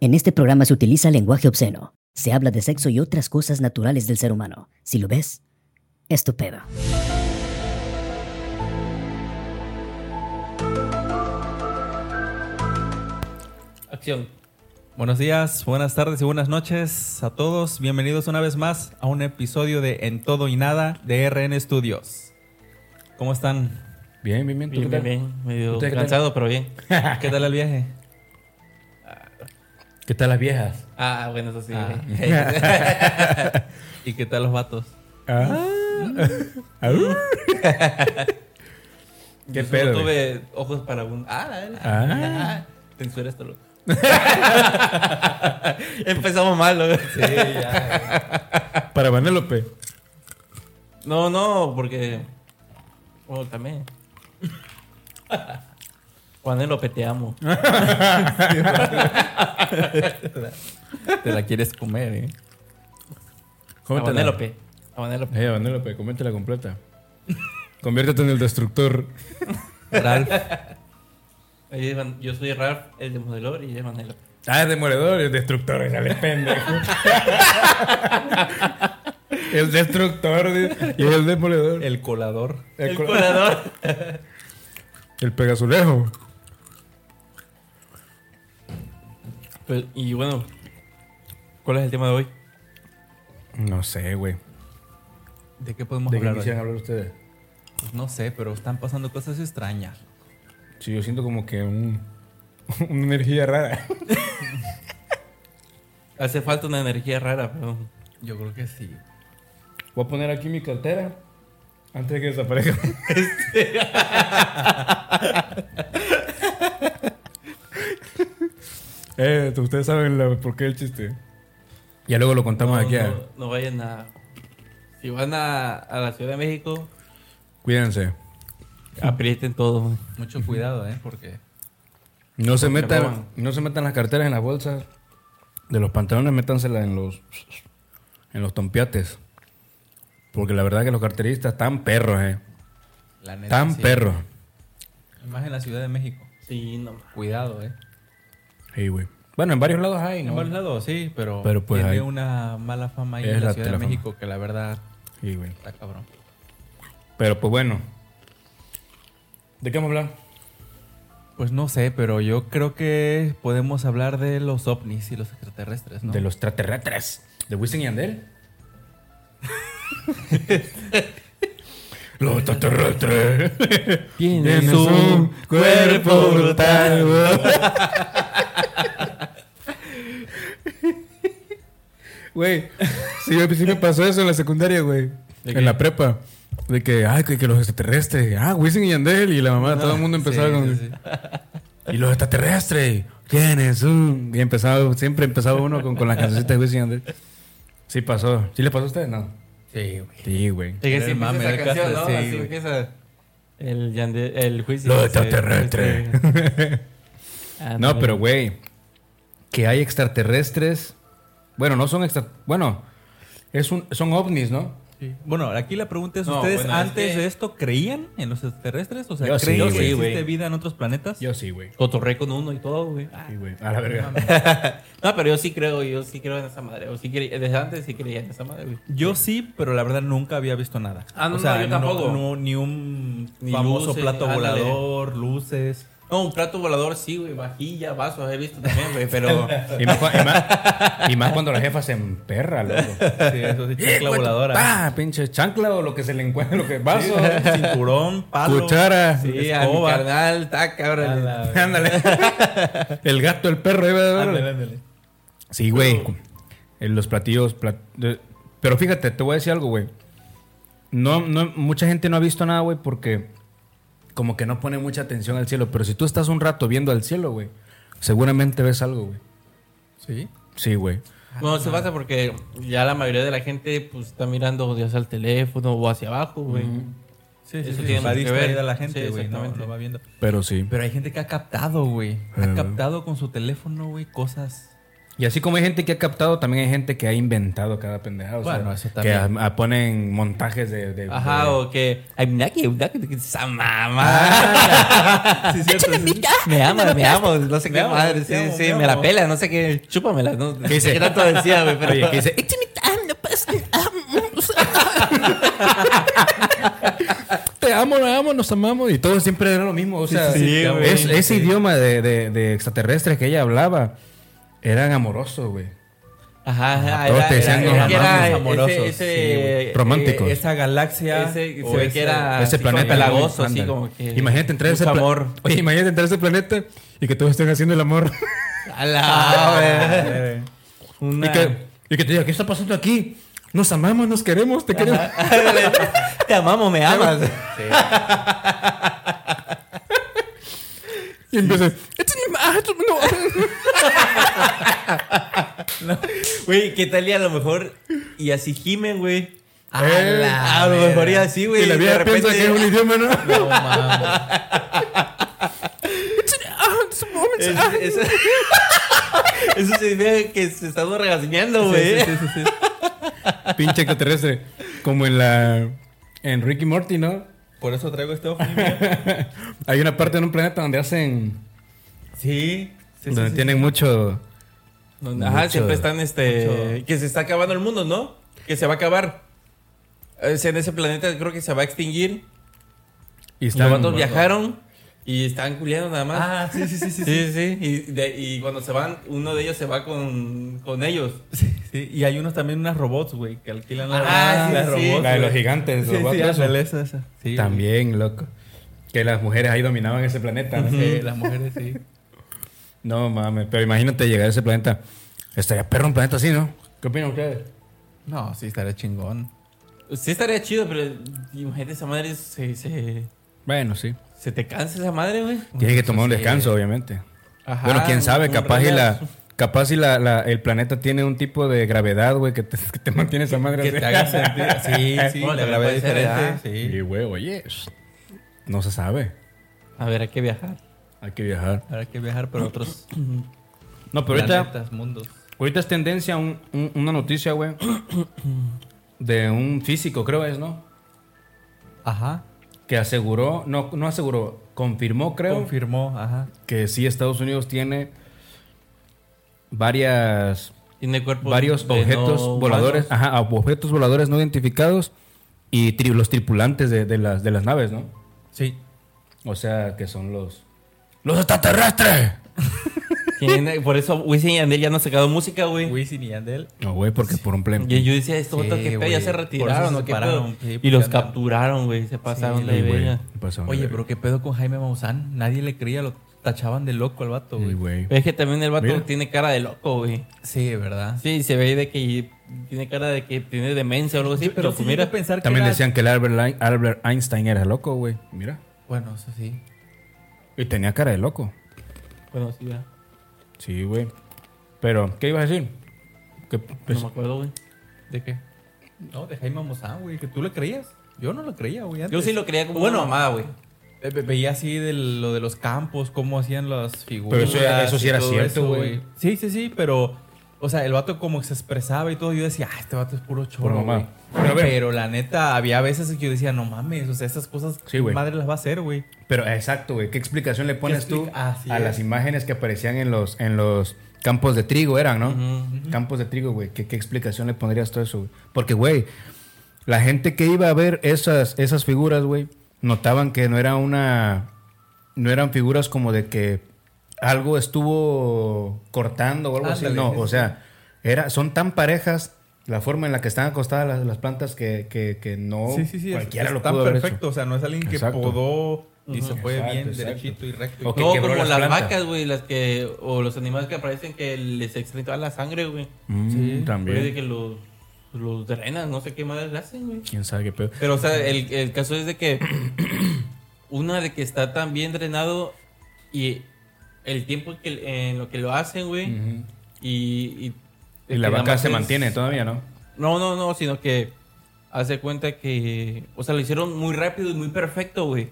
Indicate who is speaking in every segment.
Speaker 1: En este programa se utiliza lenguaje obsceno. Se habla de sexo y otras cosas naturales del ser humano. Si lo ves, es tu pedo.
Speaker 2: Acción.
Speaker 3: Buenos días, buenas tardes y buenas noches a todos. Bienvenidos una vez más a un episodio de En Todo y Nada de RN Studios. ¿Cómo están?
Speaker 2: Bien, bien, bien. ¿Tú
Speaker 4: Bien,
Speaker 2: qué
Speaker 4: bien,
Speaker 2: tal?
Speaker 4: bien. Medio
Speaker 2: ¿Tú qué tal?
Speaker 4: cansado, pero bien.
Speaker 3: ¿Qué tal el viaje?
Speaker 2: ¿Qué tal las viejas?
Speaker 4: Ah, bueno, eso sí.
Speaker 3: Ah.
Speaker 4: güey.
Speaker 3: ¿Y qué tal los vatos? Ah.
Speaker 2: Ah. ¿Qué
Speaker 4: Solo
Speaker 2: pedo? güey?
Speaker 4: tuve ojos para un. Ah, la, la,
Speaker 2: Ah.
Speaker 4: ah. Censura esto, loco. Empezamos mal, loco.
Speaker 2: Para Vanellope.
Speaker 4: No, no, porque. Bueno, también. Juanélope, te amo.
Speaker 3: Te la quieres comer, ¿eh?
Speaker 4: A
Speaker 2: Cómetela.
Speaker 4: Juanélope. A Juanélope.
Speaker 2: Eh, Vanellope, coméntela completa. Conviértete en el destructor.
Speaker 3: Ralph,
Speaker 4: Ella es Van- Yo soy Ralph, el de Modelor, y ella es Juanélope.
Speaker 2: Ah, es demoledor y el destructor. es el pendejo. el destructor dice, y el demoledor.
Speaker 3: el colador.
Speaker 2: El,
Speaker 4: El
Speaker 2: col-
Speaker 4: colador.
Speaker 2: el pegasulejo.
Speaker 4: Pues, y bueno, ¿cuál es el tema de hoy?
Speaker 2: No sé, güey.
Speaker 3: ¿De qué podemos
Speaker 2: ¿De qué
Speaker 3: hablar hoy?
Speaker 2: quisieran hablar ustedes?
Speaker 3: Pues no sé, pero están pasando cosas extrañas.
Speaker 2: Sí, yo siento como que un, una energía rara.
Speaker 4: Hace falta una energía rara, pero.
Speaker 3: Yo creo que sí.
Speaker 2: Voy a poner aquí mi cartera antes de que desaparezca. Este. eh, ustedes saben la- por qué el chiste. Ya luego lo contamos
Speaker 4: no,
Speaker 2: aquí. ¿eh?
Speaker 4: no- no vayan a. Si van a, a la Ciudad de México,
Speaker 2: Cuídense.
Speaker 4: aprieten todo.
Speaker 3: Mucho cuidado, ¿eh? Porque
Speaker 2: No se,
Speaker 4: Porque
Speaker 2: metan,
Speaker 4: roban.
Speaker 2: no se metan las carteras en las bolsas de los pantalones, métanselas en los en los tompiates. Porque la verdad que los carteristas están perros, eh.
Speaker 3: la neta.
Speaker 2: Tan
Speaker 3: sí.
Speaker 2: perros.
Speaker 3: Y Más en la Ciudad de México.
Speaker 4: Sí, no.
Speaker 3: Cuidado, ¿eh?
Speaker 2: Sí, güey. Bueno, en varios lados hay,
Speaker 3: En
Speaker 2: ¿no?
Speaker 3: varios lados, sí, pero,
Speaker 2: Pero, pues,
Speaker 3: tiene
Speaker 2: ahí-
Speaker 3: una mala fama ahí
Speaker 2: Es
Speaker 3: en la,
Speaker 2: la
Speaker 3: Ciudad de
Speaker 2: telefama.
Speaker 3: México que la verdad
Speaker 2: Sí, güey.
Speaker 3: está cabrón.
Speaker 2: Pero pues bueno. ¿De qué vamos a hablar?
Speaker 3: Pues no sé, pero yo creo que podemos hablar de los ovnis y los extraterrestres, ¿no?
Speaker 2: De los extraterrestres. ¿De Wisin y Andel? los extraterrestres.
Speaker 4: Tienes un cuerpo
Speaker 2: brutal. Güey, sí, me- sí me pasó eso en la secundaria, güey.
Speaker 4: ¿De qué?
Speaker 2: En la prepa. De que, ay, que, que los extraterrestres. Ah, Wisin y Andel. Y la mamá, todo el mundo empezaba
Speaker 3: Ah, Sí,
Speaker 2: con...
Speaker 3: sí, sí.
Speaker 2: Y los extraterrestres, ¿quiénes son? Y empezaba, siempre empezaba uno con, con las cancioncitas de Wisin y Yandel. Sí pasó. ¿Sí les pasó a ustedes? No.
Speaker 3: Sí, güey.
Speaker 2: Sí, güey.
Speaker 4: Es que
Speaker 3: El
Speaker 4: sí empieza
Speaker 3: mame
Speaker 4: esa
Speaker 3: de
Speaker 4: canción,
Speaker 3: casa,
Speaker 4: ¿no?
Speaker 3: sí,
Speaker 4: Así
Speaker 3: güey.
Speaker 4: empieza el, yande- el juicio. este,
Speaker 2: Los
Speaker 4: ese-
Speaker 2: extraterrestres.
Speaker 4: ese- Ah,
Speaker 2: No,
Speaker 4: no,
Speaker 2: pero güey, que hay extraterrestres. Bueno, no son extra... Bueno, es un, son ovnis, ¿no?
Speaker 3: Sí. Bueno, aquí la pregunta es,
Speaker 4: No,
Speaker 3: ¿ustedes
Speaker 4: bueno, es
Speaker 3: antes
Speaker 4: que-
Speaker 3: de esto creían en los extraterrestres? O sea,
Speaker 2: Yo sí,
Speaker 3: ¿creían que
Speaker 2: güey.
Speaker 3: existe
Speaker 4: güey.
Speaker 3: vida en otros planetas?
Speaker 2: Yo sí, güey.
Speaker 4: Cotorré con uno y todo, güey. Ah.
Speaker 2: Sí, güey. A la verga.
Speaker 4: No, pero yo sí creo, yo sí creo en esa madre. O sí creí- desde antes sí creía en esa madre, güey.
Speaker 3: Yo sí, pero la verdad nunca había visto nada.
Speaker 4: Ah, no,
Speaker 3: o sea,
Speaker 4: no, yo tampoco.
Speaker 3: no, ni un
Speaker 4: Ni
Speaker 3: famoso
Speaker 4: luces,
Speaker 3: plato
Speaker 4: ándale.
Speaker 3: volador, luces.
Speaker 4: No, un plato volador sí, güey. Vajilla, vasos, he visto también, güey. Pero.
Speaker 2: Y más, cua- y más- y más cuando la jefa se emperra, loco.
Speaker 3: Sí, eso
Speaker 4: Eh,
Speaker 3: sí, chancla voladora.
Speaker 2: Ah, pinche chancla o lo que se le encuentre, lo que vaso.
Speaker 3: Cinturón, palo.
Speaker 2: Cuchara.
Speaker 4: Sí, a mi
Speaker 3: Escoba.
Speaker 4: carnal, taca,
Speaker 3: A
Speaker 4: órale.
Speaker 3: la-
Speaker 2: Ándale. El gato, el perro. ahí va,
Speaker 3: Ándale,
Speaker 2: ándale.
Speaker 3: ándale.
Speaker 2: Sí, güey. En Los platillos. plat- de- Pero fíjate, te voy a decir algo, güey. No, no, mucha gente no ha visto nada, güey, porque como que no pone mucha atención al cielo. Pero si tú estás un rato viendo al cielo, güey, seguramente ves algo, güey.
Speaker 3: Sí.
Speaker 2: Sí, güey.
Speaker 4: No, se pasa porque ya la mayoría de la gente pues está mirando ya sea el teléfono o hacia abajo, güey.
Speaker 3: Sí, sí,
Speaker 4: Eso
Speaker 3: sí,
Speaker 4: tiene
Speaker 3: va
Speaker 4: mucho que ver.
Speaker 3: distraída la
Speaker 4: Sí,
Speaker 3: gente, güey. no,
Speaker 4: exactamente.
Speaker 3: lo va viendo.
Speaker 2: Pero sí.
Speaker 3: Pero hay gente que ha captado, güey.
Speaker 2: Eh.
Speaker 3: Ha captado con su teléfono, güey, cosas.
Speaker 2: Y así como hay gente que ha captado, también hay gente que ha inventado cada pendejado.
Speaker 4: Bueno,
Speaker 2: o sea,
Speaker 4: eso también.
Speaker 2: Que a- a- ponen montajes de. de-
Speaker 4: Ajá,
Speaker 2: de-
Speaker 4: o que. I'm Naki, I'm Naki, esa mamá.
Speaker 3: Sí, cierto, sí, sí.
Speaker 4: Me ama, me amo, no sé
Speaker 3: Me
Speaker 4: qué
Speaker 3: amo,
Speaker 4: madre.
Speaker 3: me
Speaker 4: Sí,
Speaker 3: amo,
Speaker 4: sí,
Speaker 3: me
Speaker 4: me, la
Speaker 3: amo.
Speaker 4: pela, no sé qué. Chúpamela, no
Speaker 2: ¿Qué dice?
Speaker 4: ¿Qué tanto decía, güey? Pero
Speaker 2: Oye, que dice,
Speaker 1: It's me time, no
Speaker 4: pues,
Speaker 1: pasa
Speaker 2: te amo, nos amo, nos amamos. Y todo siempre era lo mismo. O sea,
Speaker 3: sí, sí, güey.
Speaker 2: es- ese idioma de, de- de extraterrestres que ella hablaba eran amorosos, güey.
Speaker 4: Ajá, ajá.
Speaker 2: todos
Speaker 4: era,
Speaker 2: te decían,
Speaker 4: era,
Speaker 2: "Nos
Speaker 4: que era
Speaker 3: amamos,
Speaker 4: ese-
Speaker 3: amorosos",
Speaker 4: ese,
Speaker 3: sí,
Speaker 2: güey. Románticos.
Speaker 4: eh,
Speaker 3: Esa galaxia.
Speaker 4: Ese,
Speaker 3: o
Speaker 4: se ve
Speaker 3: ese-
Speaker 4: que era así
Speaker 2: ese
Speaker 4: Ah, como
Speaker 2: planeta.
Speaker 4: pelagoso, así
Speaker 2: Ándale.
Speaker 4: como que.
Speaker 2: Imagínate entrar a ese
Speaker 4: mucho
Speaker 2: pla-
Speaker 4: amor.
Speaker 2: Oye, imagínate entrar a ese planeta y que todos estén haciendo el amor.
Speaker 4: A la güey.
Speaker 3: Eh,
Speaker 4: Una-
Speaker 2: y, que, y que te diga, ¿qué está pasando aquí? Nos amamos, nos queremos, te queremos.
Speaker 4: Te amamos, me amas.
Speaker 2: Y "Este empiezas,
Speaker 4: Güey, ¿qué tal y a lo mejor? Y así gime, güey. A,
Speaker 2: Eh,
Speaker 4: la- a lo
Speaker 3: verga.
Speaker 4: mejor y así, güey.
Speaker 2: y la
Speaker 4: de
Speaker 2: vida piensa
Speaker 4: repente-
Speaker 2: que es un idioma, ¿no?
Speaker 3: no mames.
Speaker 4: Es- es- Eso se ve que se está regaciñando, güey.
Speaker 3: Sí, sí, sí, sí, sí.
Speaker 2: Pinche extraterrestre. Como en la. En Ricky Morty, ¿no?
Speaker 3: Por eso traigo este ovni. mira.
Speaker 2: Hay una parte en un planeta donde hacen.
Speaker 3: Sí. sí, sí,
Speaker 2: donde
Speaker 3: sí.
Speaker 2: tienen mucho.
Speaker 4: Donde-
Speaker 3: Ah,
Speaker 4: Ajá,
Speaker 2: Mucho-
Speaker 4: siempre están este.
Speaker 3: mucho-
Speaker 4: Que se está acabando el mundo, ¿no? Que se va a acabar. O sea, en ese planeta creo que se va a extinguir.
Speaker 2: Y
Speaker 4: Los
Speaker 2: están-
Speaker 4: vatos viajaron y están culiando nada más.
Speaker 3: Ah, sí, sí, sí,
Speaker 4: sí,
Speaker 3: sí. sí.
Speaker 4: sí. Y, de- y cuando se van, uno de ellos se va con, con ellos.
Speaker 3: Sí, y hay unos también, unas robots, güey, que alquilan las,
Speaker 4: Ah, sí,
Speaker 3: las
Speaker 4: sí.
Speaker 3: robots.
Speaker 2: La de los
Speaker 3: güey.
Speaker 2: gigantes.
Speaker 3: Sí,
Speaker 2: los vatos,
Speaker 3: sí,
Speaker 2: eso.
Speaker 3: ándale, esa, esa. Sí,
Speaker 2: También, loco. Que las mujeres ahí dominaban ese planeta. ¿no?
Speaker 3: güey. Sí, las mujeres, sí.
Speaker 2: No mames, pero imagínate llegar a ese planeta. Estaría perro un planeta así, ¿no? ¿Qué opinan ustedes?
Speaker 3: No, sí, estaría chingón.
Speaker 4: Sí, estaría chido, pero imagínate esa madre se, se,
Speaker 2: Bueno, sí.
Speaker 4: se te cansa esa madre, güey.
Speaker 2: Tiene que
Speaker 4: Eso
Speaker 2: tomar un
Speaker 4: sí.
Speaker 2: descanso, obviamente.
Speaker 4: Ajá,
Speaker 2: bueno, quién sabe,
Speaker 4: un
Speaker 2: capaz y la.
Speaker 4: relax.
Speaker 2: Capaz y la, la- el planeta tiene un tipo de gravedad, güey, que te, que te mantiene esa madre
Speaker 3: Que
Speaker 2: así.
Speaker 3: te haga sentir. Sí, sí,
Speaker 4: Bueno, también
Speaker 3: la gravedad
Speaker 4: puede ser,
Speaker 3: diferente. Sí.
Speaker 2: Y, güey, oye, sh- no se sabe.
Speaker 4: A ver, hay que viajar.
Speaker 2: Hay que viajar.
Speaker 3: Habrá que viajar
Speaker 4: Mm.
Speaker 3: por otros
Speaker 2: No, pero ahorita,
Speaker 3: planetas, mundos.
Speaker 2: ahorita es tendencia un- un- una noticia, güey, de un físico, creo es, ¿no?
Speaker 3: Ajá.
Speaker 2: Que aseguró, no, no aseguró, confirmó, creo,
Speaker 3: Confirmó, ajá.
Speaker 2: que sí Estados Unidos tiene varias
Speaker 4: Tiene cuerpo
Speaker 2: varios
Speaker 4: Pues, de
Speaker 2: objetos
Speaker 4: no
Speaker 2: voladores,
Speaker 4: humanos.
Speaker 2: ajá, objetos voladores no identificados y tri- los tripulantes de, de las, de las naves, ¿no?
Speaker 3: Sí.
Speaker 2: O sea, que son los... ¡Los extraterrestres!
Speaker 4: Tiene- Por eso Wisin y Andel ya no ha sacado música, güey.
Speaker 3: Wisin y Yandel.
Speaker 2: No, güey, porque por un plan...
Speaker 4: Y yo decía, estos
Speaker 3: Sí,
Speaker 4: otros que pedo,
Speaker 3: güey.
Speaker 4: ya se
Speaker 3: Por eso
Speaker 4: retiraron,
Speaker 3: se
Speaker 4: ¿no? ¿Qué
Speaker 3: separaron,
Speaker 4: pedo?
Speaker 3: sí, porque
Speaker 4: y los
Speaker 3: andan-
Speaker 4: capturaron, güey. Se pasaron
Speaker 2: pues Sí,
Speaker 4: de
Speaker 2: güey,
Speaker 4: verga.
Speaker 2: se pasaron de
Speaker 3: Oye,
Speaker 2: verga.
Speaker 3: pero qué pedo con Jaime Maussan. Nadie le creía, lo tachaban de loco al vato,
Speaker 2: Sí,
Speaker 3: güey.
Speaker 2: güey.
Speaker 4: Es que también el vato
Speaker 2: Mira.
Speaker 4: tiene cara de loco, güey.
Speaker 3: Sí, ¿verdad?
Speaker 4: Sí, se ve de que tiene cara de que tiene demencia o algo así,
Speaker 3: Sí,
Speaker 4: pues pero
Speaker 3: sí
Speaker 4: mira.
Speaker 3: llegué a pensar que
Speaker 2: También
Speaker 3: era-
Speaker 2: decían que el Albert, Lein- Albert Einstein era loco, güey. Mira.
Speaker 3: Bueno, eso sí.
Speaker 2: Y tenía cara de loco.
Speaker 4: Bueno, sí, ya.
Speaker 2: Sí, güey. Pero, ¿qué ibas a decir? Que, pues,
Speaker 4: no me acuerdo, güey.
Speaker 3: ¿De qué? No, de Jaime Maussan, güey. ¿Que tú le creías? Yo no lo creía, güey. antes.
Speaker 4: Yo sí lo creía como
Speaker 3: Bueno,
Speaker 4: una mamada, güey.
Speaker 3: Ve- ve- Veía así de lo de los campos, cómo hacían las figuras.
Speaker 2: Pero eso era- eso sí
Speaker 3: y
Speaker 2: era
Speaker 3: todo
Speaker 2: cierto,
Speaker 3: eso,
Speaker 2: güey.
Speaker 3: Sí, sí, sí, pero. O sea, el vato como que se expresaba y todo. Yo decía, ah, este vato es puro
Speaker 2: Pura
Speaker 3: chorro,
Speaker 2: mamá.
Speaker 3: güey.
Speaker 2: Pero a
Speaker 3: Pero,
Speaker 2: ver.
Speaker 3: la neta, había veces que yo decía, no mames, o sea, esas cosas,
Speaker 2: Sí,
Speaker 3: mi
Speaker 2: güey.
Speaker 3: madre las va a hacer, güey.
Speaker 2: Pero exacto, güey. ¿Qué explicación le pones tú
Speaker 3: explica- Así
Speaker 2: a
Speaker 3: es.
Speaker 2: las imágenes que aparecían en los, en los campos de trigo? Eran, ¿no? Campos de trigo, güey. ¿Qué, qué explicación le pondrías todo eso, güey? Porque, güey, la gente que iba a ver esas, esas figuras, güey, notaban que no era una. No eran figuras como de que algo estuvo cortando o algo así.
Speaker 3: Ándale,
Speaker 2: No,
Speaker 3: sí,
Speaker 2: o
Speaker 3: sí.
Speaker 2: sea, era, son tan parejas la forma en la que están acostadas las, las plantas que, que, que no
Speaker 3: sí, sí, sí. es-
Speaker 2: cualquiera
Speaker 3: es
Speaker 2: lo
Speaker 3: tan
Speaker 2: pudo haber hecho.
Speaker 3: perfecto, o sea, no es alguien que
Speaker 2: Exacto.
Speaker 3: podó y se fue
Speaker 2: Exacto,
Speaker 3: bien
Speaker 2: exacto.
Speaker 3: derechito y recto.
Speaker 2: Ok.
Speaker 3: y
Speaker 2: que
Speaker 4: no,
Speaker 2: quebró
Speaker 4: como
Speaker 2: las
Speaker 4: las,
Speaker 2: plantas.
Speaker 4: vacas, güey, las que. O los animales que aparecen que les extraen la sangre, güey.
Speaker 2: Mm,
Speaker 3: Sí,
Speaker 4: Por eso de
Speaker 2: también.
Speaker 4: que los, los drenan, no sé qué madres le hacen, güey.
Speaker 2: Quién sabe qué pedo.
Speaker 4: Pero, o sea, el, el caso es de que. una de que está tan bien drenado y el tiempo que, en lo que lo hacen, güey. Y. y-
Speaker 2: Y la
Speaker 4: que nada
Speaker 2: vaca
Speaker 4: más
Speaker 2: se
Speaker 4: es-
Speaker 2: mantiene todavía, ¿no?
Speaker 4: No, no, no, sino que. Hace cuenta que. O sea, lo hicieron muy rápido y muy perfecto, güey.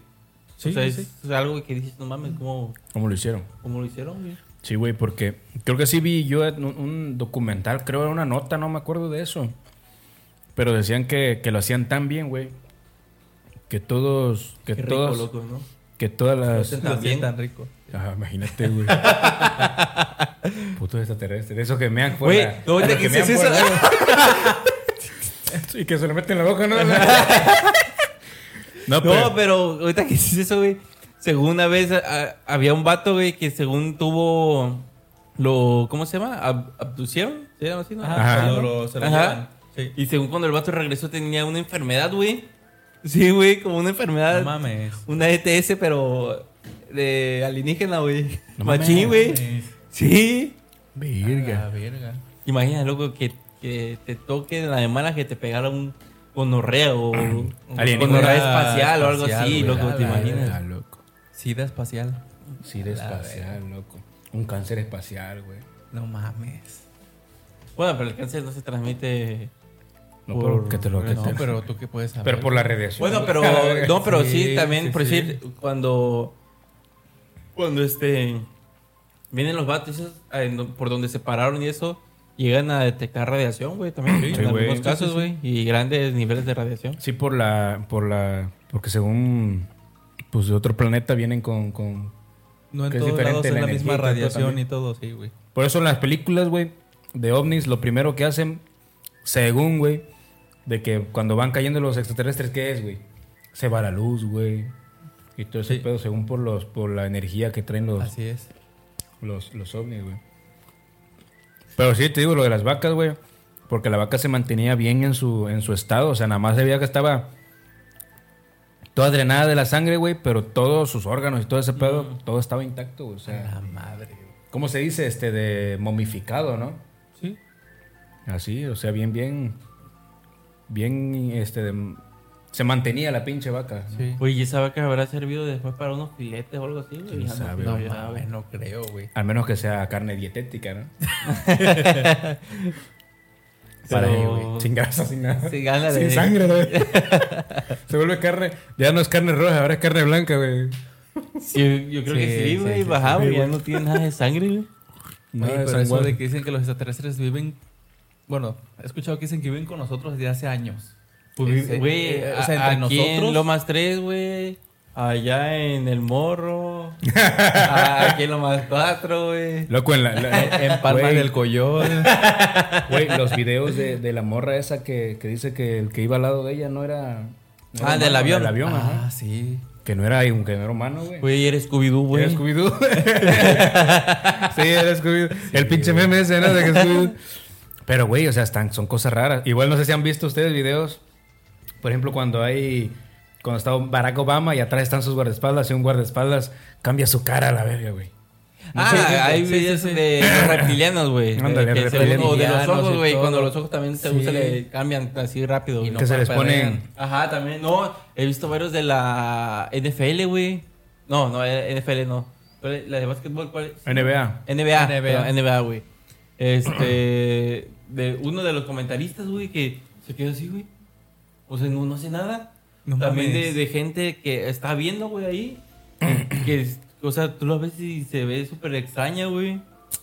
Speaker 3: Sí,
Speaker 4: o sea,
Speaker 3: sí,
Speaker 4: es,
Speaker 3: sí.
Speaker 4: es algo que dices, no mames, ¿cómo,
Speaker 2: ¿Cómo lo hicieron?
Speaker 4: cómo lo hicieron, güey?
Speaker 2: Sí, güey, porque creo que sí vi yo un, un documental, creo era una nota, no me acuerdo de eso. Pero decían que, que lo hacían tan bien, güey. Que todos, que
Speaker 4: Qué rico,
Speaker 2: todos,
Speaker 4: loco, ¿no?
Speaker 2: que todas las...
Speaker 4: hacen También.
Speaker 3: También tan rico.
Speaker 2: Ajá, imagínate, güey. Putos extraterrestres. Esos que mean
Speaker 4: Güey,
Speaker 2: fuera.
Speaker 4: no, ahorita
Speaker 2: los
Speaker 4: que
Speaker 2: mean
Speaker 4: dices
Speaker 2: fuera,
Speaker 4: eso-
Speaker 2: güey. Y que se lo meten en la boca, ¿no? no,
Speaker 4: No,
Speaker 2: pero...
Speaker 4: pero ahorita que dices eso, güey. Según una vez a- a- había un vato, güey, que según tuvo lo. ¿Cómo se llama? Ab- abducieron. ¿Se llama así? no?
Speaker 2: Ajá.
Speaker 3: Ajá. Se lo, lo- se lo
Speaker 4: Ajá.
Speaker 3: llevan. Sí.
Speaker 4: Y según cuando el vato regresó tenía una enfermedad, güey. Sí, güey, como una enfermedad.
Speaker 3: No mames.
Speaker 4: Una ETS, pero de alienígena, güey.
Speaker 2: No mames.
Speaker 4: Machín, güey. Sí.
Speaker 2: Virga.
Speaker 3: La verga.
Speaker 4: Imagina, loco, que, que te toque la de mala que te pegara un gonorrea o un
Speaker 2: Alienígena
Speaker 4: gonorrea espacial o algo
Speaker 3: Ah, espacial,
Speaker 4: así,
Speaker 3: güey,
Speaker 4: loco,
Speaker 3: a
Speaker 4: ¿te
Speaker 3: la
Speaker 4: imaginas?
Speaker 2: loco.
Speaker 3: Sida espacial.
Speaker 2: Sí, de espacial, loco. Un cáncer espacial, güey.
Speaker 3: No mames.
Speaker 4: Bueno, pero el cáncer no se transmite.
Speaker 2: No,
Speaker 4: Por-
Speaker 2: pero que te lo... que
Speaker 3: No,
Speaker 2: te-
Speaker 3: pero tú qué puedes saber.
Speaker 2: pero por la radiación.
Speaker 4: Bueno, pero
Speaker 2: A la verga.
Speaker 4: no, pero sí,
Speaker 3: Sí,
Speaker 4: también
Speaker 3: sí,
Speaker 4: por
Speaker 3: sí.
Speaker 4: decir cuando cuando este vienen los vatos esos, eh, no- por donde se pararon y eso llegan a detectar radiación, güey, también
Speaker 2: Sí,
Speaker 4: en
Speaker 2: güey.
Speaker 4: algunos
Speaker 2: Sí,
Speaker 4: casos, güey, y grandes niveles de radiación.
Speaker 2: Sí, por la... Por la porque según... Pues de otro planeta vienen con... con
Speaker 3: No en
Speaker 2: que es
Speaker 3: todos lados
Speaker 2: diferente
Speaker 3: es
Speaker 2: la
Speaker 3: la,
Speaker 2: energía
Speaker 3: misma
Speaker 2: y todo
Speaker 3: radiación
Speaker 2: también.
Speaker 3: y todo, sí, güey.
Speaker 2: por eso en las películas, güey, de ovnis, lo primero que hacen, según, güey, de que cuando van cayendo los extraterrestres, ¿qué es, güey? Se va la luz, güey. Y todo ese
Speaker 3: Sí.
Speaker 2: pedo, según por los por la energía que traen los,
Speaker 3: Así es.
Speaker 2: los, los ovnis, güey. Pero sí, te digo, lo de las vacas, güey. Porque la vaca se mantenía bien en su, en su estado. O sea, nada más se veía que estaba toda drenada de la sangre, güey. Pero todos sus órganos y todo ese pedo, todo estaba intacto, güey. O sea,
Speaker 3: madre.
Speaker 2: ¿cómo se dice? Este, de momificado, ¿no?
Speaker 3: Sí.
Speaker 2: Así, o sea, bien, bien. Bien, este, de- se mantenía la pinche vaca. ¿no?
Speaker 3: Sí.
Speaker 4: Güey, ¿y esa vaca habrá servido después para unos filetes o algo así, güey?
Speaker 2: ¿Quién
Speaker 4: Ya no-
Speaker 2: sabe,
Speaker 4: no
Speaker 2: güey?
Speaker 4: mames.
Speaker 3: mames, no creo, güey.
Speaker 2: Al menos que sea carne dietética, ¿no?
Speaker 4: Pero-
Speaker 2: ahí, güey. Sin grasa, sin nada.
Speaker 4: Sí, gana de-
Speaker 2: Sin sangre, güey. Se vuelve carne. Ya no es carne roja, ahora es carne blanca, güey.
Speaker 4: Sí, yo creo que
Speaker 3: Sí,
Speaker 4: sí, güey,
Speaker 3: sí, sí,
Speaker 4: bajaba,
Speaker 2: sí,
Speaker 4: güey, ya
Speaker 2: güey.
Speaker 4: no tiene nada de sangre, güey.
Speaker 2: No,
Speaker 3: Güey,
Speaker 2: es
Speaker 3: pero eso
Speaker 2: sangual.
Speaker 3: de que dicen que los extraterrestres viven. Bueno, he escuchado que dicen que viven con nosotros desde hace años.
Speaker 2: Pues
Speaker 3: Ese-
Speaker 4: Güey,
Speaker 3: eh,
Speaker 4: a- aquí en Lomas 3, güey. Allá en El Morro. a- aquí en Lomas 4, güey.
Speaker 2: Loco, en la. la-
Speaker 3: en Palma
Speaker 2: güey,
Speaker 3: del Coyol.
Speaker 2: Güey, los videos de, de la morra esa que, que dice que el que iba al lado de ella no era. no era
Speaker 4: Ah, del
Speaker 2: humano,
Speaker 4: avión.
Speaker 2: Del avión,
Speaker 3: ah,
Speaker 2: ajá.
Speaker 3: sí.
Speaker 2: Que no era, que no era humano, güey.
Speaker 4: Güey, eres Scooby-Doo,
Speaker 2: ¿Era
Speaker 4: güey.
Speaker 2: Scooby-Doo? Pues. sí, era Scooby-Doo. el pinche meme ese, ¿no? De que Scooby-Doo. Pero, güey, o sea, están, son cosas raras. Igual no sé si han visto ustedes videos. Por ejemplo, cuando hay. Cuando está Barack Obama y atrás están sus guardaespaldas y un guardaespaldas cambia su cara a la verga, güey.
Speaker 4: Ah,
Speaker 3: Sí, sí,
Speaker 4: hay
Speaker 3: sí,
Speaker 4: videos
Speaker 3: sí, sí.
Speaker 4: de los reptilianos, güey. de
Speaker 2: Ándale,
Speaker 4: que se-
Speaker 2: reptilianos.
Speaker 4: O de los
Speaker 3: Reptilianos
Speaker 4: ojos,
Speaker 3: y
Speaker 4: güey.
Speaker 3: todo.
Speaker 4: Cuando los ojos también se
Speaker 3: Sí.
Speaker 4: usan, le cambian así rápido. güey.
Speaker 3: no
Speaker 2: que se les
Speaker 3: parpadean.
Speaker 2: ponen.
Speaker 4: Ajá, también. No, he visto varios de la NFL, güey. No, no, eh, NFL no. ¿Cuál es? La de básquetbol, ¿cuál es?
Speaker 2: NBA.
Speaker 4: NBA,
Speaker 3: NBA.
Speaker 4: perdón, NBA, güey. Este, de uno de los comentaristas, güey, que se quedó así, güey. O sea, no, no hace nada.
Speaker 3: No
Speaker 4: También de,
Speaker 3: mames.
Speaker 4: de gente que está viendo, güey, ahí. que, es- o sea, tú lo ves y se ve súper extraña, güey.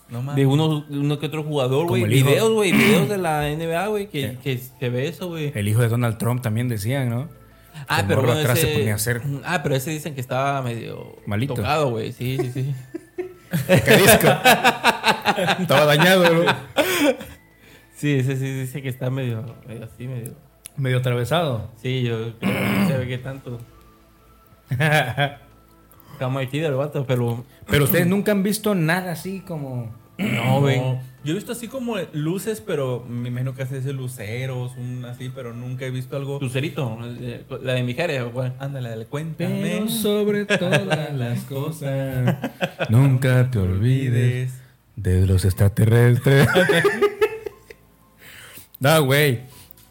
Speaker 3: No mames.
Speaker 4: De uno, uno que otro jugador, güey.
Speaker 2: Como el hijo.
Speaker 4: Videos, güey, videos de la NBA, güey, que, que se ve eso, güey.
Speaker 2: El hijo de Donald Trump también decían, ¿no?
Speaker 4: Ah,
Speaker 2: El
Speaker 4: pero
Speaker 2: morro
Speaker 4: bueno,
Speaker 2: atrás
Speaker 4: ese,
Speaker 2: se ponía a hacer
Speaker 4: Ah, pero ese dicen que estaba medio
Speaker 2: Malito.
Speaker 4: tocado, güey. Sí, sí, sí.
Speaker 2: carisco. Estaba dañado, ¿no?
Speaker 4: sí, ese sí dice que está medio, medio así, medio.
Speaker 2: Medio atravesado.
Speaker 4: Sí, yo creo que no se ve que tanto. Está muy chido el vato, pero.
Speaker 2: Pero ustedes nunca han visto nada así como.
Speaker 4: No, güey.
Speaker 3: Yo he visto así como luces, pero me imagino que hace ese luceros, un así, pero nunca he visto algo.
Speaker 4: Lucerito, eh, la de Mijares, o cuál.
Speaker 3: Ándale, dale, cuéntame.
Speaker 2: Pero sobre todas las cosas, nunca te olvides
Speaker 3: Olvides.
Speaker 2: de los extraterrestres. no, güey.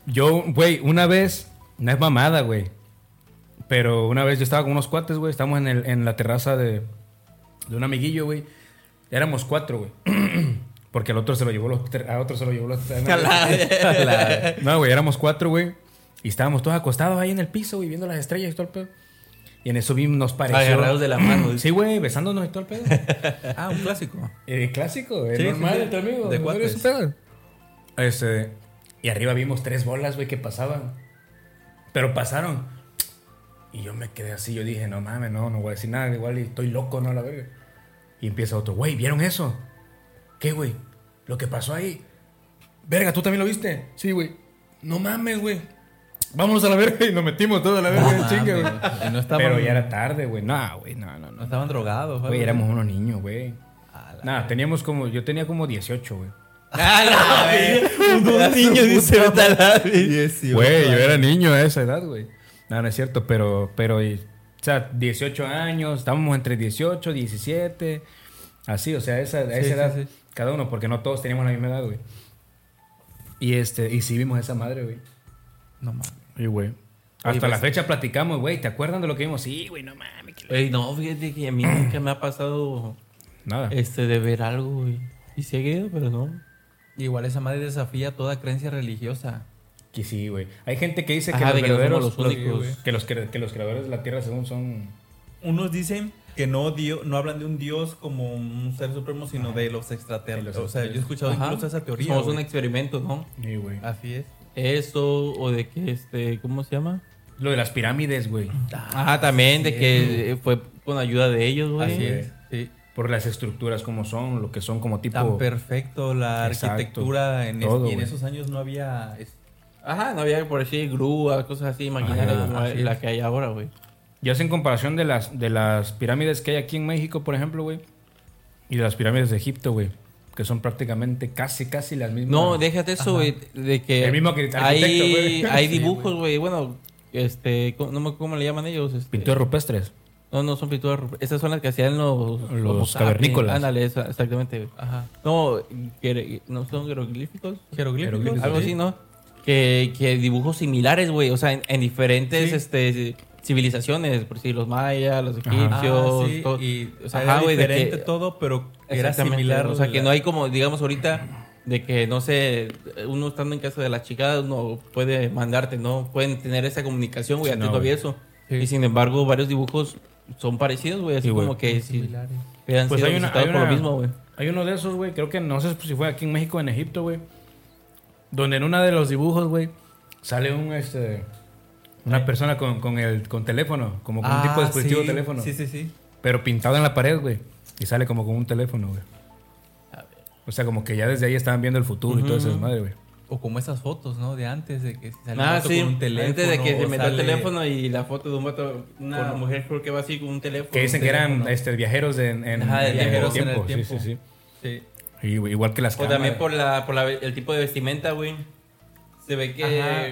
Speaker 2: Yo, güey, una vez, no es mamada, güey. Pero una vez yo estaba con unos cuates, güey. Estábamos en, el- en la terraza de, de un amiguillo, güey. Éramos cuatro, güey. Porque al otro se lo llevó los tre- a otro se lo llevó los tres. No, güey, éramos cuatro, güey. Y estábamos todos acostados ahí en el piso, güey, viendo las estrellas y todo el pedo. Y en eso mismo nos pareció.
Speaker 4: Agarrados de la mano.
Speaker 2: Sí, güey, besándonos y todo el pedo.
Speaker 3: Ah, un clásico.
Speaker 2: Eh, clásico, es
Speaker 3: Sí,
Speaker 2: normal
Speaker 3: sí, sí.
Speaker 2: entre amigos.
Speaker 3: De
Speaker 2: no
Speaker 3: cuates.
Speaker 2: eres un pedo. Este, y arriba vimos tres bolas, güey, que pasaban. Pero pasaron. Y yo me quedé así, yo dije, no mames, no, no voy a decir nada, igual y estoy loco, no, la verga. Y empieza otro, güey, ¿vieron eso? ¿Qué, güey? Lo que pasó ahí. Verga, ¿tú también lo viste? Sí, güey. No mames, güey. Vámonos a la verga y nos metimos todos a la verga,
Speaker 3: Ah,
Speaker 2: chinga,
Speaker 3: amigo.
Speaker 2: güey.
Speaker 3: Y no estaban,
Speaker 2: Pero ya era tarde, güey. No, güey, no, no,
Speaker 3: no
Speaker 2: no.
Speaker 3: estaban drogados.
Speaker 2: Güey,
Speaker 3: algo.
Speaker 2: éramos unos niños, güey.
Speaker 3: A la-
Speaker 2: Nada, teníamos como, yo tenía como 18, güey.
Speaker 4: Un niño dice, "Vete a la verga".
Speaker 2: Güey, yo era niño a esa edad, güey. No, no es cierto, pero, pero, y- o sea, 18 años, estábamos entre 18, 17, así, o sea, esa, a esa
Speaker 3: sí,
Speaker 2: edad,
Speaker 3: sí.
Speaker 2: cada uno, porque no todos teníamos la misma edad, güey. Y este, y sí vimos esa madre, güey.
Speaker 3: No mames.
Speaker 2: Y, güey. Hasta
Speaker 4: pues-
Speaker 2: la fecha platicamos, güey, ¿te acuerdan de lo que vimos? Sí, güey, no mames. que la-
Speaker 4: Güey, no, fíjate que a mí nunca me ha pasado
Speaker 2: Nada.
Speaker 4: este de ver algo, güey. Y sí he ido, pero no.
Speaker 3: Igual esa madre desafía toda creencia religiosa.
Speaker 2: Que sí, güey. Hay gente que dice que
Speaker 4: Ajá,
Speaker 2: los
Speaker 4: de que no somos
Speaker 2: verdaderos,
Speaker 4: los únicos.
Speaker 2: güey, Pues, que los, cre- que los creadores de la Tierra según son...
Speaker 3: Unos dicen que no dio, no hablan de un dios como un ser supremo, sino de los
Speaker 2: De
Speaker 3: extraterrestres.
Speaker 2: los
Speaker 3: O sea, yo he escuchado
Speaker 4: Ajá.
Speaker 3: incluso esa teoría.
Speaker 4: Somos un
Speaker 3: güey.
Speaker 4: experimento, ¿no?
Speaker 2: Sí, güey.
Speaker 3: Así es.
Speaker 4: Eso, o de que este, ¿cómo se llama?
Speaker 2: Lo de las pirámides, güey.
Speaker 3: Ah.
Speaker 4: Ajá, también, de que eh, fue con ayuda de ellos, güey.
Speaker 3: Así
Speaker 2: güey.
Speaker 3: es. Sí.
Speaker 2: Por las estructuras como son, lo que son como tipo...
Speaker 3: Tan perfecto la
Speaker 2: Exacto.
Speaker 3: arquitectura en, es-
Speaker 2: Todo,
Speaker 3: y en
Speaker 2: güey.
Speaker 3: esos años no había es-
Speaker 4: Ajá, no había por así grúas, cosas así, maquinaria
Speaker 2: Ajá,
Speaker 4: como
Speaker 2: así
Speaker 4: la
Speaker 2: es.
Speaker 4: que hay ahora, güey.
Speaker 2: Ya hacen comparación de las, de las pirámides que hay aquí en México, por ejemplo, güey. Y de las pirámides de Egipto, güey. Que son prácticamente casi, casi las mismas.
Speaker 4: No, déjate eso, güey, de que
Speaker 2: El mismo arquitecto,
Speaker 4: hay,
Speaker 2: güey.
Speaker 4: hay
Speaker 2: Sí,
Speaker 4: dibujos, güey, bueno, este, co- no me acuerdo cómo le llaman ellos. este,
Speaker 2: Pinturas rupestres.
Speaker 4: No, no son pinturas, rupestres. esas son las que hacían los...
Speaker 2: Los cavernícolas.
Speaker 4: Ándale, esa- exactamente, güey.
Speaker 3: Ajá.
Speaker 4: No, que- no son jeroglíficos.
Speaker 3: jeroglíficos.
Speaker 2: Jeroglíficos,
Speaker 4: Algo así, ¿no? Que, que dibujos similares, güey. O sea, en, en diferentes este, civilizaciones. Por si los mayas, los egipcios.
Speaker 3: Ah, sí,
Speaker 4: todo.
Speaker 3: y, o sea,
Speaker 4: Ajá,
Speaker 3: era
Speaker 4: güey, de
Speaker 3: diferente
Speaker 4: que-
Speaker 3: todo, pero era
Speaker 4: Exactamente,
Speaker 3: similar.
Speaker 4: O sea, que
Speaker 3: la-
Speaker 4: no hay como, digamos, ahorita de que, no sé, uno estando en casa de las chicas no puede mandarte, ¿no? Pueden tener esa comunicación, güey.
Speaker 2: Sí,
Speaker 4: Antes
Speaker 2: no,
Speaker 4: no había
Speaker 2: güey.
Speaker 4: eso.
Speaker 3: Sí.
Speaker 4: Y sin embargo, varios dibujos son parecidos, güey. Así
Speaker 2: Sí, güey.
Speaker 4: como que sí,
Speaker 3: similares.
Speaker 4: hubieran
Speaker 2: Pues
Speaker 4: sido
Speaker 2: hay una-
Speaker 4: visitados
Speaker 2: hay
Speaker 4: por lo
Speaker 2: una-
Speaker 4: mismo, güey.
Speaker 2: Hay uno de esos, güey. Creo que no sé si fue aquí en México o en Egipto, güey. Donde en uno de los dibujos, güey, sale un, este... Una persona con, con el con teléfono, como con un tipo de
Speaker 3: Ah,
Speaker 2: dispositivo
Speaker 3: sí,
Speaker 2: teléfono.
Speaker 3: Sí, sí, sí.
Speaker 2: Pero pintado en la pared, güey. Y sale como con un teléfono, güey. O sea, como que ya desde ahí estaban viendo el futuro y todo eso, madre, güey.
Speaker 3: O como esas fotos, ¿no? De antes, de que salía
Speaker 4: Ah,
Speaker 3: un vato
Speaker 4: sí.
Speaker 3: con un teléfono.
Speaker 4: Antes de que
Speaker 3: o
Speaker 4: se metió el
Speaker 3: sale-
Speaker 4: teléfono y la foto de un vato, una mujer creo que va así con un teléfono.
Speaker 2: Que dicen que eran este, viajeros de- en, en,
Speaker 4: Ajá, de
Speaker 2: en
Speaker 4: viajeros
Speaker 3: en el
Speaker 2: Sí,
Speaker 3: tiempo.
Speaker 2: sí,
Speaker 3: Sí.
Speaker 2: sí. Y, güey, igual que las
Speaker 4: O
Speaker 2: cámaras.
Speaker 4: también por, la, por la- el tipo de vestimenta, güey. Se ve que,
Speaker 3: Ajá.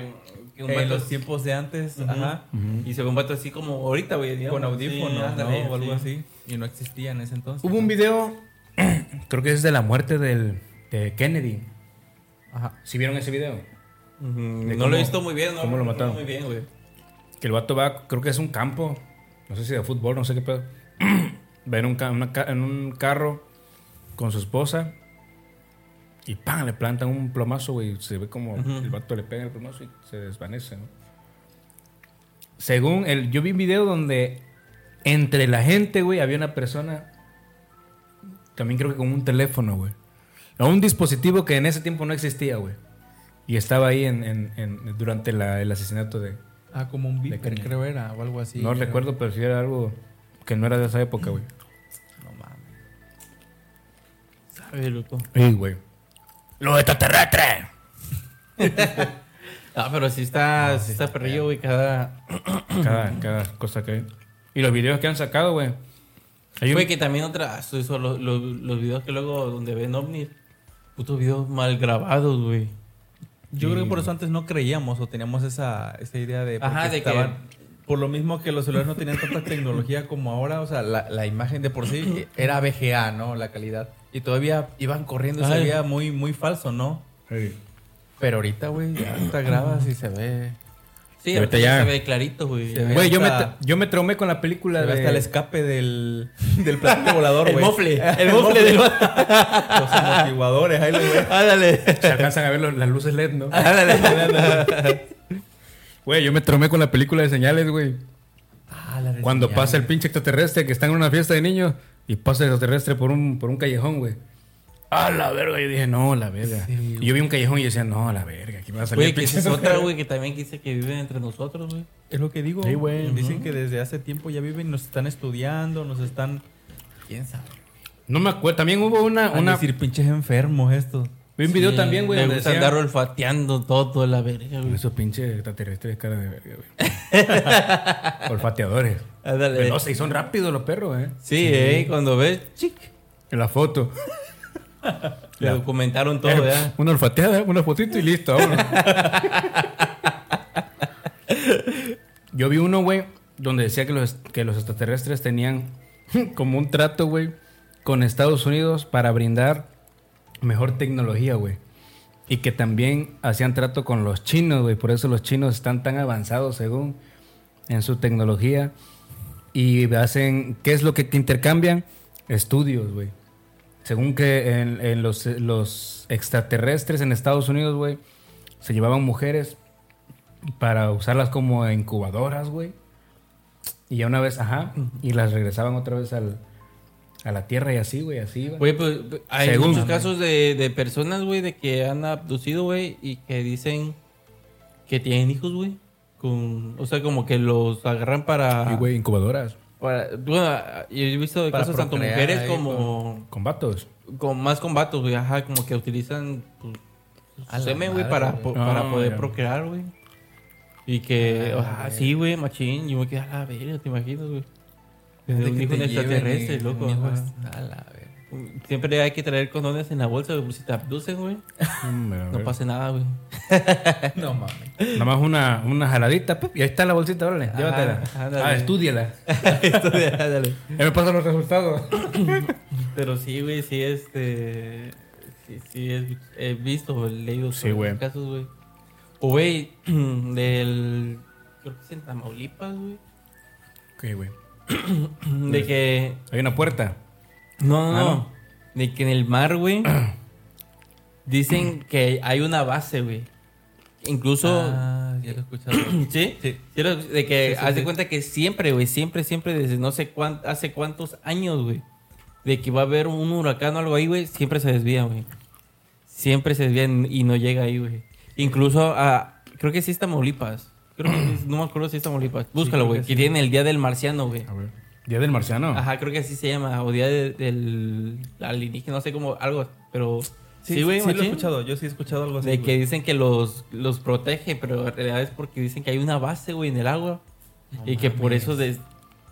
Speaker 4: que un
Speaker 2: Eh,
Speaker 4: vato
Speaker 3: En los tiempos de antes,
Speaker 4: Ujú.
Speaker 3: ajá.
Speaker 4: Y se ve un vato así como ahorita, güey. digamos.
Speaker 3: Con audífonos,
Speaker 4: Sí,
Speaker 3: ¿no?
Speaker 4: ándale,
Speaker 3: O algo
Speaker 4: sí.
Speaker 3: así. Y no existía en ese entonces.
Speaker 2: Hubo un video, creo que es de la muerte del, de Kennedy.
Speaker 3: Ajá.
Speaker 2: ¿Sí vieron ese video?
Speaker 4: Ujú. No
Speaker 2: De cómo-
Speaker 4: lo he visto muy bien, ¿no?
Speaker 2: cómo lo mataron.
Speaker 4: Muy bien, güey.
Speaker 2: Que el vato va, creo que es un campo, no sé si de fútbol, no sé qué pedo. va en un, ca- una ca- en un carro con su esposa y ¡pam! le plantan un plomazo, güey. Se ve como el vato le pega el plomazo y se desvanece, ¿no? Según el. Yo vi un video donde entre la gente, güey, había una persona. También creo que con un teléfono, güey. O un dispositivo que en ese tiempo no existía, güey. Y estaba ahí en, en- en- durante la- el asesinato de,
Speaker 3: Ah, como un
Speaker 2: De
Speaker 3: beeper,
Speaker 2: caña.
Speaker 3: creo era, o algo así.
Speaker 2: no
Speaker 3: creo.
Speaker 2: recuerdo, pero sí era algo que no era de esa época, güey.
Speaker 3: No mames.
Speaker 4: Sabe, loco.
Speaker 2: Sí, güey. ¡Los extraterrestres!
Speaker 4: Ah, pero sí está, sí está perrillo, güey. Cada.
Speaker 2: Cada, cada cosa que hay. Y los videos que han sacado, güey. Hay un-
Speaker 4: Güey, que también otra. ah, Eso, los, los, los videos que luego donde ven ovnis. Putos videos mal grabados, güey.
Speaker 3: Yo creo que por eso antes no creíamos o teníamos esa, esa idea de.
Speaker 4: Ajá,
Speaker 3: porque
Speaker 4: de que-
Speaker 3: Por lo mismo que los celulares no tenían tanta tecnología como ahora, o sea, la, la imagen de por sí era VGA, ¿no? La calidad. Y todavía iban corriendo y se
Speaker 4: Ay.
Speaker 3: veía muy, muy falso, ¿no?
Speaker 2: Sí.
Speaker 3: Pero ahorita, güey, ya te grabas y se ve.
Speaker 4: Sí,
Speaker 2: Y ahorita
Speaker 4: ahorita
Speaker 2: ya-
Speaker 4: se ve clarito, güey.
Speaker 3: Se ve
Speaker 2: Güey, yo me,
Speaker 3: hasta-
Speaker 2: yo me traumé con la película
Speaker 3: se ve
Speaker 2: de...
Speaker 3: hasta el escape del, del platillo volador,
Speaker 4: El
Speaker 3: güey.
Speaker 4: mofle, el mofle del vato.
Speaker 3: Los amortiguadores, ahí lo ves.
Speaker 4: Ándale.
Speaker 2: Se alcanzan a ver los- las luces LED, ¿no?
Speaker 4: Ándale.
Speaker 2: Güey, yo me traumé con la película de señales, güey.
Speaker 3: Ah, la de madre.
Speaker 2: Cuando
Speaker 3: ya,
Speaker 2: pasa el
Speaker 3: güey.
Speaker 2: pinche extraterrestre que está en una fiesta de niños y pasa el extraterrestre por un, por un callejón, güey. Ah, la verga. Yo dije, no, la verga.
Speaker 3: Sí,
Speaker 2: Y yo vi un callejón y decía, no, la verga. Aquí va a salir
Speaker 4: Güey,
Speaker 2: el
Speaker 4: que
Speaker 2: pinche
Speaker 4: esa es otra, güey, que también dice que viven entre nosotros, güey.
Speaker 3: Es lo que digo.
Speaker 2: Sí, güey.
Speaker 3: Dicen
Speaker 2: Ujú.
Speaker 3: que desde hace tiempo ya viven, nos están estudiando, nos están. ¿Quién sabe?
Speaker 2: No me acuerdo. También hubo una...
Speaker 4: Ah,
Speaker 3: Van a
Speaker 2: una
Speaker 3: decir pinches enfermos estos.
Speaker 2: vi un video
Speaker 4: Sí,
Speaker 2: también, güey,
Speaker 4: Le
Speaker 2: donde
Speaker 4: gusta
Speaker 2: decía...
Speaker 4: andar olfateando todo, toda la verga, güey.
Speaker 2: Esos pinches extraterrestres cara de verga, güey. Olfateadores.
Speaker 4: Ándale.
Speaker 2: Veloces y son rápidos los perros, eh.
Speaker 4: Sí, eh, cuando ves, chic.
Speaker 2: En la foto.
Speaker 4: Le
Speaker 2: Ya.
Speaker 4: documentaron todo,
Speaker 2: Eh,
Speaker 4: ¿verdad?
Speaker 2: una olfateada, una fotito y listo. vámonos. Yo vi uno, güey, donde decía que los, que los extraterrestres tenían como un trato, güey, con Estados Unidos para brindar mejor tecnología, güey. Y que también hacían trato con los chinos, güey. Por eso los chinos están tan avanzados, según, en su tecnología. Y hacen, ¿qué es lo que te intercambian? Estudios, güey. Según que en, en los, los extraterrestres en Estados Unidos, güey, se llevaban mujeres para usarlas como incubadoras, güey. Y ya una vez, ajá, y las regresaban otra vez al, a la Tierra y así, güey, así iba.
Speaker 4: Güey, pues hay
Speaker 2: Según.
Speaker 4: muchos casos de, de personas, güey, de que han abducido, güey, y que dicen que tienen hijos, güey. Con, o sea, como que los agarran para...
Speaker 2: Y, güey, incubadoras.
Speaker 4: para bueno, yo he visto de
Speaker 3: Para
Speaker 4: casos tanto
Speaker 3: procrear
Speaker 4: mujeres
Speaker 3: ahí,
Speaker 4: como...
Speaker 2: Con vatos.
Speaker 4: Con más combatos, güey, ajá, como que utilizan pues,
Speaker 3: A
Speaker 4: su
Speaker 3: la
Speaker 4: semen,
Speaker 3: madre,
Speaker 4: güey, para,
Speaker 3: güey.
Speaker 4: po-
Speaker 2: Ah,
Speaker 4: para poder
Speaker 2: ya.
Speaker 4: procrear, güey. Y que, ah, sí, güey, machín, yo me quedé a la verga, te imaginas, güey. Tener
Speaker 3: De
Speaker 4: un
Speaker 3: que
Speaker 4: hijo
Speaker 3: te
Speaker 4: en extraterrestre,
Speaker 3: lleven,
Speaker 4: loco.
Speaker 3: un hijo
Speaker 4: ajá.
Speaker 3: extra- a la verga.
Speaker 4: Siempre hay que traer condones en la bolsa, güey, por si te abducen, güey. No pase nada, güey.
Speaker 3: No mames.
Speaker 2: Mm, Nada más una, una jaladita, pip, y ahí está la bolsita, órale, llévatela.
Speaker 4: ándale.
Speaker 2: Ah, estudiala.
Speaker 4: Esto de-
Speaker 2: ah,
Speaker 4: ándale.
Speaker 2: Ya me pasan los resultados.
Speaker 4: Pero sí, güey, sí, este. Sí, sí, es- he visto, o leído
Speaker 2: Sí,
Speaker 4: sobre
Speaker 2: güey.
Speaker 4: casos, güey. O, güey, del. Creo que es en Tamaulipas, güey.
Speaker 2: Ok, güey.
Speaker 4: De que.
Speaker 2: Hay una puerta.
Speaker 4: No, no,
Speaker 2: Ah,
Speaker 4: no.
Speaker 2: ¿no?
Speaker 4: De que en el mar, güey. dicen que hay una base, güey. Incluso.
Speaker 3: Ah, ya lo he escuchado.
Speaker 4: ¿Sí?
Speaker 3: Sí.
Speaker 4: Quiero- de que
Speaker 3: Sí, sí,
Speaker 4: haz de
Speaker 3: sí.
Speaker 4: cuenta que siempre, güey, siempre, siempre, desde no sé cuán, hace cuántos años, güey, de que va a haber un huracán o algo ahí, güey, siempre se desvía, güey. Siempre se desvía y no llega ahí, güey. Incluso a, creo que sí es Tamaulipas. Creo que sí es- no me acuerdo si es Tamaulipas. Búscalo,
Speaker 3: creo
Speaker 4: güey,
Speaker 3: que
Speaker 4: que
Speaker 3: sí. Ah,
Speaker 4: tienen el Día del Marciano, güey.
Speaker 2: A ver. Día del marciano.
Speaker 4: Ajá, creo que así se llama, o Día de- del alienígena, no sé cómo, algo, pero... Sí, güey,
Speaker 3: sí lo he
Speaker 4: machín.
Speaker 3: escuchado. Yo sí he escuchado algo así.
Speaker 4: De
Speaker 3: güey.
Speaker 4: que dicen que los, los protege, pero en realidad es porque dicen que hay una base, güey, en el agua. y que por eso des-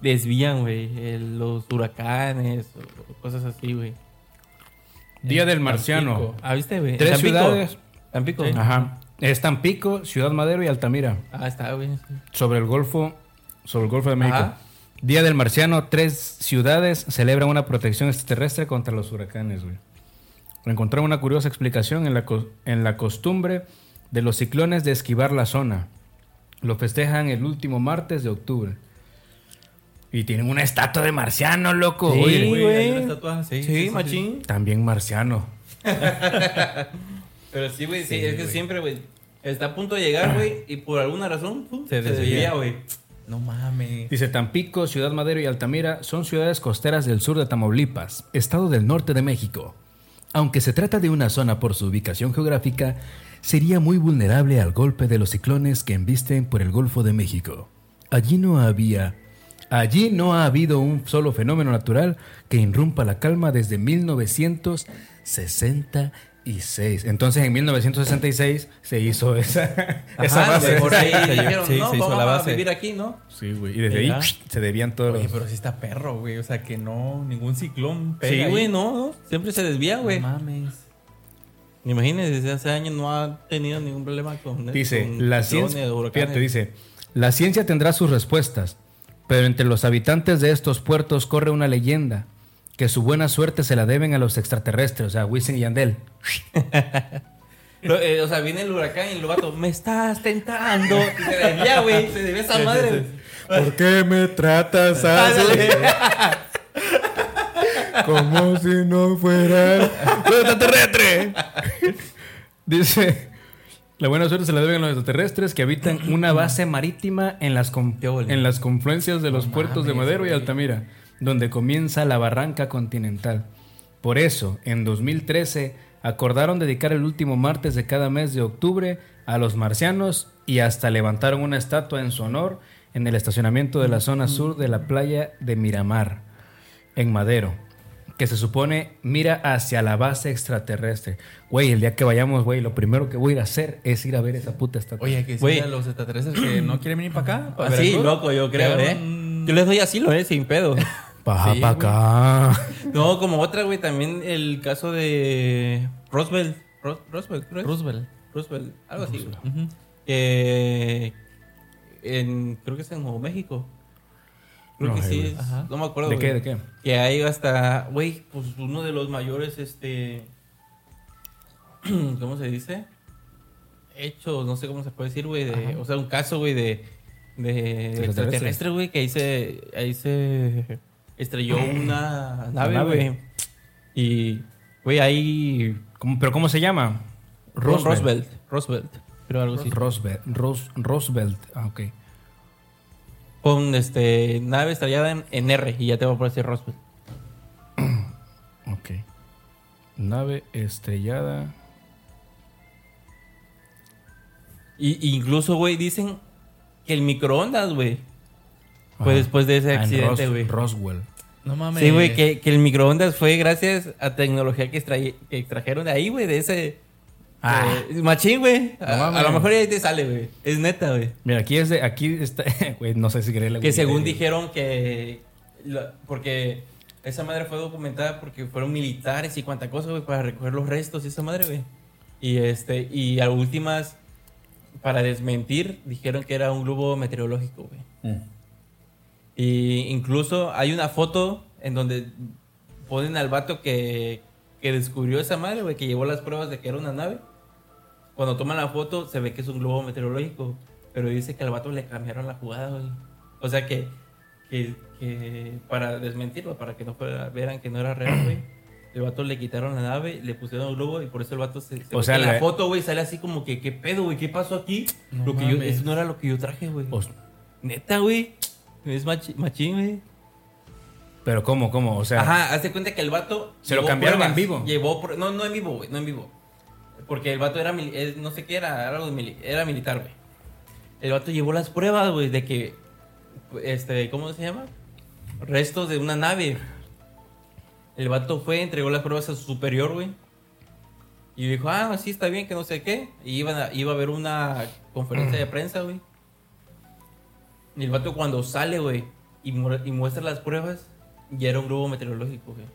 Speaker 4: desvían, güey, el- los huracanes o, o cosas así, güey.
Speaker 2: Día del marciano.
Speaker 4: Ah, ¿viste, güey?
Speaker 2: Tres
Speaker 4: Tampico.
Speaker 2: ciudades.
Speaker 4: Tampico.
Speaker 2: Ajá. Están Pico, Ciudad Madero y Altamira.
Speaker 4: Ah, está, güey.
Speaker 2: Sobre el Golfo, sobre el Golfo de México.
Speaker 4: Ajá.
Speaker 2: Día del Marciano, tres ciudades celebran una protección extraterrestre contra los huracanes, güey. Encontraron una curiosa explicación en la, co- en la costumbre de los ciclones de esquivar la zona. Lo festejan el último martes de octubre. Y tienen una estatua de marciano, loco.
Speaker 4: Sí,
Speaker 2: Oye,
Speaker 4: güey.
Speaker 3: Oh, hay unas tatuajes, Sí,
Speaker 4: Sí,
Speaker 3: sí, sí,
Speaker 4: machín.
Speaker 2: también marciano.
Speaker 4: Pero sí, güey, sí, es que siempre, güey, está a punto de llegar, güey, y por alguna razón, pum, se,
Speaker 3: Se desvía.
Speaker 4: desvía, güey.
Speaker 3: sí. No mames.
Speaker 2: Dice Tampico, Ciudad Madero y Altamira son ciudades costeras del sur de Tamaulipas, estado del norte de México. Aunque se trata de una zona por su ubicación geográfica, sería muy vulnerable al golpe de los ciclones que embisten por el Golfo de México. Allí no había, allí no ha habido un solo fenómeno natural que irrumpa la calma desde 1966. Entonces en 1966 se hizo esa, esa
Speaker 4: Ajá,
Speaker 2: base.
Speaker 4: güey, Por ahí
Speaker 3: Se hizo-
Speaker 4: dijeron,
Speaker 3: sí,
Speaker 4: no,
Speaker 3: se hizo
Speaker 4: vamos
Speaker 3: la base.
Speaker 4: a vivir aquí, ¿no?
Speaker 2: Sí, güey, Y desde ahí
Speaker 4: Ya.
Speaker 2: se debían todos
Speaker 3: Oye,
Speaker 2: los...
Speaker 3: pero sí está perro, güey. O sea, que no, ningún ciclón pega.
Speaker 4: sí,
Speaker 3: ahí.
Speaker 4: güey, no, no, siempre se desvía, güey.
Speaker 3: No mames.
Speaker 4: Imagínense, desde hace años no ha tenido ningún problema con
Speaker 2: Dice,
Speaker 4: ¿Eh? con
Speaker 2: la
Speaker 4: ciclones,
Speaker 2: ciencia,
Speaker 4: huracanes".
Speaker 2: fíjate, dice, la ciencia tendrá sus respuestas, pero entre los habitantes de estos puertos corre una leyenda que su buena suerte se la deben a los extraterrestres, o sea, Wisin y Yandel.
Speaker 4: Pero, eh, o sea, viene el huracán y el vato, me estás tentando. Y se desvía, güey, se desvía esa madre.
Speaker 2: ¿Por qué me tratas
Speaker 4: Ándale.
Speaker 2: como si no fuera un extraterrestre? Dice, La buena suerte se la deben a los extraterrestres que habitan una base marítima en las, con-
Speaker 4: Qué ole.
Speaker 2: en las confluencias de los
Speaker 4: No
Speaker 2: puertos de
Speaker 4: mames,
Speaker 2: Madero y
Speaker 4: güey.
Speaker 2: Altamira, donde comienza la barranca continental. Por eso, en 2013, acordaron dedicar el último martes de cada mes de octubre a los marcianos y hasta levantaron una estatua en su honor en el estacionamiento de la zona sur de la playa de Miramar, en Madero, que se supone mira hacia la base extraterrestre. Güey, el día que vayamos, güey, lo primero que voy a ir a hacer es ir a ver esa puta estatua.
Speaker 3: Oye, hay que
Speaker 4: Güey.
Speaker 3: decirle a los extraterrestres que no quieren venir para
Speaker 2: Ah,
Speaker 3: acá. para
Speaker 4: Así,
Speaker 3: Veracruz.
Speaker 4: loco, yo creo, ¿eh?
Speaker 3: Cabrón.
Speaker 4: Yo les doy asilo, ¿eh? Sin pedo.
Speaker 2: Baja
Speaker 3: sí,
Speaker 2: pa' acá.
Speaker 4: No, como otra, güey, también el caso de Roosevelt. Ro- Roosevelt, creo. es.
Speaker 3: Roosevelt.
Speaker 4: Roosevelt, algo así, güey.
Speaker 3: Ujú.
Speaker 4: Eh, en, creo que es en Nuevo México. Creo
Speaker 2: No,
Speaker 4: que
Speaker 2: ay,
Speaker 4: sí,
Speaker 2: güey.
Speaker 4: es- no me acuerdo.
Speaker 2: ¿De
Speaker 4: güey.
Speaker 2: qué? ¿De qué?
Speaker 4: Que hay hasta, güey, pues uno de los mayores, este, ¿cómo se dice? Hechos, no sé cómo se puede decir, güey, de- o sea, un caso, güey, de, de extraterrestre, güey, que ahí se, ahí se estrelló una nave,
Speaker 2: nave.
Speaker 4: güey. Y, güey, ahí...
Speaker 2: ¿Cómo- ¿Pero cómo se llama?
Speaker 4: Roosevelt. Roosevelt, pero algo así.
Speaker 2: Roosevelt. Ros- Roosevelt. Ah, ok.
Speaker 4: Con, este, nave estrellada en, en R, y ya te va a aparecer Roosevelt.
Speaker 2: Ok. Nave estrellada.
Speaker 4: Y, y incluso, güey, dicen que el microondas, güey, fue
Speaker 2: Ajá.
Speaker 4: después de
Speaker 2: Ah,
Speaker 4: ese
Speaker 2: en
Speaker 4: accidente,
Speaker 2: Ros-
Speaker 4: güey.
Speaker 2: Roswell.
Speaker 3: No mames.
Speaker 4: Sí, güey, que, que el microondas fue gracias a tecnología que, extraje- que extrajeron de ahí, güey, de ese...
Speaker 2: Ah.
Speaker 4: eh, machín, güey.
Speaker 3: No
Speaker 4: A,
Speaker 3: mames.
Speaker 4: a lo mejor ahí te sale, güey. Es neta, güey.
Speaker 2: Mira, aquí es de. Aquí está. Güey, no sé si creerle. güey.
Speaker 4: Que según dijeron que... la- porque esa madre fue documentada porque fueron militares y cuanta cosa, güey, para recoger los restos y esa madre, güey. Y este... Y a últimas, para desmentir, dijeron que era un globo meteorológico, güey. Y incluso hay una foto en donde ponen al vato que, que descubrió esa madre, güey, que llevó las pruebas de que era una nave. Cuando toman la foto se ve que es un globo meteorológico, pero dice que al vato le cambiaron la jugada, güey. O sea que, que, que para desmentirlo, para que no fuera, vean que no era real, güey. El vato le quitaron la nave, le pusieron el globo y por eso el vato se... se
Speaker 2: O
Speaker 4: ve
Speaker 2: sea,
Speaker 4: que en la
Speaker 2: la-
Speaker 4: foto, güey, sale así como que, ¿qué pedo, güey? ¿Qué pasó aquí?
Speaker 3: No
Speaker 4: lo que yo,
Speaker 3: mames.
Speaker 4: eso no era lo que yo traje, güey.
Speaker 2: Os-
Speaker 4: Neta, güey. Es machi- machín, güey.
Speaker 2: Pero ¿cómo? ¿Cómo? O sea.
Speaker 4: Ajá, hazte cuenta que el vato.
Speaker 2: Se lo
Speaker 4: llevó
Speaker 2: cambiaron en vivo.
Speaker 4: Llevó pr- no, no en vivo, güey, no en vivo. Porque el vato era, mili- eh, no sé qué era, algo de mili- era militar, güey. El vato llevó las pruebas, güey, de que, este, ¿cómo se llama? Restos de una nave. El vato fue, entregó las pruebas a su superior, güey. Y dijo, ah, sí, está bien, que no sé qué. Y iban a- iba a haber una conferencia de prensa, güey. Y el vato cuando sale, güey, y, mu- y muestra las pruebas, ya era un globo meteorológico, güey.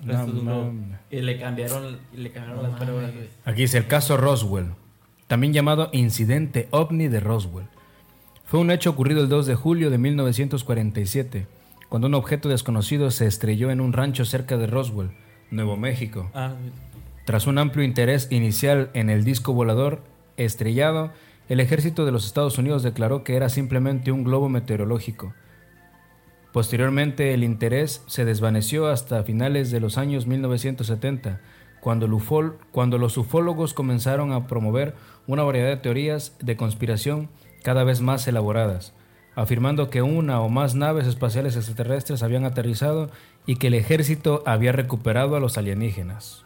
Speaker 2: No
Speaker 4: Restos de un globo.
Speaker 2: mames.
Speaker 4: Y le cambiaron, y le cambiaron las pruebas, güey.
Speaker 2: Aquí dice el caso Roswell, también llamado incidente ovni de Roswell. Fue un hecho ocurrido el 2 de julio de 1947, cuando un objeto desconocido se estrelló en un rancho cerca de Roswell, Nuevo México.
Speaker 4: Ah, güey.
Speaker 2: Tras un amplio interés inicial en el disco volador estrellado, el ejército de los Estados Unidos declaró que era simplemente un globo meteorológico. Posteriormente, el interés se desvaneció hasta finales de los años 1970, cuando, el ufol- cuando los ufólogos comenzaron a promover una variedad de teorías de conspiración cada vez más elaboradas, afirmando que una o más naves espaciales extraterrestres habían aterrizado y que el ejército había recuperado a los alienígenas.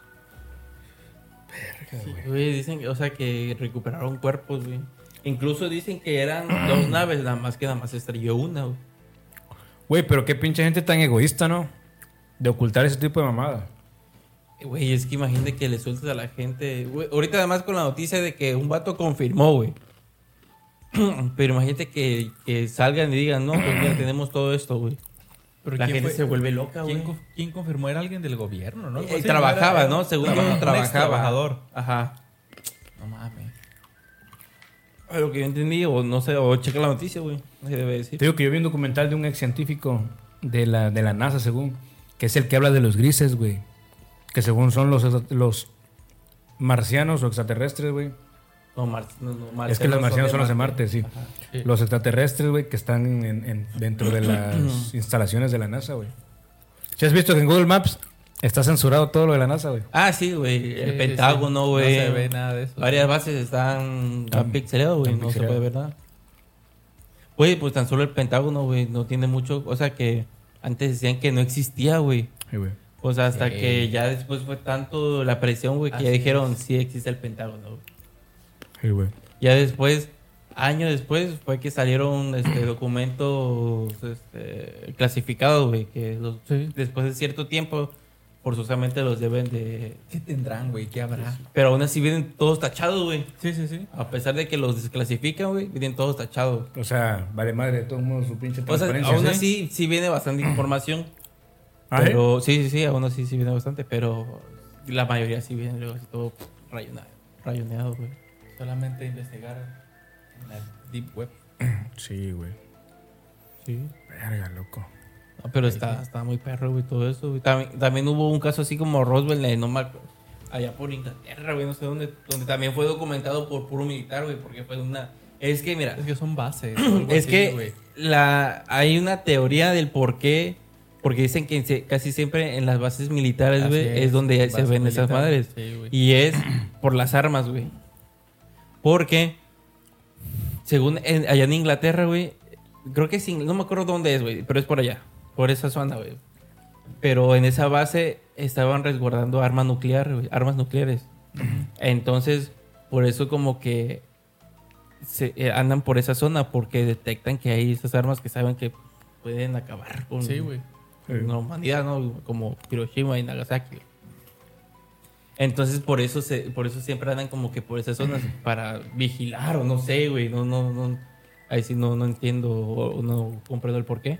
Speaker 4: Sí, güey, dicen, que- o sea, que recuperaron cuerpos, güey. Incluso dicen que eran dos naves, nada más que nada más estrelló una, güey.
Speaker 2: Güey, pero qué pinche gente tan egoísta, ¿no? De ocultar ese tipo de mamada.
Speaker 4: Güey, es que imagínate que le sueltes a la gente. Güey, ahorita además con la noticia de que un vato confirmó, güey. Pero imagínate que, que salgan y digan, no, pues mira, tenemos todo esto, güey.
Speaker 3: Pero
Speaker 4: La
Speaker 3: ¿quién
Speaker 4: gente
Speaker 3: fue-
Speaker 4: se vuelve loca, güey.
Speaker 3: ¿Quién, co- quién confirmó? Era alguien del gobierno, ¿no?
Speaker 4: Eh,
Speaker 3: Algo así,
Speaker 4: trabajaba,
Speaker 3: era-
Speaker 4: ¿no? Según yo,
Speaker 3: Traba- un
Speaker 4: trabajaba.
Speaker 3: trabajador.
Speaker 4: Ajá.
Speaker 3: No mames.
Speaker 4: A Lo que yo entendí, o no sé, o checa la noticia, güey. No se debe decir.
Speaker 2: Te digo que yo vi un documental de un ex científico de la, de la NASA, según, que es el que habla de los grises, güey. Que según son los, exa- los marcianos o extraterrestres, güey.
Speaker 4: No, mar- no, no,
Speaker 2: Es que los marcianos son los em- de Marte, sí.
Speaker 4: Sí.
Speaker 2: Los extraterrestres, güey, que están en- en- dentro de las instalaciones de la NASA, güey. Si has visto que en Google Maps Está censurado todo lo de la NASA, güey.
Speaker 4: Ah, sí, güey. El
Speaker 3: Sí, sí,
Speaker 4: Pentágono,
Speaker 3: sí.
Speaker 4: güey.
Speaker 3: No se ve nada de eso.
Speaker 4: Varias bases están
Speaker 5: Ah,
Speaker 2: Tan-
Speaker 4: tan pixeladas, güey.
Speaker 2: tan
Speaker 4: No se
Speaker 2: pixelado.
Speaker 4: puede ver nada. Güey, pues tan solo el Pentágono, güey, no tiene mucho. O sea que antes decían que no existía, güey.
Speaker 2: Sí, güey.
Speaker 4: O sea, hasta
Speaker 5: Sí.
Speaker 4: que ya después fue tanto la presión, güey, que ya
Speaker 5: Así
Speaker 4: dijeron sí existe el Pentágono. güey".
Speaker 2: Sí, güey.
Speaker 4: Ya después, años después, fue que salieron este, documentos este, clasificados, güey, que los- después de cierto tiempo forzosamente los deben de...
Speaker 3: ¿Qué tendrán, güey? ¿Qué habrá?
Speaker 4: Pero aún así vienen todos tachados, güey.
Speaker 3: Sí, sí, sí.
Speaker 4: A pesar de que los desclasifican, güey, vienen todos tachados.
Speaker 2: O sea, vale madre, de todo el mundo su pinche
Speaker 4: O sea,
Speaker 2: transparencia.
Speaker 4: aún
Speaker 2: ¿sí?
Speaker 4: así sí viene bastante información.
Speaker 3: eh?
Speaker 2: Ah, ¿sí?
Speaker 4: pero sí, sí, sí, aún así sí viene bastante, pero la mayoría sí viene luego así todo rayonado, rayoneado, güey.
Speaker 3: Solamente investigar en la Deep Web.
Speaker 2: Sí, güey.
Speaker 4: Sí.
Speaker 2: Verga, loco.
Speaker 4: No, pero está, está muy perro, güey, todo eso. güey. También, también hubo un caso así como Roswell, eh, no me acuerdo, allá por Inglaterra, güey, no sé dónde, donde también fue documentado por puro militar, güey, porque fue una... Es que, mira,
Speaker 3: Es que son bases.
Speaker 4: es que la, hay una teoría del por qué, porque dicen que se- casi siempre en las bases militares, Pues, güey, es, donde se ven esas madres. Y es por las armas, güey. Porque, según en- allá en Inglaterra, güey, creo que es, Ing- no me acuerdo dónde es, güey, pero es por allá, por esa zona, güey. Pero en esa base estaban resguardando armas nucleares, armas nucleares. Entonces, por eso como que se, eh, andan por esa zona, porque detectan que hay esas armas que saben que pueden acabar con
Speaker 5: Sí, güey.
Speaker 4: con la humanidad, ¿no? Como Hiroshima y Nagasaki. Entonces por eso se, por eso siempre andan como que por esas zonas para vigilar o no sé, güey, no, no, no, ahí sí no, no entiendo o o no comprendo el por qué.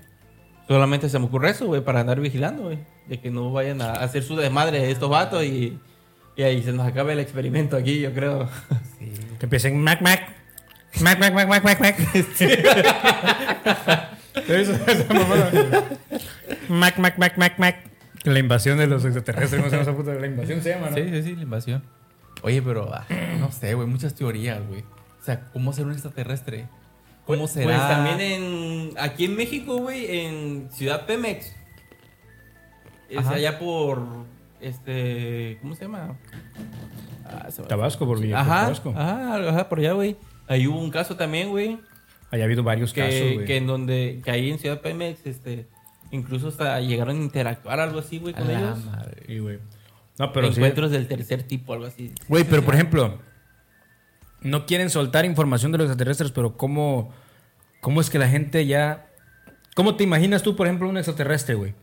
Speaker 4: Solamente se me ocurre eso, güey, para andar vigilando, güey, de que no vayan a hacer su desmadre estos vatos y, y ahí se nos acabe el experimento aquí, yo creo.
Speaker 2: Que empiecen Mac Mac. Mac Mac Mac Mac Mac Mac. Eso, esa mamada. Mac Mac Mac Mac Mac. La invasión de los extraterrestres, ¿cómo se llama esa puta? La invasión se llama, ¿no?
Speaker 3: Sí, sí, sí, la invasión. Oye, pero ah, no sé, güey, muchas teorías, güey. O sea, ¿cómo ser un extraterrestre? ¿Cómo será?
Speaker 4: Pues también en, aquí en México, güey, en Ciudad Pemex. Es
Speaker 3: Ajá.
Speaker 4: allá por, este, ¿cómo se llama? Ah, se me-
Speaker 2: Tabasco, por Villa
Speaker 4: Ajá, Ah.
Speaker 2: Tabasco.
Speaker 4: ajá, ajá, por allá, güey. Ahí hubo un caso también, güey,
Speaker 2: Ahí ha habido varios casos,
Speaker 4: que,
Speaker 2: güey.
Speaker 4: que en donde, que ahí en Ciudad Pemex, este, incluso hasta llegaron a interactuar algo así, güey,
Speaker 3: A
Speaker 4: con
Speaker 3: la
Speaker 4: ellos.
Speaker 3: madre.
Speaker 2: Sí, güey. No, pero sí.
Speaker 4: Encuentros del tercer tipo, algo así.
Speaker 2: Güey, pero por ejemplo, no quieren soltar información de los extraterrestres, pero ¿cómo, cómo es que la gente ya... ¿Cómo te imaginas tú, por ejemplo, un extraterrestre, güey?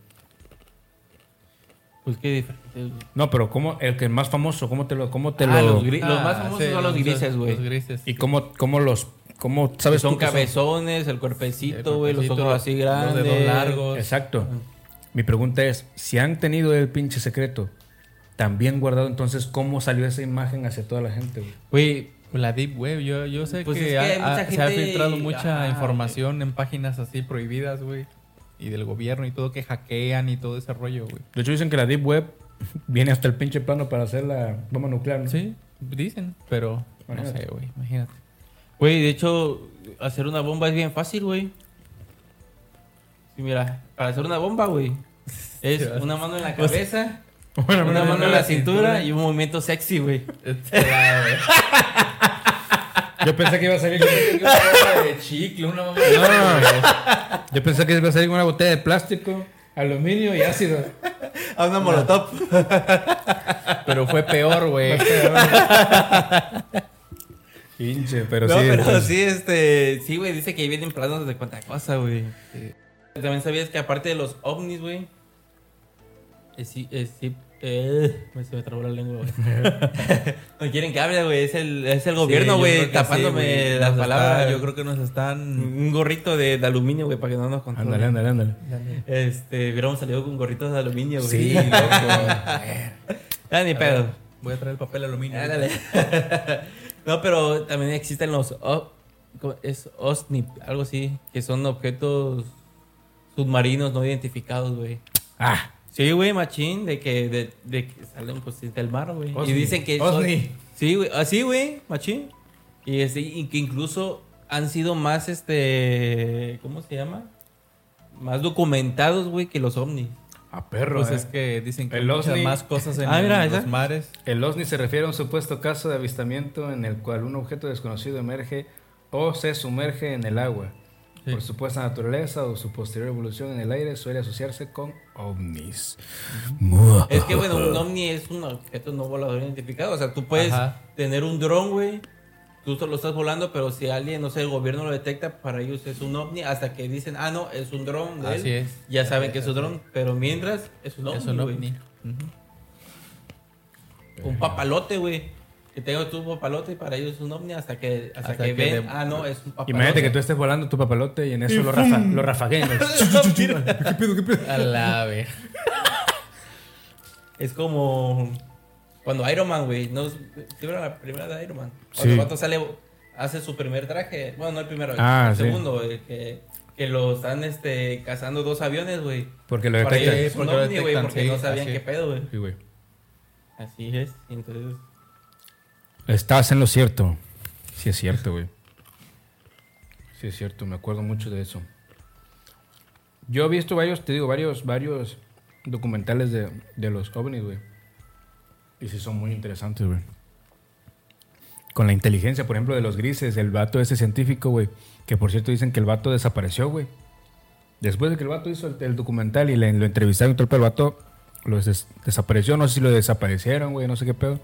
Speaker 4: Pues qué diferente, güey.
Speaker 2: No, pero ¿cómo, el que más famoso, ¿cómo te lo...? Cómo te
Speaker 4: Ah,
Speaker 2: lo
Speaker 4: los gri- los más famosos son los grises, güey.
Speaker 3: Los grises.
Speaker 2: ¿Y cómo, cómo los... ¿Cómo sabes
Speaker 4: Son
Speaker 2: tú que
Speaker 4: cabezones, el cuerpecito, güey, los
Speaker 3: cuerpecito,
Speaker 4: ojos así grandes.
Speaker 3: Los dedos largos.
Speaker 2: Exacto. Mi pregunta es, si han tenido el pinche secreto también guardado, entonces, ¿cómo salió esa imagen hacia toda la gente, güey?
Speaker 3: Güey, la Deep Web, yo, yo sé
Speaker 4: Pues
Speaker 3: que,
Speaker 4: es que
Speaker 3: ha-
Speaker 4: hay mucha
Speaker 3: ha- se ha
Speaker 4: gente-
Speaker 3: filtrado mucha
Speaker 4: Ajá,
Speaker 3: información en páginas así prohibidas, güey. Y del gobierno y todo que hackean y todo ese rollo, güey.
Speaker 2: De hecho, dicen que la Deep Web viene hasta el pinche plano para hacer la bomba nuclear, ¿no?
Speaker 3: Sí, dicen, pero
Speaker 2: Imagínate.
Speaker 3: no sé, güey, imagínate.
Speaker 4: Güey, de hecho, hacer una bomba es bien fácil, güey. Sí, mira, para hacer una bomba, güey, es una mano en la cabeza,
Speaker 2: Bueno,
Speaker 4: una mano en la cintura
Speaker 3: cintura.
Speaker 4: y un movimiento sexy, güey.
Speaker 3: Este,
Speaker 2: Yo pensé que iba a salir.
Speaker 3: de chicle, una mamá.
Speaker 2: Yo pensé que iba a salir con una botella de plástico, aluminio y ácido.
Speaker 4: A una molotov.
Speaker 3: Pero fue peor, güey.
Speaker 2: Pinche, pero
Speaker 4: no,
Speaker 2: sí.
Speaker 4: pero
Speaker 2: entonces-
Speaker 4: sí, este, sí, güey, dice que ahí vienen planos de cuánta cosa, güey. También sabías que aparte de los ovnis, güey, es, sí- es, sí- eh, se me trabó la lengua, güey. no quieren que hable, güey, es el, es el gobierno, güey, tapándome las palabras.
Speaker 3: yo creo que nos están.
Speaker 4: Un gorrito de, de aluminio, güey, para que no nos controlen.
Speaker 2: Ándale, ándale, ándale.
Speaker 4: Este, hubiéramos salido con gorritos de aluminio, güey.
Speaker 2: Sí, loco.
Speaker 4: Ah, ni pedo.
Speaker 3: Voy a traer el papel aluminio.
Speaker 4: Ándale. no, pero también existen los o- ¿cómo es OSNIP, algo así, que son objetos submarinos no identificados, güey.
Speaker 2: Ah,
Speaker 4: Sí, güey, machín, de que, de, de que salen pues del mar, güey. Y
Speaker 2: Osni.
Speaker 4: dicen que... son-
Speaker 2: Osni.
Speaker 4: Sí, güey, así, güey, machín. Y, este, y que incluso han sido más, este, ¿cómo se llama? Más documentados, güey, que los ovnis.
Speaker 2: A perro.
Speaker 3: Pues
Speaker 2: eh.
Speaker 3: es que dicen que hay
Speaker 2: El
Speaker 3: muchas
Speaker 2: ovni.
Speaker 3: más cosas en,
Speaker 4: Ah, mira,
Speaker 3: los
Speaker 4: esa.
Speaker 3: mares.
Speaker 2: El OSNI se refiere a un supuesto caso de avistamiento en el cual un objeto desconocido emerge o se sumerge en el agua.
Speaker 3: Sí.
Speaker 2: Por supuesta naturaleza o su posterior evolución en el aire suele asociarse con ovnis.
Speaker 4: Es que, bueno, un ovni es un objeto no volador identificado. O sea, tú puedes
Speaker 3: Ajá.
Speaker 4: tener un dron, güey. Tú solo estás volando, pero si alguien, no sé, el gobierno lo detecta, para ellos es un ovni. Hasta que dicen, ah, no, es un dron. de él".
Speaker 3: Así es.
Speaker 4: Ya saben que es un dron. Pero mientras, es un ovni.
Speaker 3: Es un
Speaker 4: güey.
Speaker 3: ovni.
Speaker 4: Un papalote, güey. Que tengo tu papalote y para ellos es un ovni. Hasta que, hasta
Speaker 3: Hasta
Speaker 4: que,
Speaker 3: que
Speaker 4: ven,
Speaker 3: de-
Speaker 4: ah, no, es un papalote.
Speaker 2: Imagínate que tú estés volando tu papalote y en eso lo, rafa, lo rafaguean. ¿Qué pedo, qué pedo?
Speaker 3: A la vez.
Speaker 4: Es como cuando Iron Man, güey. ¿No ¿sí vieron la primera de Iron Man?
Speaker 2: Sí.
Speaker 4: Cuando el vato sale, hace su primer traje. Bueno, no el primero,
Speaker 2: Ah,
Speaker 4: el
Speaker 2: sí.
Speaker 4: segundo, el que, que lo están este, cazando dos aviones, güey.
Speaker 2: Porque lo
Speaker 4: Para ellos
Speaker 2: detectan.
Speaker 4: es un
Speaker 3: porque lo
Speaker 4: ovni, güey,
Speaker 3: detectan,
Speaker 4: porque
Speaker 3: sí,
Speaker 4: no sabían
Speaker 3: así.
Speaker 4: qué pedo, güey.
Speaker 2: Sí, güey.
Speaker 4: Así es. y Entonces,
Speaker 2: Estás en lo cierto. Sí es cierto, güey. Sí es cierto, me acuerdo mucho de eso. Yo he visto varios, te digo, varios, varios documentales de, de los ovnis, güey. Y sí son muy interesantes, güey. Con la inteligencia, por ejemplo, de los grises, el vato ese científico, güey. Que por cierto dicen que el vato desapareció, güey. Después de que el vato hizo el, el documental y le- lo entrevistaron, todo el pedo, el vato lo des- desapareció. No sé si lo desaparecieron, güey, no sé qué pedo.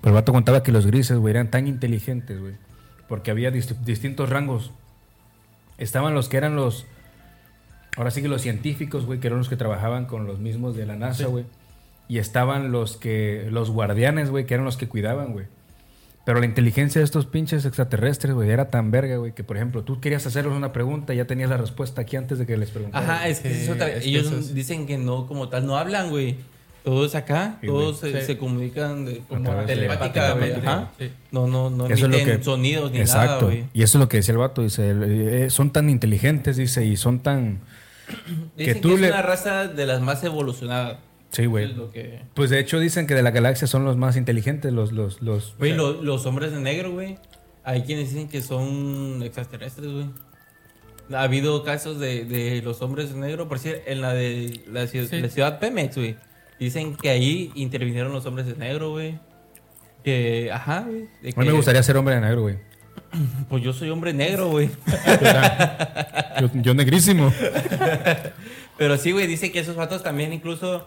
Speaker 2: Pero el vato contaba que los grises, güey, eran tan inteligentes, güey. Porque había dist- distintos rangos. Estaban los que eran los. Ahora sí que los científicos, güey, que eran los que trabajaban con los mismos de la NASA, güey. Y estaban los que. Los guardianes, güey, que eran los que cuidaban, güey. Pero la inteligencia de estos pinches extraterrestres, güey, era tan verga, güey, que por ejemplo, tú querías hacerles una pregunta y ya tenías la respuesta aquí antes de que les preguntara.
Speaker 4: ajá, es que
Speaker 3: Sí,
Speaker 4: es otra-
Speaker 3: es que
Speaker 4: ellos
Speaker 3: eso es-
Speaker 4: dicen que no, como tal, no hablan, güey. Todos acá,
Speaker 2: Sí, güey.
Speaker 4: todos se,
Speaker 3: Sí.
Speaker 4: se comunican de, como
Speaker 2: través de-
Speaker 4: telepáticamente.
Speaker 3: telepáticamente,
Speaker 4: Ajá.
Speaker 3: sí.
Speaker 4: No, no, no
Speaker 2: Eso es
Speaker 4: emiten
Speaker 2: lo que-
Speaker 4: sonidos ni nada, güey.
Speaker 2: Y eso es lo que decía el vato, dice, el- eh, son tan inteligentes, dice, y son tan...
Speaker 4: Dicen que,
Speaker 2: tú
Speaker 4: es
Speaker 2: le-
Speaker 4: una raza de las más evolucionadas.
Speaker 2: Sí,
Speaker 4: Es
Speaker 2: güey.
Speaker 4: lo que-
Speaker 2: Pues de hecho dicen que de la galaxia son los más inteligentes, los... los, los
Speaker 4: Güey, lo- los hombres de negro, güey. Hay quienes dicen que son extraterrestres, güey. Ha habido casos de, de los hombres de negro, por cierto, en la de la, ci-
Speaker 3: Sí.
Speaker 4: la ciudad Pemex, güey. Dicen que ahí intervinieron los hombres de negro, güey. Que, ajá, güey. de
Speaker 2: a mí
Speaker 4: que,
Speaker 2: me gustaría ser hombre de negro, güey.
Speaker 4: Pues yo soy hombre negro, güey.
Speaker 2: Yo, yo negrísimo.
Speaker 4: Pero sí, güey, dice que esos vatos también incluso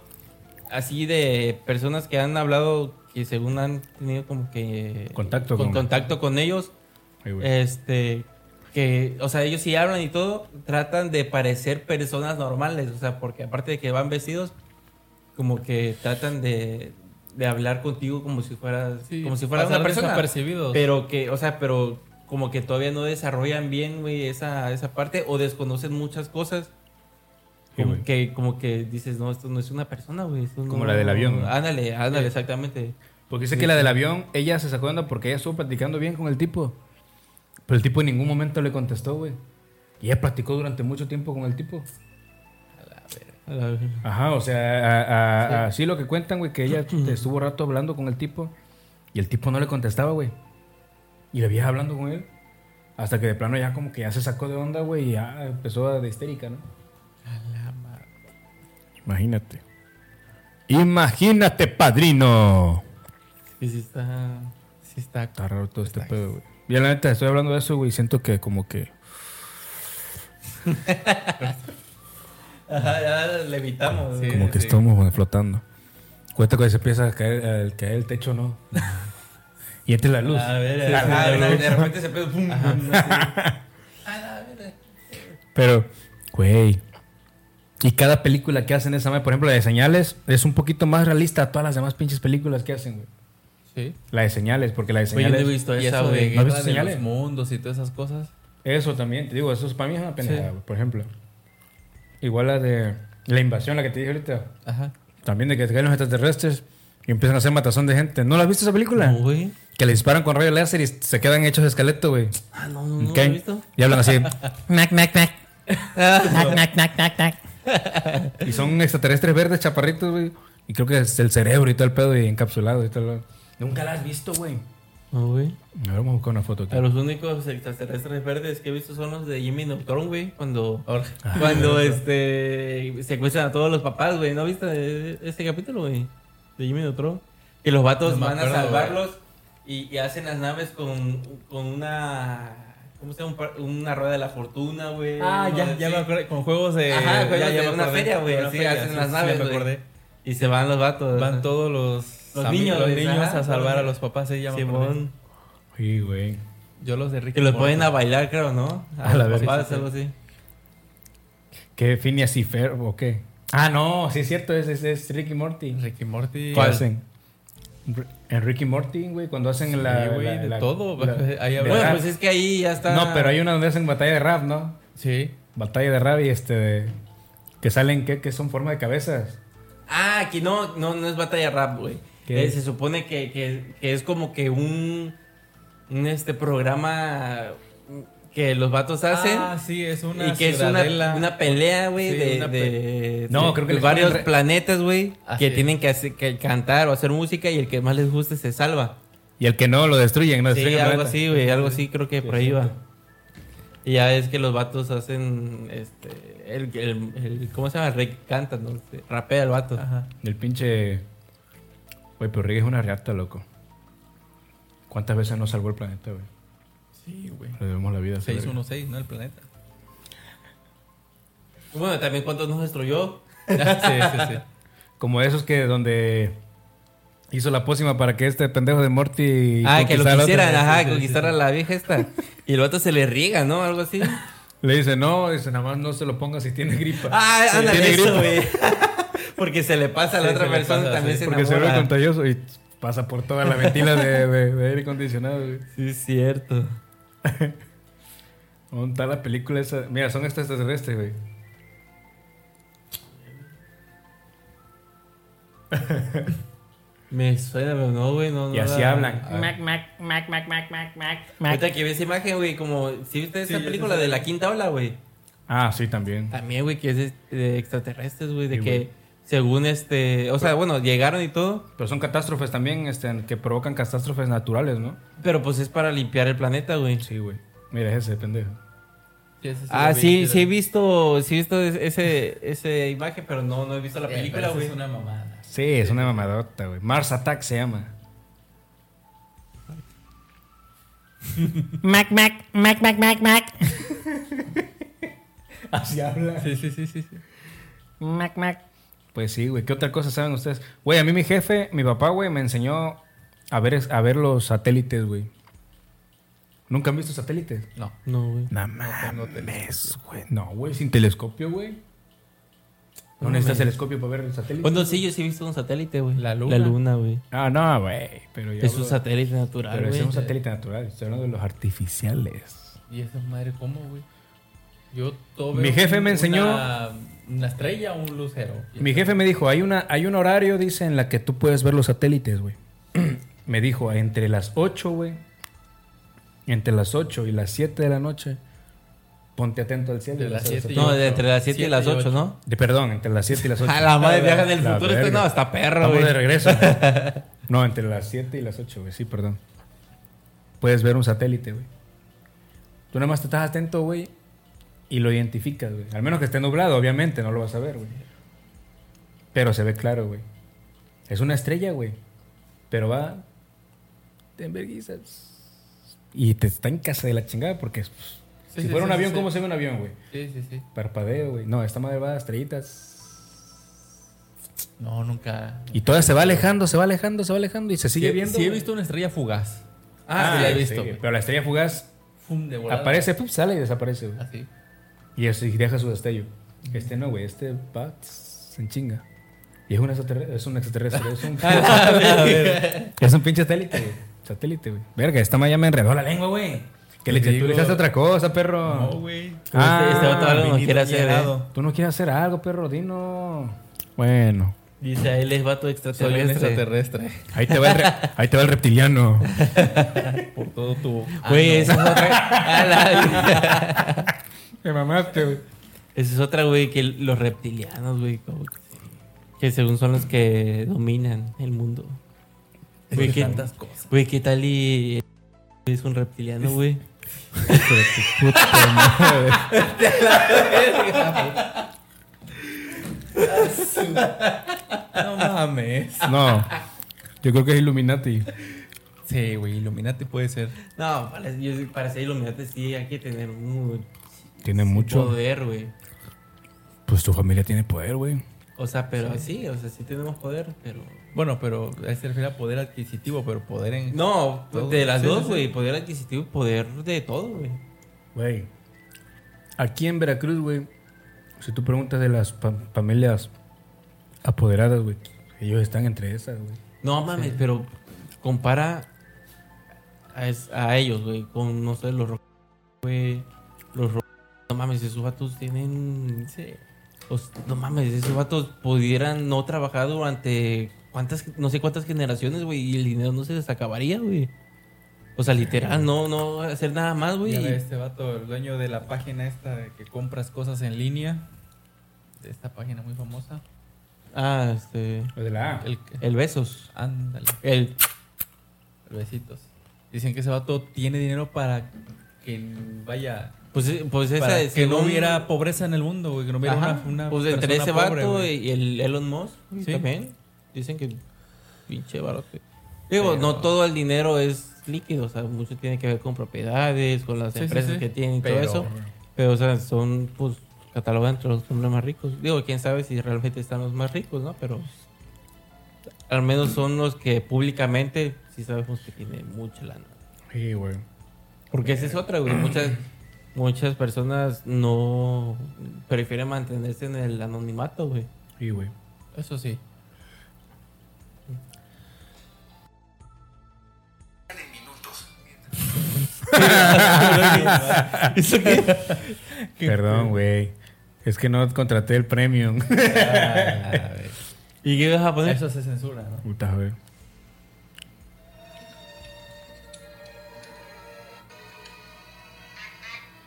Speaker 4: así de personas que han hablado que según han tenido como que
Speaker 2: Contacto
Speaker 4: con,
Speaker 2: con-
Speaker 4: contacto con ellos,
Speaker 2: Sí, güey.
Speaker 4: este que o sea, ellos sí hablan y todo, tratan de parecer personas normales, o sea, porque aparte de que van vestidos como que tratan de, de hablar contigo como si fueras como si fueras una persona
Speaker 3: Percibidos.
Speaker 4: pero que, o sea, pero como que todavía no desarrollan bien, güey, esa, esa parte o desconocen muchas cosas.
Speaker 2: Sí,
Speaker 4: Como
Speaker 2: güey.
Speaker 4: que, como que dices, no, esto no es una persona, güey. esto
Speaker 2: Como
Speaker 4: no-
Speaker 2: la del avión, ¿no?
Speaker 4: Ándale, ándale, exactamente.
Speaker 2: Porque dice que la del avión, ella se sacó de onda porque ella estuvo platicando bien con el tipo. Pero el tipo en ningún momento le contestó, güey. Y ella platicó durante mucho tiempo con el tipo.
Speaker 4: A la verga.
Speaker 2: Ajá, o sea, a- a- así lo que cuentan, güey, que ella estuvo rato hablando con el tipo y el tipo no le contestaba, güey. Y la vieja hablando con él. Hasta que de plano ya como que ya se sacó de onda, güey, y ya empezó a de histérica, ¿no? Imagínate. Imagínate, padrino.
Speaker 4: Sí, sí está. Sí está.
Speaker 2: Está raro todo este pedo, güey. Y la neta, estoy hablando de eso, güey, y siento que como que...
Speaker 4: Ajá, ya levitamos. güey.
Speaker 2: Como que estamos güey, flotando. Cuenta cuando se empieza a caer, al caer el techo, ¿no? y entra la luz.
Speaker 4: A ver,
Speaker 2: Sí,
Speaker 4: ajá,
Speaker 2: sí, la luz.
Speaker 4: de repente se pega. pum, pum, así. A la verga.
Speaker 2: Pero, güey. Y cada película que hacen esa madre, por ejemplo, la de señales, es un poquito más realista a todas las demás pinches películas que hacen, güey.
Speaker 3: Sí.
Speaker 2: La de señales, porque la de
Speaker 4: Güey, yo no he
Speaker 2: señales.
Speaker 4: visto
Speaker 3: Y
Speaker 4: esa,
Speaker 3: eso de
Speaker 4: güey.
Speaker 2: ¿No
Speaker 3: guerra
Speaker 2: has visto
Speaker 3: de
Speaker 2: señales?
Speaker 3: los mundos y todas esas cosas.
Speaker 2: Eso también, te digo, eso es- para mí es una pendejada,
Speaker 3: Sí.
Speaker 2: güey, por ejemplo. Igual la de la invasión, la que te dije ahorita.
Speaker 3: Ajá.
Speaker 2: También de que caen los extraterrestres y empiezan a hacer matazón de gente. ¿No la has visto esa película?
Speaker 4: No, güey.
Speaker 2: Que le disparan con rayo láser y se quedan hechos de esqueleto, güey.
Speaker 4: Ah, no, no, no,
Speaker 2: Ok.
Speaker 4: lo he visto.
Speaker 2: Y hablan así.
Speaker 1: Mac, mac, mac. Mac, mac, mac, mac, mac.
Speaker 2: Y son extraterrestres verdes, chaparritos, güey. Y creo que es el cerebro y todo el pedo y encapsulado y todo. Nunca la has visto, güey.
Speaker 4: No, güey.
Speaker 2: A ver, vamos a buscar una foto. tío.
Speaker 4: A los únicos extraterrestres verdes que he visto son los de Jimmy Neutron, güey. Cuando, cuando este, secuestran a todos los papás, güey. ¿No viste eh, este capítulo, güey? De Jimmy Neutron. Que los vatos
Speaker 3: No me
Speaker 4: van
Speaker 3: acuerdo,
Speaker 4: a salvarlos y, y hacen las naves con, con una. ¿Cómo se llama? Un par- Una rueda de la fortuna, güey.
Speaker 3: Ah,
Speaker 4: Uno
Speaker 3: ya,
Speaker 4: de-
Speaker 3: ya me
Speaker 4: Eh, sí.
Speaker 3: acordé. Con juegos de.
Speaker 4: Ajá, juegos
Speaker 3: ya,
Speaker 4: de
Speaker 3: ya me
Speaker 4: una
Speaker 3: acordé.
Speaker 4: feria, güey,
Speaker 3: Una
Speaker 4: así
Speaker 3: feria,
Speaker 4: hacen
Speaker 3: sí,
Speaker 4: las
Speaker 3: sí,
Speaker 4: naves,
Speaker 3: Ya me
Speaker 4: güey.
Speaker 3: acordé.
Speaker 4: Y se van los vatos.
Speaker 3: Van todos los,
Speaker 4: Los
Speaker 3: ami-
Speaker 4: niños,
Speaker 3: los
Speaker 4: güey,
Speaker 3: niños
Speaker 4: ajá.
Speaker 3: a salvar a los papás. Sí, ya me acordé.
Speaker 4: Simón.
Speaker 2: Sí, güey.
Speaker 3: Yo los de Ricky.
Speaker 4: Que los
Speaker 3: Morty.
Speaker 4: ponen a bailar, creo, ¿no?
Speaker 2: A la
Speaker 4: los
Speaker 2: verga.
Speaker 4: papás, algo así.
Speaker 2: ¿Qué? ¿Phineas y Ferb o qué? Ah, no, sí es cierto, es, es, es Ricky Morty.
Speaker 3: Ricky Morty.
Speaker 2: ¿Qué hacen? R- En Ricky Morty, güey, cuando hacen la.
Speaker 3: Sí, güey,
Speaker 2: la-
Speaker 3: de
Speaker 2: la-
Speaker 3: todo. Ahí
Speaker 2: de
Speaker 3: habrá-
Speaker 4: Bueno,
Speaker 2: rap.
Speaker 4: pues es que ahí ya está.
Speaker 2: No, pero hay una donde hacen batalla de rap, ¿no?
Speaker 3: Sí.
Speaker 2: Batalla de rap y este. de- que salen, ¿qué? Que son forma de cabezas.
Speaker 4: Ah, aquí no, no, no es batalla rap, güey.
Speaker 2: ¿Qué?
Speaker 4: Eh, se supone que, que- que es como que un, un este programa que los vatos hacen.
Speaker 3: Ah, sí, es una.
Speaker 4: y que es una,
Speaker 3: ciudadela.
Speaker 4: una pelea, güey,
Speaker 3: Sí,
Speaker 4: de,
Speaker 3: una
Speaker 4: de- de-
Speaker 2: No,
Speaker 4: de
Speaker 2: creo que les
Speaker 4: varios
Speaker 2: ponen re-
Speaker 4: planetas, güey,
Speaker 3: Así
Speaker 4: que
Speaker 3: es.
Speaker 4: tienen que, hacer- que cantar o hacer música y el que más les guste se salva.
Speaker 2: Y el que no lo destruyen, ¿no?
Speaker 4: Sí,
Speaker 2: Destruyen el
Speaker 4: algo
Speaker 2: planeta.
Speaker 4: así, güey, algo así creo que por ahí va. Y ya es que los vatos hacen, este, el, el- el- ¿cómo se llama? El rey que canta, ¿no? Este, Rapea el vato.
Speaker 3: Ajá.
Speaker 2: El pinche. Güey, pero Rick es una reata, loco. ¿Cuántas veces nos salvó el planeta, güey?
Speaker 3: Sí, güey.
Speaker 2: Le debemos la vida. a ese verga.
Speaker 3: 616, ¿no? El planeta.
Speaker 4: Bueno, también cuántos nos destruyó.
Speaker 3: sí, sí, sí.
Speaker 2: Como esos que donde hizo la pócima para que este pendejo de Morty.
Speaker 4: Ah, que lo
Speaker 2: conquistara a otro.
Speaker 4: quisieran, ajá, conquistar a la vieja esta. Y el vato se le riega, ¿no? Algo así.
Speaker 2: Le dice, no, dice, nada más no se lo ponga si tiene gripa.
Speaker 4: Ah,
Speaker 2: Si
Speaker 4: ándale
Speaker 2: tiene
Speaker 4: eso,
Speaker 2: gripa,
Speaker 4: güey. Porque se le pasa a la
Speaker 3: Sí,
Speaker 4: otra
Speaker 3: se le
Speaker 4: persona
Speaker 3: pasa,
Speaker 4: también
Speaker 3: sí,
Speaker 4: se
Speaker 2: Porque se ve
Speaker 4: enamora.
Speaker 2: contagioso y pasa por toda la ventila de, de- de aire acondicionado, güey.
Speaker 4: Sí, es cierto.
Speaker 2: ¿Dónde está la película esa? Mira, son estos extraterrestres, güey.
Speaker 4: Me suena, pero no, güey, no, no.
Speaker 2: Y así
Speaker 4: la-
Speaker 2: hablan.
Speaker 5: Mac, Mac, Mac, Mac, Mac, Mac, Mac, Mac.
Speaker 4: Ahorita que vi esa imagen, güey, como... si viste
Speaker 3: Sí,
Speaker 4: esa
Speaker 3: ya
Speaker 4: película
Speaker 3: sé.
Speaker 4: de la quinta ola, güey?
Speaker 2: Ah, sí, también.
Speaker 4: También, güey, que es de- de extraterrestres, güey, de
Speaker 2: Sí,
Speaker 4: que
Speaker 2: güey.
Speaker 4: según este... O sea, bueno, llegaron y todo,
Speaker 2: Pero son catástrofes también este, que provocan catástrofes naturales, ¿no?
Speaker 4: pero pues es para limpiar el planeta, güey.
Speaker 2: Sí, güey. Mira, ese pendejo.
Speaker 3: Sí, ese
Speaker 4: ah,
Speaker 3: lo vi,
Speaker 4: sí,
Speaker 3: lo
Speaker 4: sí he
Speaker 3: vi.
Speaker 4: visto, sí he visto es- ese, ese imagen, pero no, no he visto la
Speaker 3: Eh,
Speaker 4: película,
Speaker 3: pero esa
Speaker 4: güey.
Speaker 3: Es una mamada.
Speaker 2: Sí, es una mamadota, güey. Mars Attack se llama.
Speaker 5: Mac, Mac, Mac, Mac, Mac, Mac.
Speaker 2: Así habla.
Speaker 3: Sí, sí, sí, sí. sí.
Speaker 5: Mac, Mac.
Speaker 2: Pues sí, güey. ¿Qué otra cosa saben ustedes? Güey, a mí mi jefe, mi papá, güey, me enseñó a ver, es- a ver los satélites, güey. ¿Nunca han visto satélites?
Speaker 3: No.
Speaker 4: No, güey.
Speaker 2: No mames, güey. No, güey, sin telescopio, güey. No,
Speaker 4: No mames.
Speaker 2: necesitas telescopio para ver el satélite.
Speaker 4: Bueno, sí, yo sí he visto un satélite, güey.
Speaker 3: La luna.
Speaker 4: La luna, güey.
Speaker 2: Ah, no, güey. Pero yo
Speaker 4: Es un
Speaker 2: hablo-
Speaker 4: satélite natural,
Speaker 2: Pero ese
Speaker 4: güey.
Speaker 2: es un satélite natural. Estoy hablando de los artificiales.
Speaker 3: ¿Y esa madre cómo, güey? Yo todo
Speaker 2: Mi
Speaker 3: veo
Speaker 2: jefe
Speaker 3: un-
Speaker 2: me enseñó-
Speaker 3: Una, una estrella o un lucero.
Speaker 2: Mi jefe me dijo, hay, una, hay un horario, dice, en la que tú puedes ver los satélites, güey. me dijo, entre las 8, güey. Entre las 8 y las 7 de la noche, ponte atento al cielo.
Speaker 3: De
Speaker 2: y
Speaker 3: las
Speaker 2: vas a ver
Speaker 3: 7 y
Speaker 2: satélites.
Speaker 4: No, de entre las 7 y
Speaker 3: Siete
Speaker 4: las
Speaker 3: y
Speaker 4: 8,
Speaker 3: ocho.
Speaker 4: ¿no?
Speaker 2: De- perdón, entre las 7 y las 8.
Speaker 4: A la madre, viaja en el
Speaker 2: La
Speaker 4: futuro. Este
Speaker 2: verga.
Speaker 4: no, está perro,
Speaker 2: Estamos
Speaker 4: güey.
Speaker 2: de regreso. no, entre las 7 y las 8, güey. Sí, perdón. Puedes ver un satélite, güey. Tú nada más te estás atento, güey, y lo identificas, güey. Al menos que esté nublado, obviamente, no lo vas a ver, güey. Pero se ve claro, güey. Es una estrella, güey. Pero va. Te enverguizas. Y te está en casa de la chingada porque. pues,
Speaker 3: Sí,
Speaker 2: si
Speaker 3: sí,
Speaker 2: fuera un
Speaker 3: sí,
Speaker 2: avión,
Speaker 3: sí,
Speaker 2: ¿cómo
Speaker 3: sí.
Speaker 2: se ve un avión, güey?
Speaker 3: Sí, sí, sí.
Speaker 2: Parpadeo, güey. No, esta madre va a estrellitas.
Speaker 3: No, nunca.
Speaker 2: Y todavía se va alejando, se va alejando, se va alejando y se sigue
Speaker 3: sí,
Speaker 2: viendo.
Speaker 3: Sí, he
Speaker 2: güey.
Speaker 3: visto una estrella fugaz.
Speaker 2: Ah,
Speaker 3: sí, la he
Speaker 2: sí,
Speaker 3: visto.
Speaker 2: sí,
Speaker 3: güey.
Speaker 2: Pero la estrella fugaz
Speaker 3: Fum, de volada.
Speaker 2: aparece, pum, sale y desaparece,
Speaker 4: Ah.
Speaker 2: güey.
Speaker 3: Así.
Speaker 2: Y así deja su destello. Este no, güey. Este va tss, en chinga. Y es un extraterrestre, es un, extraterrestre, es un, es un pinche satélite, güey. Satélite, güey. Verga, esta malla me enredó la lengua, güey. Que le
Speaker 3: Te
Speaker 2: echaste- tú
Speaker 3: digo-
Speaker 2: le echaste otra cosa, perro.
Speaker 3: No, güey.
Speaker 2: Ah,
Speaker 4: este, este vato algo nos
Speaker 3: vinito
Speaker 4: quiere hacer,
Speaker 3: llenado.
Speaker 4: ¿eh?
Speaker 2: Tú no quieres hacer algo, perro, dino. Bueno.
Speaker 4: Dice, ahí les vato
Speaker 3: Soy este. un
Speaker 4: extraterrestre.
Speaker 3: extraterrestre.
Speaker 2: Ahí te va el, re- ahí te va el reptiliano.
Speaker 3: Por todo tu.
Speaker 4: Güey, esa es otra. A la-
Speaker 2: Te mamaste, güey.
Speaker 4: Esa es otra, güey, que los reptilianos, güey, como que, que según son los que dominan el mundo. Güey, ¿qué,
Speaker 3: Tantas cosas.
Speaker 4: güey, ¿qué tal y es un reptiliano, güey?
Speaker 3: No mames.
Speaker 2: No. Yo creo que es Illuminati.
Speaker 3: Sí, güey, Illuminati puede ser.
Speaker 4: No, para, yo- para ser iluminante sí hay que tener un
Speaker 2: Tiene mucho.
Speaker 4: poder, güey.
Speaker 2: Pues tu familia tiene poder, güey.
Speaker 4: O sea, pero sí, o sea, sí tenemos poder, pero...
Speaker 3: Bueno, pero ahí se refiere a poder adquisitivo, pero poder en.
Speaker 4: No,
Speaker 3: Todo.
Speaker 4: de las
Speaker 3: Sí, sí,
Speaker 4: dos,
Speaker 3: sí.
Speaker 4: güey. Poder adquisitivo y poder de todo, güey.
Speaker 2: Güey. Aquí en Veracruz, güey, si tú preguntas de las pa- familias apoderadas, güey, ellos están entre esas, güey.
Speaker 4: No mames, pero compara a, es- a ellos, güey, con, no sé, los rojos, güey. Los rojos, no mames, esos vatos tienen... sí, os- no mames, esos vatos pudieran no trabajar durante cuántas, no sé cuántas generaciones, güey, y el dinero no se les acabaría, güey. O sea, literal, no, no hacer nada más, güey.
Speaker 3: Ya ve
Speaker 4: y-
Speaker 3: este vato, el dueño de la página esta de que compras cosas en línea. De esta página muy famosa.
Speaker 4: Ah, este...
Speaker 2: Los de la A.
Speaker 3: El que-
Speaker 4: El besos.
Speaker 3: Ándale,
Speaker 4: El...
Speaker 3: besitos. Dicen que ese vato tiene dinero para que vaya.
Speaker 4: Pues, eh, pues esa
Speaker 3: para
Speaker 4: es
Speaker 3: que no
Speaker 4: según-
Speaker 3: hubiera pobreza en el mundo, güey. Que no hubiera
Speaker 4: Ajá.
Speaker 3: una, una
Speaker 4: Pues entre
Speaker 3: persona
Speaker 4: ese
Speaker 3: pobre,
Speaker 4: vato
Speaker 3: güey.
Speaker 4: y el Elon Musk güey,
Speaker 3: Sí.
Speaker 4: también dicen que pinche barote. Digo,
Speaker 3: Pero-
Speaker 4: no todo el dinero es líquido, o sea, mucho tiene que ver con propiedades, con las
Speaker 3: Sí, sí,
Speaker 4: empresas
Speaker 3: sí.
Speaker 4: que tienen y
Speaker 3: Pero-
Speaker 4: todo eso. Pero, o sea, son, pues, catalogan entre los hombres más ricos. Digo, quién sabe si realmente están los más ricos, ¿no? Pero al menos son los que públicamente sí sabemos que tienen mucha lana.
Speaker 2: Sí, güey.
Speaker 4: Porque esa es otra, güey. Muchas, muchas personas no prefieren mantenerse en el anonimato, güey.
Speaker 2: Sí, güey.
Speaker 3: Eso sí.
Speaker 2: Perdón, güey. Es que no contraté el premium.
Speaker 4: ¿Y qué ibas a poner?
Speaker 3: Eso se censura, ¿no?
Speaker 2: Puta, güey.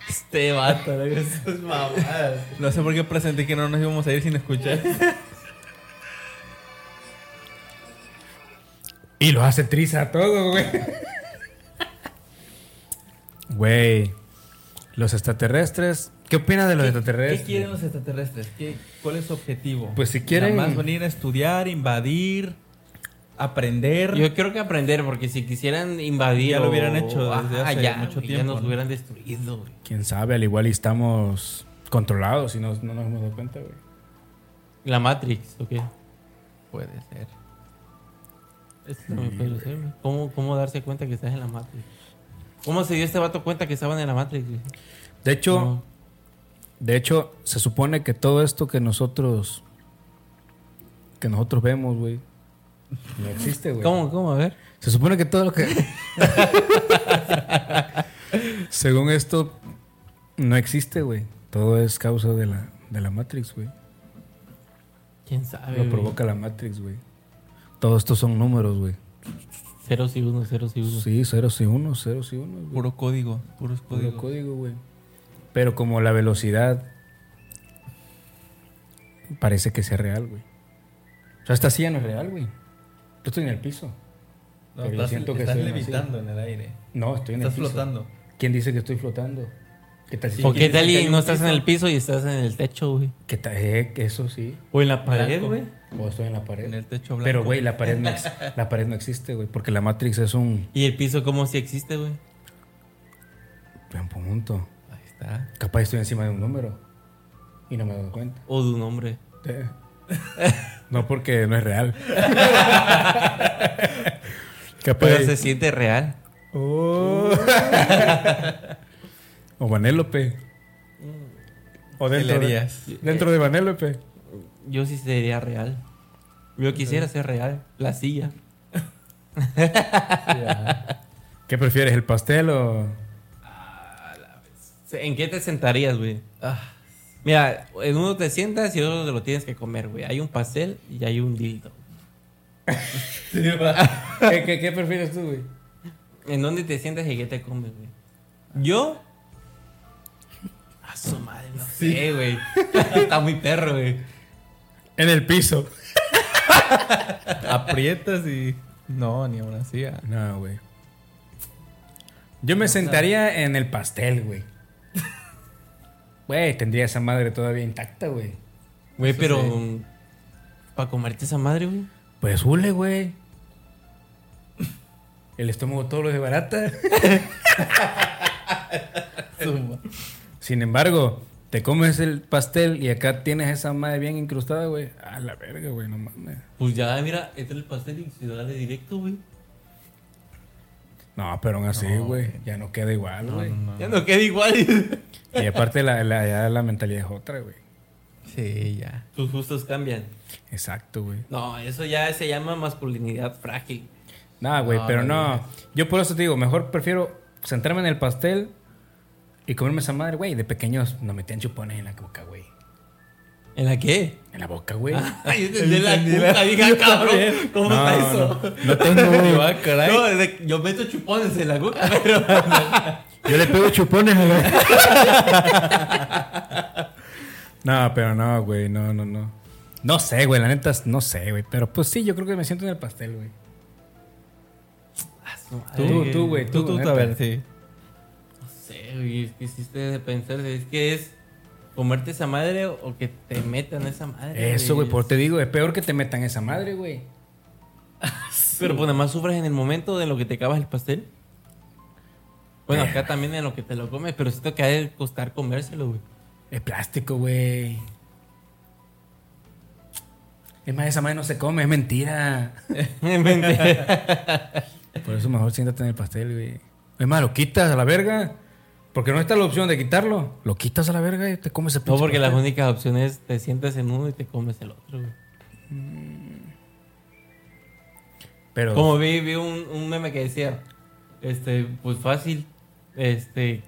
Speaker 4: Este vato, güey. Esas mamadas.
Speaker 3: No sé por qué presenté que no nos íbamos a ir sin escuchar.
Speaker 2: Y los hace triza a todos, güey. Güey. Los extraterrestres. ¿Qué opinas de los extraterrestres?
Speaker 3: ¿Qué quieren los extraterrestres? ¿Qué, ¿Cuál es su objetivo?
Speaker 2: Pues, si quieren-
Speaker 3: Nada más venir a estudiar, invadir, aprender.
Speaker 4: Yo quiero que aprender, porque si quisieran invadir.
Speaker 3: Ya lo
Speaker 4: o-
Speaker 3: hubieran hecho desde hace mucho
Speaker 4: güey,
Speaker 3: tiempo,
Speaker 4: Ya nos
Speaker 3: ¿no?
Speaker 4: hubieran destruido, güey.
Speaker 2: Quién sabe, al igual y estamos controlados y no, no nos hemos dado cuenta, güey.
Speaker 4: La Matrix, ¿ok?
Speaker 3: Puede ser.
Speaker 4: Eso también puede ser, güey. ¿Cómo, ¿Cómo darse cuenta que estás en la Matrix? ¿Cómo se dio este vato cuenta que estaban en la Matrix, güey?
Speaker 2: De hecho,
Speaker 4: No.
Speaker 2: de hecho, se supone que todo esto que nosotros que nosotros vemos, güey, no existe, güey.
Speaker 4: ¿Cómo, cómo? A ver.
Speaker 2: Se supone que todo lo que Según esto no existe, güey. Todo es causa de la de la Matrix, güey.
Speaker 4: ¿Quién sabe?
Speaker 2: Lo
Speaker 4: güey?
Speaker 2: provoca la Matrix, güey. Todo esto son números, güey.
Speaker 4: Ceros y uno, ceros y uno.
Speaker 2: Sí, ceros y unos, ceros y unos, güey.
Speaker 3: Puro código, puros
Speaker 2: Puro
Speaker 3: códigos.
Speaker 2: código, güey. Pero como la velocidad parece que sea real, güey. O sea, esta silla no es real, güey. Yo estoy en el piso.
Speaker 3: No,
Speaker 2: Pero yo
Speaker 3: estás,
Speaker 2: siento que
Speaker 3: estás
Speaker 2: soy
Speaker 3: levitando en el aire.
Speaker 2: No, estoy en
Speaker 3: Estás
Speaker 2: el piso.
Speaker 3: flotando.
Speaker 2: ¿Quién dice que estoy flotando? ¿Qué tal si-
Speaker 4: ¿O qué
Speaker 3: ¿Quieres
Speaker 4: tal
Speaker 3: que
Speaker 4: y
Speaker 3: caiga
Speaker 4: no
Speaker 3: un
Speaker 4: estás en el piso y estás en el techo, güey?
Speaker 2: ¿Qué tal? eh, eso sí.
Speaker 4: O en la
Speaker 3: pared,
Speaker 4: pared,
Speaker 3: güey.
Speaker 4: güey.
Speaker 2: O estoy en la pared.
Speaker 3: En el techo blanco.
Speaker 2: Pero, güey, la pared, no ex- la pared no existe, güey. Porque la Matrix es un.
Speaker 4: ¿Y el piso cómo si existe, güey?
Speaker 2: Buen punto.
Speaker 3: Ahí está.
Speaker 2: Capaz estoy encima de un número. Y no me he dado cuenta.
Speaker 4: O de un hombre.
Speaker 2: Eh. No porque no es real. Capaz. Oh.
Speaker 4: Pero se siente real.
Speaker 2: O Vanélope. O
Speaker 3: ¿Qué le
Speaker 2: dentro de,
Speaker 3: harías?
Speaker 2: dentro de Vanélope.
Speaker 4: Yo sí sería real. Yo quisiera ser real. La silla.
Speaker 2: ¿Qué prefieres, el pastel o.?
Speaker 4: ¿En qué te sentarías, güey?
Speaker 3: Ah,
Speaker 4: Mira, en uno te sientas y otro te lo tienes que comer, güey. Hay un pastel y hay un dildo.
Speaker 2: ¿Qué, qué, qué prefieres tú, güey?
Speaker 4: ¿En dónde te sientas y qué te comes, güey? Yo. A su madre, no sé, güey. Está muy perro, güey.
Speaker 2: En el piso.
Speaker 3: aprietas y No, ni aún así. ah.
Speaker 2: No, güey. Yo me sentaría en el pastel, güey. Güey, tendría esa madre todavía intacta, güey.
Speaker 4: Güey, pero. Para comerte esa madre, güey.
Speaker 2: Pues hule, güey. El estómago todo lo desbarata. Sin embargo, te comes el pastel y acá tienes esa madre bien incrustada, güey. A la verga, güey, no mames.
Speaker 4: Pues ya, mira, entra el pastel y se da de directo, güey.
Speaker 2: No, pero aún así, güey, ya no queda igual, güey.
Speaker 4: Ya no queda igual.
Speaker 2: Y aparte la, la- ya la mentalidad es otra, güey.
Speaker 3: Sí, ya.
Speaker 4: Tus gustos cambian.
Speaker 2: Exacto, güey.
Speaker 4: No, eso ya se llama masculinidad frágil.
Speaker 2: Nada, güey,
Speaker 3: No,
Speaker 2: pero
Speaker 3: no,
Speaker 2: no. Yo por eso te digo, mejor prefiero centrarme en el pastel y comerme esa madre, güey. De pequeños nos metían chupones en la boca, güey.
Speaker 4: ¿En la qué?
Speaker 2: En la boca, güey.
Speaker 4: Ay, de la cuca, dije, "Ah, cabrón. ¿Cómo
Speaker 2: No,
Speaker 4: está eso?
Speaker 2: no, no tengo.
Speaker 3: Ah, caray.
Speaker 4: No, de- yo meto chupones en la cuca, pero.
Speaker 2: Yo le pego chupones a No, pero no, güey. No, no, no. No sé, güey. La neta, no sé, güey. Pero pues sí, yo creo que me siento en el pastel, güey.
Speaker 4: Ah, su madre,
Speaker 2: Tú, tú, güey. Tú,
Speaker 3: Tú, tú,
Speaker 2: neta.
Speaker 3: a ver, sí.
Speaker 4: No sé, güey. Es que hiciste de pensar. Es que es comerte esa madre o que te metan esa madre.
Speaker 2: Eso, güey. Por te digo, es peor que te metan esa madre, güey.
Speaker 4: Pero pues nada más sufres en el momento de lo que te acabas el pastel. Bueno, acá también en lo que te lo comes, pero siento que ha de costar comérselo, güey.
Speaker 2: Es plástico, güey. Es más, esa madre no se come, es mentira.
Speaker 4: Vente.
Speaker 2: Por eso mejor siéntate en el pastel, güey. Es más, lo quitas a la verga. Porque no está la opción de quitarlo. Lo quitas a la verga y te comes el
Speaker 4: no,
Speaker 2: pinche
Speaker 4: porque las
Speaker 2: pastel.
Speaker 4: únicas opciones te sientas en uno y te comes el otro, güey.
Speaker 2: Pero
Speaker 4: Como vi, vi un, un meme que decía, este, pues fácil, este,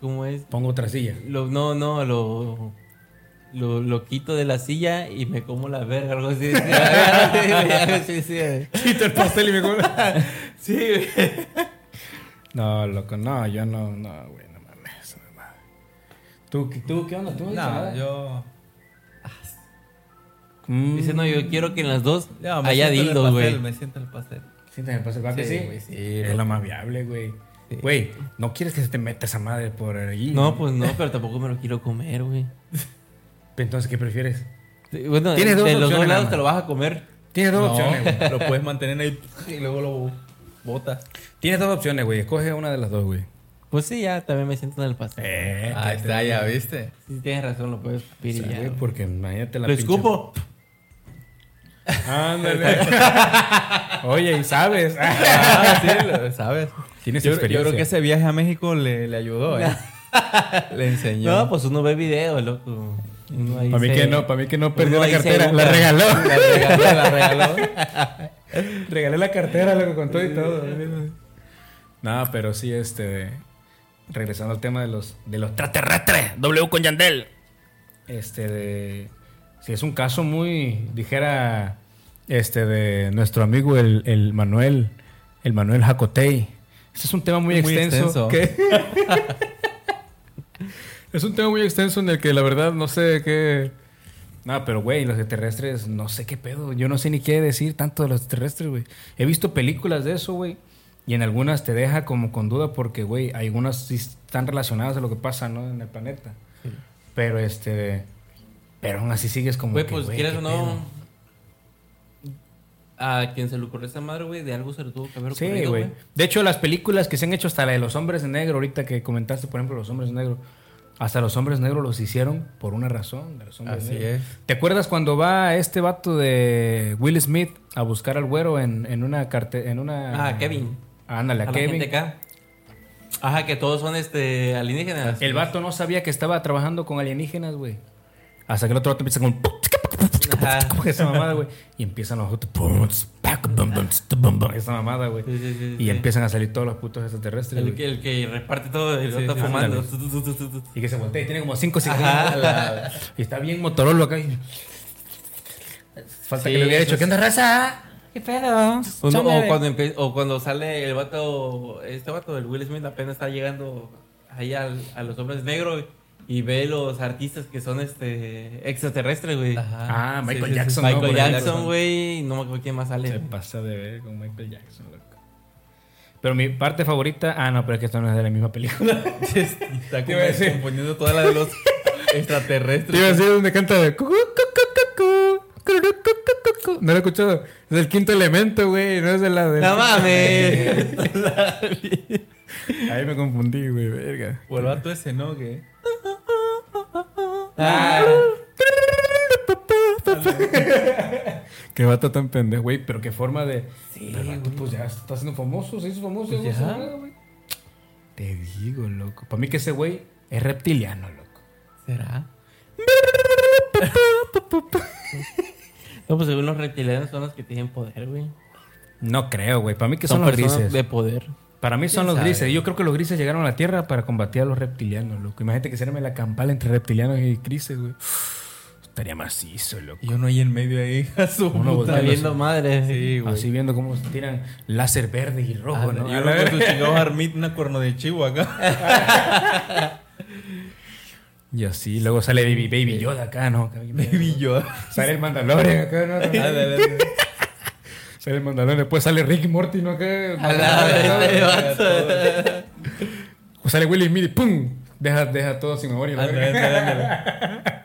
Speaker 4: ¿cómo es?
Speaker 2: pongo otra silla.
Speaker 4: Lo, no, no, lo, lo, lo quito de la silla y me como la verga, algo así. decía. Sí, sí, sí.
Speaker 2: Quito el pastel y me como.
Speaker 4: Sí, güey.
Speaker 2: no, loco, no, yo no, no, güey, no mames. no mames. ¿Tú, qué- ¿Tú qué onda? ¿Tú no dices
Speaker 3: No,
Speaker 2: nada?
Speaker 3: yo.
Speaker 2: Mm,
Speaker 4: Dice, no, yo quiero que en las dos
Speaker 3: No, me
Speaker 4: haya
Speaker 3: siento en el
Speaker 4: dildos,
Speaker 3: pastel,
Speaker 4: güey.
Speaker 3: Me siento en el pastel.
Speaker 2: Siéntate en el pastel, ¿verdad que
Speaker 3: Sí,
Speaker 2: sí?
Speaker 3: güey, sí,
Speaker 2: es
Speaker 3: loco.
Speaker 2: lo más viable, güey. Güey, no quieres que se te meta esa madre por allí.
Speaker 4: No, pues no, pero tampoco me lo quiero comer, güey.
Speaker 2: Entonces, ¿qué prefieres?
Speaker 4: Sí, Bueno,
Speaker 2: Tienes dos
Speaker 4: de los
Speaker 2: opciones,
Speaker 4: dos lados
Speaker 2: nada
Speaker 4: te lo vas a comer.
Speaker 2: Tienes dos
Speaker 3: No,
Speaker 2: opciones, güey.
Speaker 3: lo puedes mantener ahí y luego lo botas.
Speaker 2: Tienes dos opciones, güey. Escoge una de las dos, güey.
Speaker 4: Pues sí, ya también me siento en el pastel.
Speaker 2: Eh,
Speaker 3: Ahí está, ya viste.
Speaker 4: Sí, tienes razón, lo puedes
Speaker 2: sí,
Speaker 4: pedir y ya.
Speaker 2: güey,
Speaker 4: güey.
Speaker 2: porque imagínate la
Speaker 4: Lo
Speaker 2: pinche-
Speaker 4: escupo.
Speaker 2: Ándale. Oye, y sabes.
Speaker 3: Ah, sí, lo- sabes.
Speaker 2: Tienes
Speaker 3: yo, yo
Speaker 2: experiencia.
Speaker 3: creo que ese viaje a México le, le ayudó, ¿eh? le enseñó.
Speaker 4: No, pues uno ve videos, loco. Uno ahí
Speaker 2: Para mí
Speaker 4: se-
Speaker 2: que no, para mí que no perdió
Speaker 4: uno
Speaker 2: la
Speaker 4: ahí se
Speaker 2: cartera.
Speaker 4: educa.
Speaker 2: La regaló.
Speaker 4: pues.
Speaker 3: La regaló, la regaló.
Speaker 2: Regalé la cartera, lo con todo y todo. No, pero sí, este. Regresando al tema de los, de los extraterrestres, W con Yandel. Este, de. Si es un caso muy. Dijera. Este, de nuestro amigo, el, el Manuel. El Manuel Jacotey. Este es un tema muy,
Speaker 3: Muy extenso.
Speaker 2: extenso. que- es un tema muy extenso en el que la verdad no sé qué. No, pero güey, los extraterrestres, no sé qué pedo. Yo no sé ni qué decir tanto de los extraterrestres, güey. He visto películas de eso, güey. Y en algunas te deja como con duda porque, güey, algunas sí están relacionadas a lo que pasa, ¿no? En el planeta. Pero este. Pero aún así sigues como.
Speaker 4: Güey,
Speaker 2: que,
Speaker 4: pues quieras
Speaker 2: ¿qué
Speaker 4: o no. A quien se le ocurrió esa madre, güey, de algo se le tuvo que haber
Speaker 2: pedo?
Speaker 4: ocurrido.
Speaker 2: Sí, güey. De hecho, las películas que se han hecho, hasta la de los hombres de negro, ahorita que comentaste, por ejemplo, los hombres de negro. Hasta los hombres negros los hicieron por una razón. de Los hombres
Speaker 3: Así
Speaker 2: negros.
Speaker 3: es.
Speaker 2: ¿Te acuerdas cuando va este vato de Will Smith a buscar al güero en, en una carte, en una.
Speaker 4: Ah, Kevin.
Speaker 2: Ándale, a,
Speaker 4: A la
Speaker 2: Kevin.
Speaker 4: gente acá. Ajá, que todos son este alienígenas.
Speaker 2: El vato no sabía que estaba trabajando con alienígenas, güey. Hasta que el otro vato empieza con.
Speaker 4: Ajá.
Speaker 2: Esa mamada, güey. Y empiezan los otros. Esa mamada, güey.
Speaker 4: Sí, sí, sí,
Speaker 2: Y
Speaker 4: sí.
Speaker 2: empiezan a salir todos los putos extraterrestres.
Speaker 4: El
Speaker 2: güey.
Speaker 4: que, el que reparte todo y lo está
Speaker 2: sí,
Speaker 4: fumando.
Speaker 2: ándale. Y que se voltea y tiene como 5
Speaker 4: Ajá,
Speaker 2: segundos. Y está bien Motorola acá. y- Falta
Speaker 4: Sí,
Speaker 2: que le hubiera
Speaker 4: eso
Speaker 2: dicho, ¿qué onda, raza? ¿Qué pedo?
Speaker 4: Uno-
Speaker 2: Chame,
Speaker 4: o,
Speaker 2: güey.
Speaker 4: cuando empie- o cuando sale el vato, este vato del Will Smith apenas está llegando ahí al- a los hombres negros y ve los artistas que son este extraterrestres, güey.
Speaker 2: Ah, Michael
Speaker 3: Sí, sí, sí.
Speaker 2: Jackson. no,
Speaker 4: Michael
Speaker 2: güey.
Speaker 4: Jackson, güey, y no me acuerdo quién más sale.
Speaker 2: Se pasa de ver con Michael Jackson, loco. Pero mi parte favorita. Ah, no, pero es que esto no es de la misma película.
Speaker 3: Está
Speaker 2: Te iba a decir.
Speaker 3: como componiendo toda la de los
Speaker 2: Te iba a
Speaker 3: extraterrestres.
Speaker 2: decir donde canta de. cucú, cucú, cucú, cururú, cucú, cucú. No lo he escuchado. Es del quinto elemento, güey. No es de la de.
Speaker 4: ¡No mames!
Speaker 2: Ahí me confundí, güey, verga.
Speaker 3: O el vato ese, ¿no? Que...
Speaker 4: Ah,
Speaker 2: Qué vato tan pendejo, güey. Pero qué forma de. Sí, Pues ya está siendo famoso, se hizo famoso.
Speaker 3: Pues
Speaker 2: güey,
Speaker 3: ya.
Speaker 2: esa verga, güey. Te digo, loco. Para mí que ese güey es reptiliano, loco.
Speaker 3: ¿Será?
Speaker 4: no, pues según los reptilianos son los que tienen poder, güey.
Speaker 2: No creo, güey. Para mí que son, los
Speaker 4: personas
Speaker 2: grises.
Speaker 4: de poder.
Speaker 2: Para mí son los
Speaker 3: sabe?
Speaker 2: grises. Yo creo que los grises llegaron a la Tierra para combatir a los reptilianos, loco. Imagínate que se arme la campal entre reptilianos y grises, güey. Uf, Estaría macizo, loco.
Speaker 3: Y uno ahí en medio ahí. A su
Speaker 2: Uno
Speaker 3: puta
Speaker 4: Está
Speaker 2: volteando
Speaker 3: madre.
Speaker 4: viendo madre.
Speaker 3: Sí, güey.
Speaker 2: Así viendo cómo se tiran láser verde y rojo,
Speaker 3: Ah,
Speaker 2: ¿no?
Speaker 3: Yo creo que tu chingado Armit una cuerno de chivo acá.
Speaker 2: Y así, luego sale Baby, Baby Yoda acá, ¿no?
Speaker 3: Baby yo.
Speaker 2: Sale el Mandalorian acá,
Speaker 3: A
Speaker 2: ¿no?
Speaker 3: la verga.
Speaker 2: sale el Mandalorian, después sale Ricky Morty, ¿no? Acá.
Speaker 4: A la vez, Ah, este vato.
Speaker 2: O sale Willy Smith y ¡pum! Deja, deja todo sin memoria. la
Speaker 3: Ándale,
Speaker 2: verga.
Speaker 3: ándale, ándale.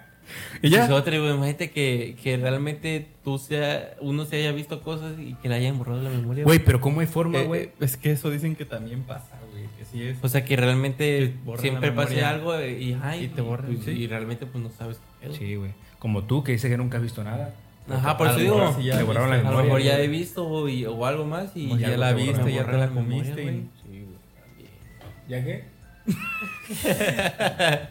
Speaker 2: Y
Speaker 4: Es
Speaker 2: ya.
Speaker 4: otra, güey. Imagínate que, que realmente tú sea, uno se haya visto cosas y que le hayan borrado de la memoria.
Speaker 2: Güey, pero ¿cómo hay forma,
Speaker 3: Eh,
Speaker 2: güey?
Speaker 3: eh, es que eso dicen que también pasa, güey. Que sí es.
Speaker 4: O sea, que realmente
Speaker 3: borra la
Speaker 4: siempre pase
Speaker 3: memoria.
Speaker 4: algo y, ay,
Speaker 3: Y te borra,
Speaker 4: pues,
Speaker 3: sí.
Speaker 4: y realmente pues no sabes qué pedo.
Speaker 2: Sí, güey. Como tú que dices que nunca has visto nada.
Speaker 4: Ajá, por
Speaker 3: A
Speaker 4: eso
Speaker 3: lo
Speaker 4: digo.
Speaker 3: mejor sí
Speaker 2: Te
Speaker 3: viste,
Speaker 2: borraron la
Speaker 4: A lo
Speaker 2: memoria,
Speaker 4: mejor ya
Speaker 2: güey.
Speaker 4: he visto o, y- o algo más y
Speaker 3: Como ya
Speaker 4: ya
Speaker 3: la
Speaker 4: la
Speaker 3: viste,
Speaker 4: viste, ya
Speaker 3: ya te
Speaker 4: borra
Speaker 3: la
Speaker 4: la memoria,
Speaker 3: comiste y-
Speaker 4: güey.
Speaker 2: ¿Ya qué?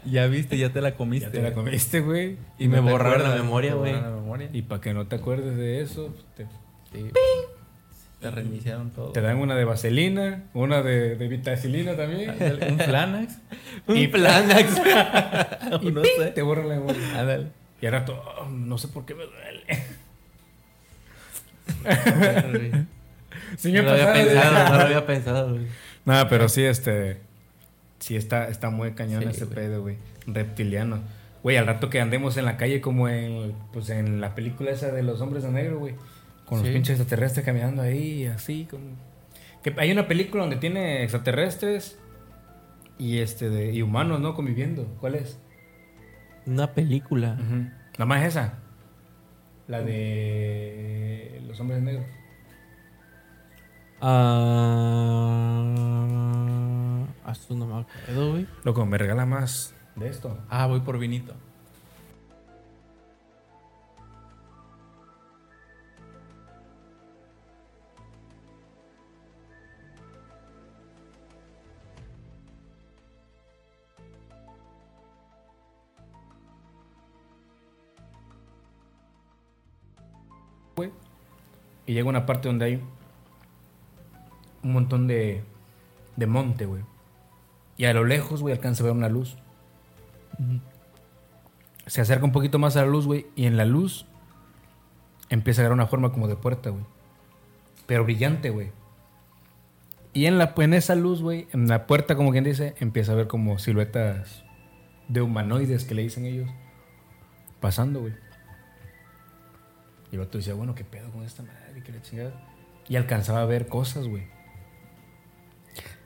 Speaker 3: Ya viste, ya te la comiste.
Speaker 2: Ya te la comiste, güey.
Speaker 3: Y me
Speaker 4: No te
Speaker 3: borraron
Speaker 4: acuerdas
Speaker 3: la
Speaker 4: la memoria,
Speaker 3: memoria, güey.
Speaker 4: güey.
Speaker 2: Y para que no te acuerdes de eso, te,
Speaker 3: Te reiniciaron todo.
Speaker 2: te dan una de vaselina, una de, de vitacilina también.
Speaker 3: Ándale, ¿Un Flanax?
Speaker 4: Y Planax.
Speaker 3: No, no
Speaker 2: ¡ping!
Speaker 3: sé.
Speaker 2: Te borran la memoria.
Speaker 3: Ándale.
Speaker 2: Y ahora todo, "Oh, no sé por qué me duele. Sí
Speaker 4: No lo había pensado, no lo había pensado, güey.
Speaker 2: Nada, pero sí, este. Sí, está, está muy cañón
Speaker 4: Sí,
Speaker 2: ese
Speaker 4: güey.
Speaker 2: pedo, güey. Reptiliano. Güey, al rato que andemos en la calle como en, pues, en la película esa de los hombres de negro, güey. Con los
Speaker 4: Sí.
Speaker 2: pinches extraterrestres caminando ahí, así, como... Que hay una película donde tiene extraterrestres y este de, y humanos, ¿no? Conviviendo. ¿Cuál es?
Speaker 4: Una película.
Speaker 2: Nada más esa. La de los hombres de negro.
Speaker 4: Ah. Hasta no me acuerdo, güey.
Speaker 2: Loco, me regala más de esto.
Speaker 3: Ah, voy por vinito.
Speaker 2: Y llega una parte donde hay un montón de, de monte, güey. Y a lo lejos, güey, alcanza a ver una luz. Se acerca un poquito más a la luz, güey. Y en la luz empieza a agarrar una forma como de puerta, güey. Pero brillante, güey. Y en, la, en esa luz, güey, en la puerta, como quien dice, empieza a ver como siluetas de humanoides que le dicen ellos. Pasando, güey. Y el vato decía, bueno, ¿qué pedo con esta madre? ¿Qué la chingada? Y alcanzaba a ver cosas, güey.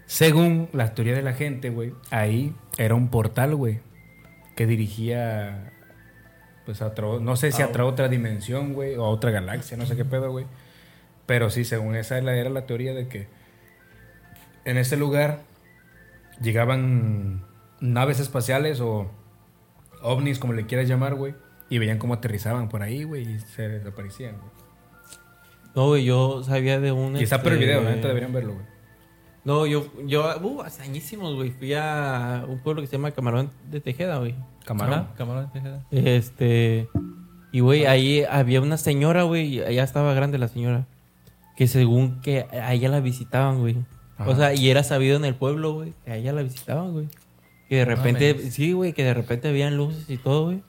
Speaker 2: Según la teoría de la gente, güey, ahí era un portal, güey, que dirigía, pues, a otra, no sé si a otra, otra dimensión, güey, o a otra galaxia, no sé qué pedo, güey. Pero sí, según esa era era la teoría de que en ese lugar llegaban naves espaciales o ovnis, como le quieras llamar, güey. Y veían cómo aterrizaban por ahí, güey, y se desaparecían. güey.
Speaker 4: No, güey, yo sabía de un.
Speaker 2: Y está por el
Speaker 4: este,
Speaker 2: video, la neta deberían verlo, güey.
Speaker 4: No, yo, yo, uh, hace añísimos, güey. Fui a un pueblo que se llama Camarón de Tejeda, güey.
Speaker 2: Camarón.
Speaker 3: Ajá, camarón. tejeda.
Speaker 4: Este. Y, güey, ahí había una señora, güey. Ya estaba grande la señora. Que según que a ella la visitaban, güey.
Speaker 2: Ajá.
Speaker 4: O sea, y era sabido en el pueblo, güey. Que a ella la visitaban, güey. Que de repente, sí, güey, que de repente habían luces y todo, güey.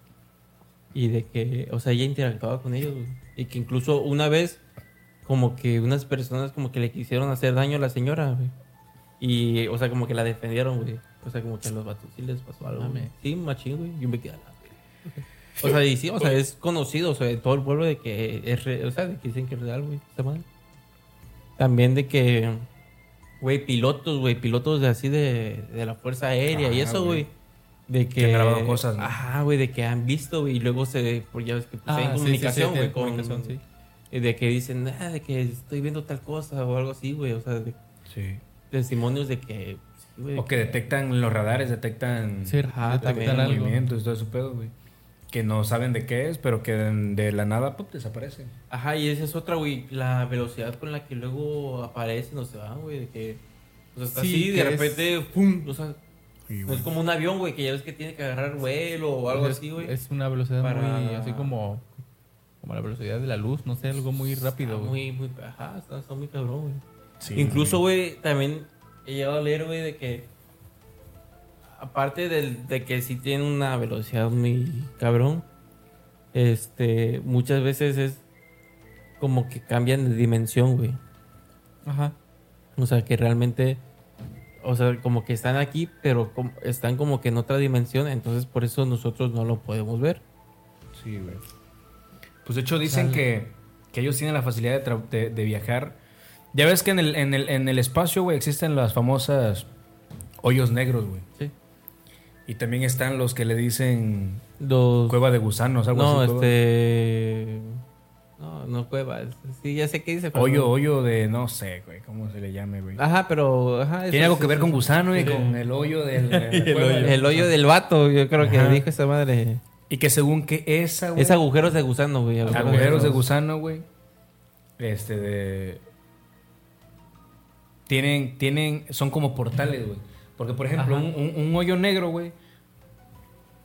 Speaker 4: Y de que, o sea, ella interactuaba con ellos, güey. Y que incluso una vez, como que unas personas como que le quisieron hacer daño a la señora, güey. Y, o sea, como que la defendieron, güey. O sea, como que a los vatos sí les pasó algo. güey. Sí, machín, güey. Yo me quedé a la verga. O sea, y sí, o sea, es conocido, o sea, de todo el pueblo de que es re- o sea, de que dicen que es real, güey, esta madre. También de que, güey, pilotos, güey, pilotos de así de, de la Fuerza Aérea y
Speaker 2: Ah,
Speaker 4: eso,
Speaker 2: güey.
Speaker 4: güey. De que,
Speaker 2: Que han grabado cosas, ¿no?
Speaker 4: Ajá, güey, de que han visto, güey, y luego se, pues ya ves que pues,
Speaker 3: Ah,
Speaker 4: hay
Speaker 3: sí, sí, sí,
Speaker 4: comunicación, güey,
Speaker 3: tienen
Speaker 4: con-
Speaker 3: comunicación, sí.
Speaker 4: eh, De que dicen, ah, de que estoy viendo tal cosa o algo así, güey, o sea, de-
Speaker 2: Sí.
Speaker 4: testimonios de que, sí, güey,
Speaker 2: O que detectan los radares, detectan
Speaker 3: Sí,
Speaker 4: Ajá,
Speaker 3: detectan
Speaker 4: también,
Speaker 3: algo.
Speaker 2: movimientos, todo su pedo, güey. Que no saben de qué es, pero que de la nada, pum, desaparecen.
Speaker 4: Ajá, y esa es otra, güey. La velocidad con la que luego aparecen o se van, güey. De que. O sea, está
Speaker 3: Sí,
Speaker 4: así, de
Speaker 3: que es-
Speaker 4: repente, ¡pum! O sea,
Speaker 2: Sí,
Speaker 4: no es como un avión, güey, que ya ves que tiene que agarrar vuelo o algo
Speaker 3: es,
Speaker 4: así, güey.
Speaker 3: Es una velocidad
Speaker 4: Para-
Speaker 3: muy, así como, como la velocidad de la luz, no sé, algo muy rápido.
Speaker 4: Está
Speaker 3: güey.
Speaker 4: muy, muy. Ajá, está, está muy cabrón, güey.
Speaker 2: Sí,
Speaker 4: Incluso, güey, también he llegado a leer, güey, de que. Aparte del, de que sí tiene una velocidad muy cabrón, este. Muchas veces es como que cambian de dimensión, güey.
Speaker 3: Ajá.
Speaker 4: O sea, que realmente, o sea, como que están aquí, pero como- están como que en otra dimensión, entonces por eso nosotros no lo podemos ver.
Speaker 2: Sí, güey. Pues de hecho dicen que, que ellos tienen la facilidad de, tra- de- de viajar. Ya ves que en el, en el, en el espacio, güey, existen las famosas hoyos negros, güey.
Speaker 4: Sí.
Speaker 2: Y también están los que le dicen
Speaker 4: Los,
Speaker 2: cueva de gusanos, algo
Speaker 4: no,
Speaker 2: así. cueva-
Speaker 4: este... No, no cueva. es- Sí, ya sé qué dice. pero
Speaker 2: Hoyo,
Speaker 4: no.
Speaker 2: hoyo de, no sé, güey, cómo se le llame, güey.
Speaker 4: Ajá, pero... Ajá, Ah, eso
Speaker 2: Tiene algo
Speaker 4: es-
Speaker 2: que ver con gusano y
Speaker 4: sí.
Speaker 2: con el hoyo del... de la cueva.
Speaker 4: El hoyo del vato, yo creo que
Speaker 2: Ajá.
Speaker 4: dijo esa madre.
Speaker 2: Y que según que esa, güey...
Speaker 4: Es agujeros de gusano, güey.
Speaker 2: Agujeros de gusano, güey. Este de. Tienen, tienen. Son como portales, güey. Porque, por ejemplo,
Speaker 4: Ajá.
Speaker 2: un, un- un hoyo negro, güey.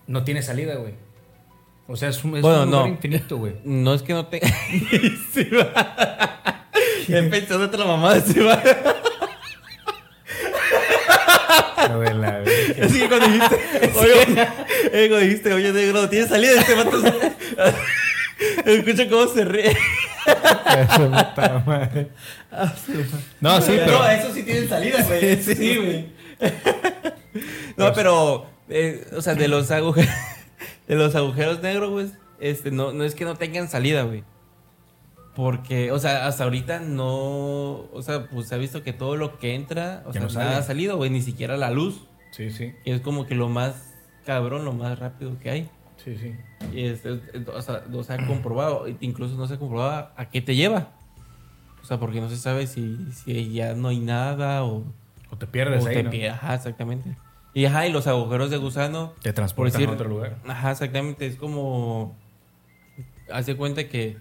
Speaker 2: No tiene salida, güey. O sea, es un, es
Speaker 4: Bueno,
Speaker 2: un lugar
Speaker 4: no.
Speaker 2: infinito, güey.
Speaker 4: No es que no tenga... sí, va. He pensado otra mamada, sí, va.
Speaker 2: La de la verga.
Speaker 4: Es que cuando dijiste, es que- eh, cuando dijiste, oye negro, tiene salida este vato. Escucha cómo se ríe.
Speaker 2: No, sí, pero.
Speaker 4: No, eso Ah, sí tiene salida, güey. Sí, güey. No, pero, eh, o sea, de los agujeros, de los agujeros negros, güey, este, no, no es que no tengan salida, güey. Porque, o sea, hasta ahorita no, o sea, pues se ha visto que todo lo que entra, o
Speaker 2: Ya
Speaker 4: sea,
Speaker 2: no sale.
Speaker 4: nada ha salido, güey, ni siquiera la luz.
Speaker 2: Sí, sí.
Speaker 4: que es como que lo más cabrón, lo más rápido que hay.
Speaker 2: Sí, sí.
Speaker 4: Y este, o sea, no se ha comprobado, incluso no se ha comprobado a qué te lleva. O sea, porque no se sabe si, si ya no hay nada o,
Speaker 2: O te pierdes
Speaker 4: o
Speaker 2: ahí.
Speaker 4: te
Speaker 2: ¿no?
Speaker 4: pie- Ajá, exactamente. Y ajá, y los agujeros de gusano.
Speaker 2: Te
Speaker 4: Por
Speaker 2: transportan
Speaker 4: decir,
Speaker 2: a otro lugar.
Speaker 4: Ajá, exactamente. Es como. Hace cuenta que.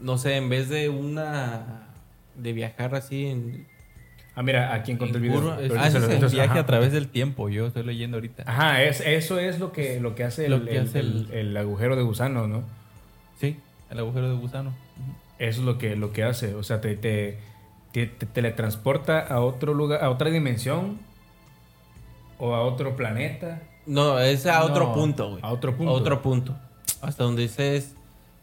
Speaker 4: No sé, en vez de una. De viajar así en.
Speaker 2: Ah, mira, aquí encontré el
Speaker 4: En
Speaker 2: video.
Speaker 4: curva,
Speaker 2: Pero
Speaker 4: es-
Speaker 2: ahorita
Speaker 3: Ah,
Speaker 4: ese
Speaker 3: ese
Speaker 2: se lo-
Speaker 3: es el
Speaker 2: entonces,
Speaker 3: viaje
Speaker 2: ajá. Ah.
Speaker 3: a través del tiempo, yo estoy leyendo ahorita.
Speaker 2: Ajá, es, eso es lo que, lo que hace,
Speaker 3: Lo
Speaker 2: el,
Speaker 3: que hace
Speaker 2: el-
Speaker 3: el-
Speaker 2: el agujero de gusano, ¿no?
Speaker 3: Sí, el agujero de gusano.
Speaker 2: Eso es lo que, lo que hace. O sea, te, te, te- te teletransporta a otro lugar, a otra dimensión. O a otro planeta.
Speaker 4: No, es a otro
Speaker 3: No,
Speaker 4: punto, güey.
Speaker 2: a otro punto.
Speaker 4: A otro punto. Hasta donde dices,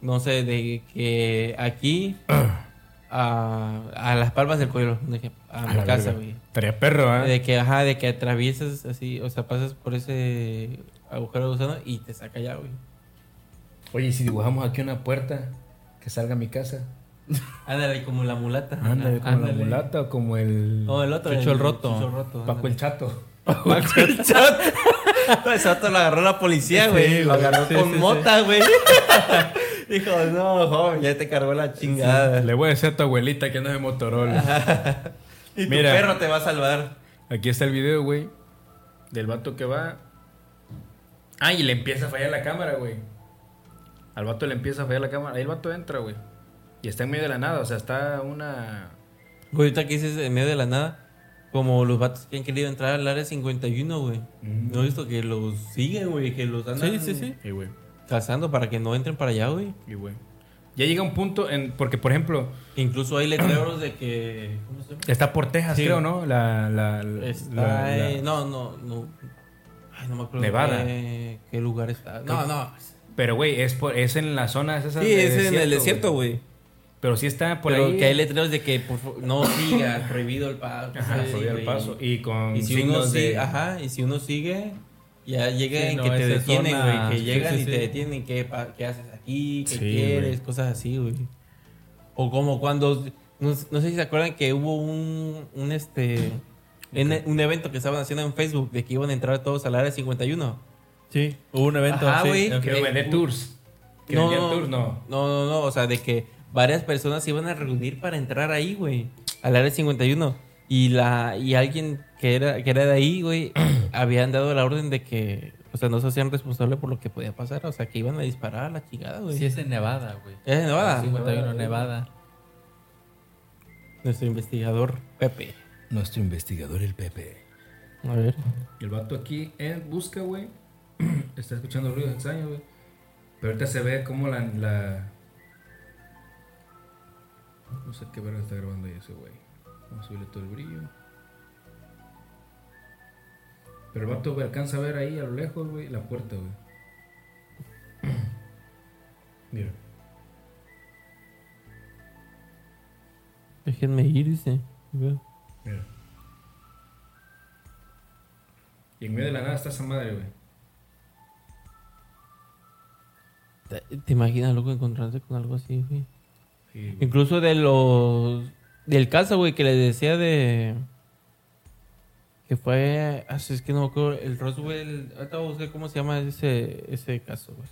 Speaker 4: no sé, de que aquí a, a las palmas del pueblo, de que a, mi
Speaker 2: la
Speaker 4: casa,
Speaker 2: verga.
Speaker 4: güey.
Speaker 2: Estaría perro, ¿eh?
Speaker 4: De que, ajá, de que atraviesas así, o sea, pasas por ese agujero de gusano y te saca ya, güey.
Speaker 2: Oye, ¿y si dibujamos aquí una puerta que salga a mi casa.
Speaker 4: Ándale, como la mulata.
Speaker 2: Ándale, como la mulata o como el.
Speaker 4: No, Oh, el otro.
Speaker 3: Chucho el roto.
Speaker 4: Chucho roto.
Speaker 2: Paco el
Speaker 4: ándale.
Speaker 2: Chato.
Speaker 4: Paco el chato. Ese vato lo agarró la policía, güey. lo agarró
Speaker 3: sí,
Speaker 4: con
Speaker 3: sí, sí.
Speaker 4: mota, güey. Dijo, no, joven, ya te cargó la chingada.
Speaker 2: Le voy a decir a tu abuelita que andas de Motorola.
Speaker 4: Y tu
Speaker 2: Mira.
Speaker 4: perro te va a salvar.
Speaker 2: Aquí está el video, güey. Del vato que va. Ah, y le empieza a fallar la cámara, güey. Al vato le empieza a fallar la cámara. Ahí el vato entra, güey. Y está en medio de la nada, o sea, está una.
Speaker 4: Güey, ahorita que dices en medio de la nada, como los vatos que han querido entrar al área 51, güey. No he visto que los siguen, güey, que los andan
Speaker 3: Sí, sí, sí.
Speaker 2: Y, güey.
Speaker 4: cazando para que no entren para allá, güey.
Speaker 2: Y, güey. Ya llega un punto en. Porque, por ejemplo,
Speaker 4: Incluso hay letreros de que. ¿Cómo se llama?
Speaker 2: está por Texas,
Speaker 4: Sí,
Speaker 2: creo, ¿no? La. la, la-
Speaker 4: Está
Speaker 2: la- la-
Speaker 4: en- No, no, no. Ay, no me acuerdo.
Speaker 2: Nevada.
Speaker 4: Qué, qué lugar está. No, no.
Speaker 2: Pero, güey, es, por- es en las zonas esas.
Speaker 4: Sí,
Speaker 2: de
Speaker 4: es en el
Speaker 2: güey.
Speaker 4: desierto, güey.
Speaker 2: Pero sí está por
Speaker 4: Pero
Speaker 2: ahí.
Speaker 4: que hay letreros de que por favor, no sigas, prohibido el paso.
Speaker 2: Ajá,
Speaker 4: sí,
Speaker 2: jodido el
Speaker 4: güey.
Speaker 2: paso. Y con
Speaker 4: Y si uno
Speaker 2: signos
Speaker 4: sigue,
Speaker 2: de-
Speaker 4: ajá, y si uno sigue, ya llega
Speaker 3: Sí,
Speaker 4: en
Speaker 3: no,
Speaker 4: que te
Speaker 3: esa es
Speaker 4: detienen,
Speaker 3: zona-
Speaker 4: güey. Que
Speaker 3: sí,
Speaker 4: llegan
Speaker 3: sí,
Speaker 4: y
Speaker 3: sí.
Speaker 4: te detienen, ¿qué, pa- qué haces aquí? ¿Qué
Speaker 2: Sí,
Speaker 4: quieres?
Speaker 2: güey.
Speaker 4: Cosas así, güey. O como cuando, no, no sé si se acuerdan que hubo un, un este, en- un evento que estaban haciendo en Facebook de que iban a entrar todos al área 51.
Speaker 3: Sí, hubo un evento.
Speaker 4: Ajá,
Speaker 3: sí,
Speaker 4: güey.
Speaker 3: ok.
Speaker 2: Que vende tours. Que
Speaker 4: No,
Speaker 2: vendían
Speaker 4: no,
Speaker 2: tours, no.
Speaker 4: No, no, no, O sea, de que varias personas se iban a reunir para entrar ahí, güey. Al área 51. Y la y alguien que era, que era de ahí, güey, habían dado la orden de que, o sea, no se hacían responsables por lo que podía pasar. O sea, que iban a disparar a la chingada, güey.
Speaker 6: Sí, es en Nevada, güey.
Speaker 4: ¿Es en Nevada?
Speaker 6: 51 Nevada.
Speaker 4: Nuestro investigador, Pepe.
Speaker 2: Nuestro investigador, el Pepe.
Speaker 4: A ver.
Speaker 2: El vato aquí en busca, güey. Está escuchando ruidos extraños, güey. Pero ahorita se ve como la, la- No sé qué verga está grabando ahí ese güey. Vamos a subirle todo el brillo. Pero el vato, güey, alcanza a ver ahí a lo lejos, güey, la puerta, güey. Mira.
Speaker 4: Déjenme ir, dice.
Speaker 2: Mira. Y en medio de la nada está esa madre, güey.
Speaker 4: ¿Te, te imaginas, loco, encontrarse con algo así, güey?
Speaker 2: Sí, güey.
Speaker 4: Incluso de los. Del caso, güey, que les decía de. Que fue. ah, sí, es que no me acuerdo. El Roswell. Ahorita voy a buscar cómo se llama ese, ese caso, güey.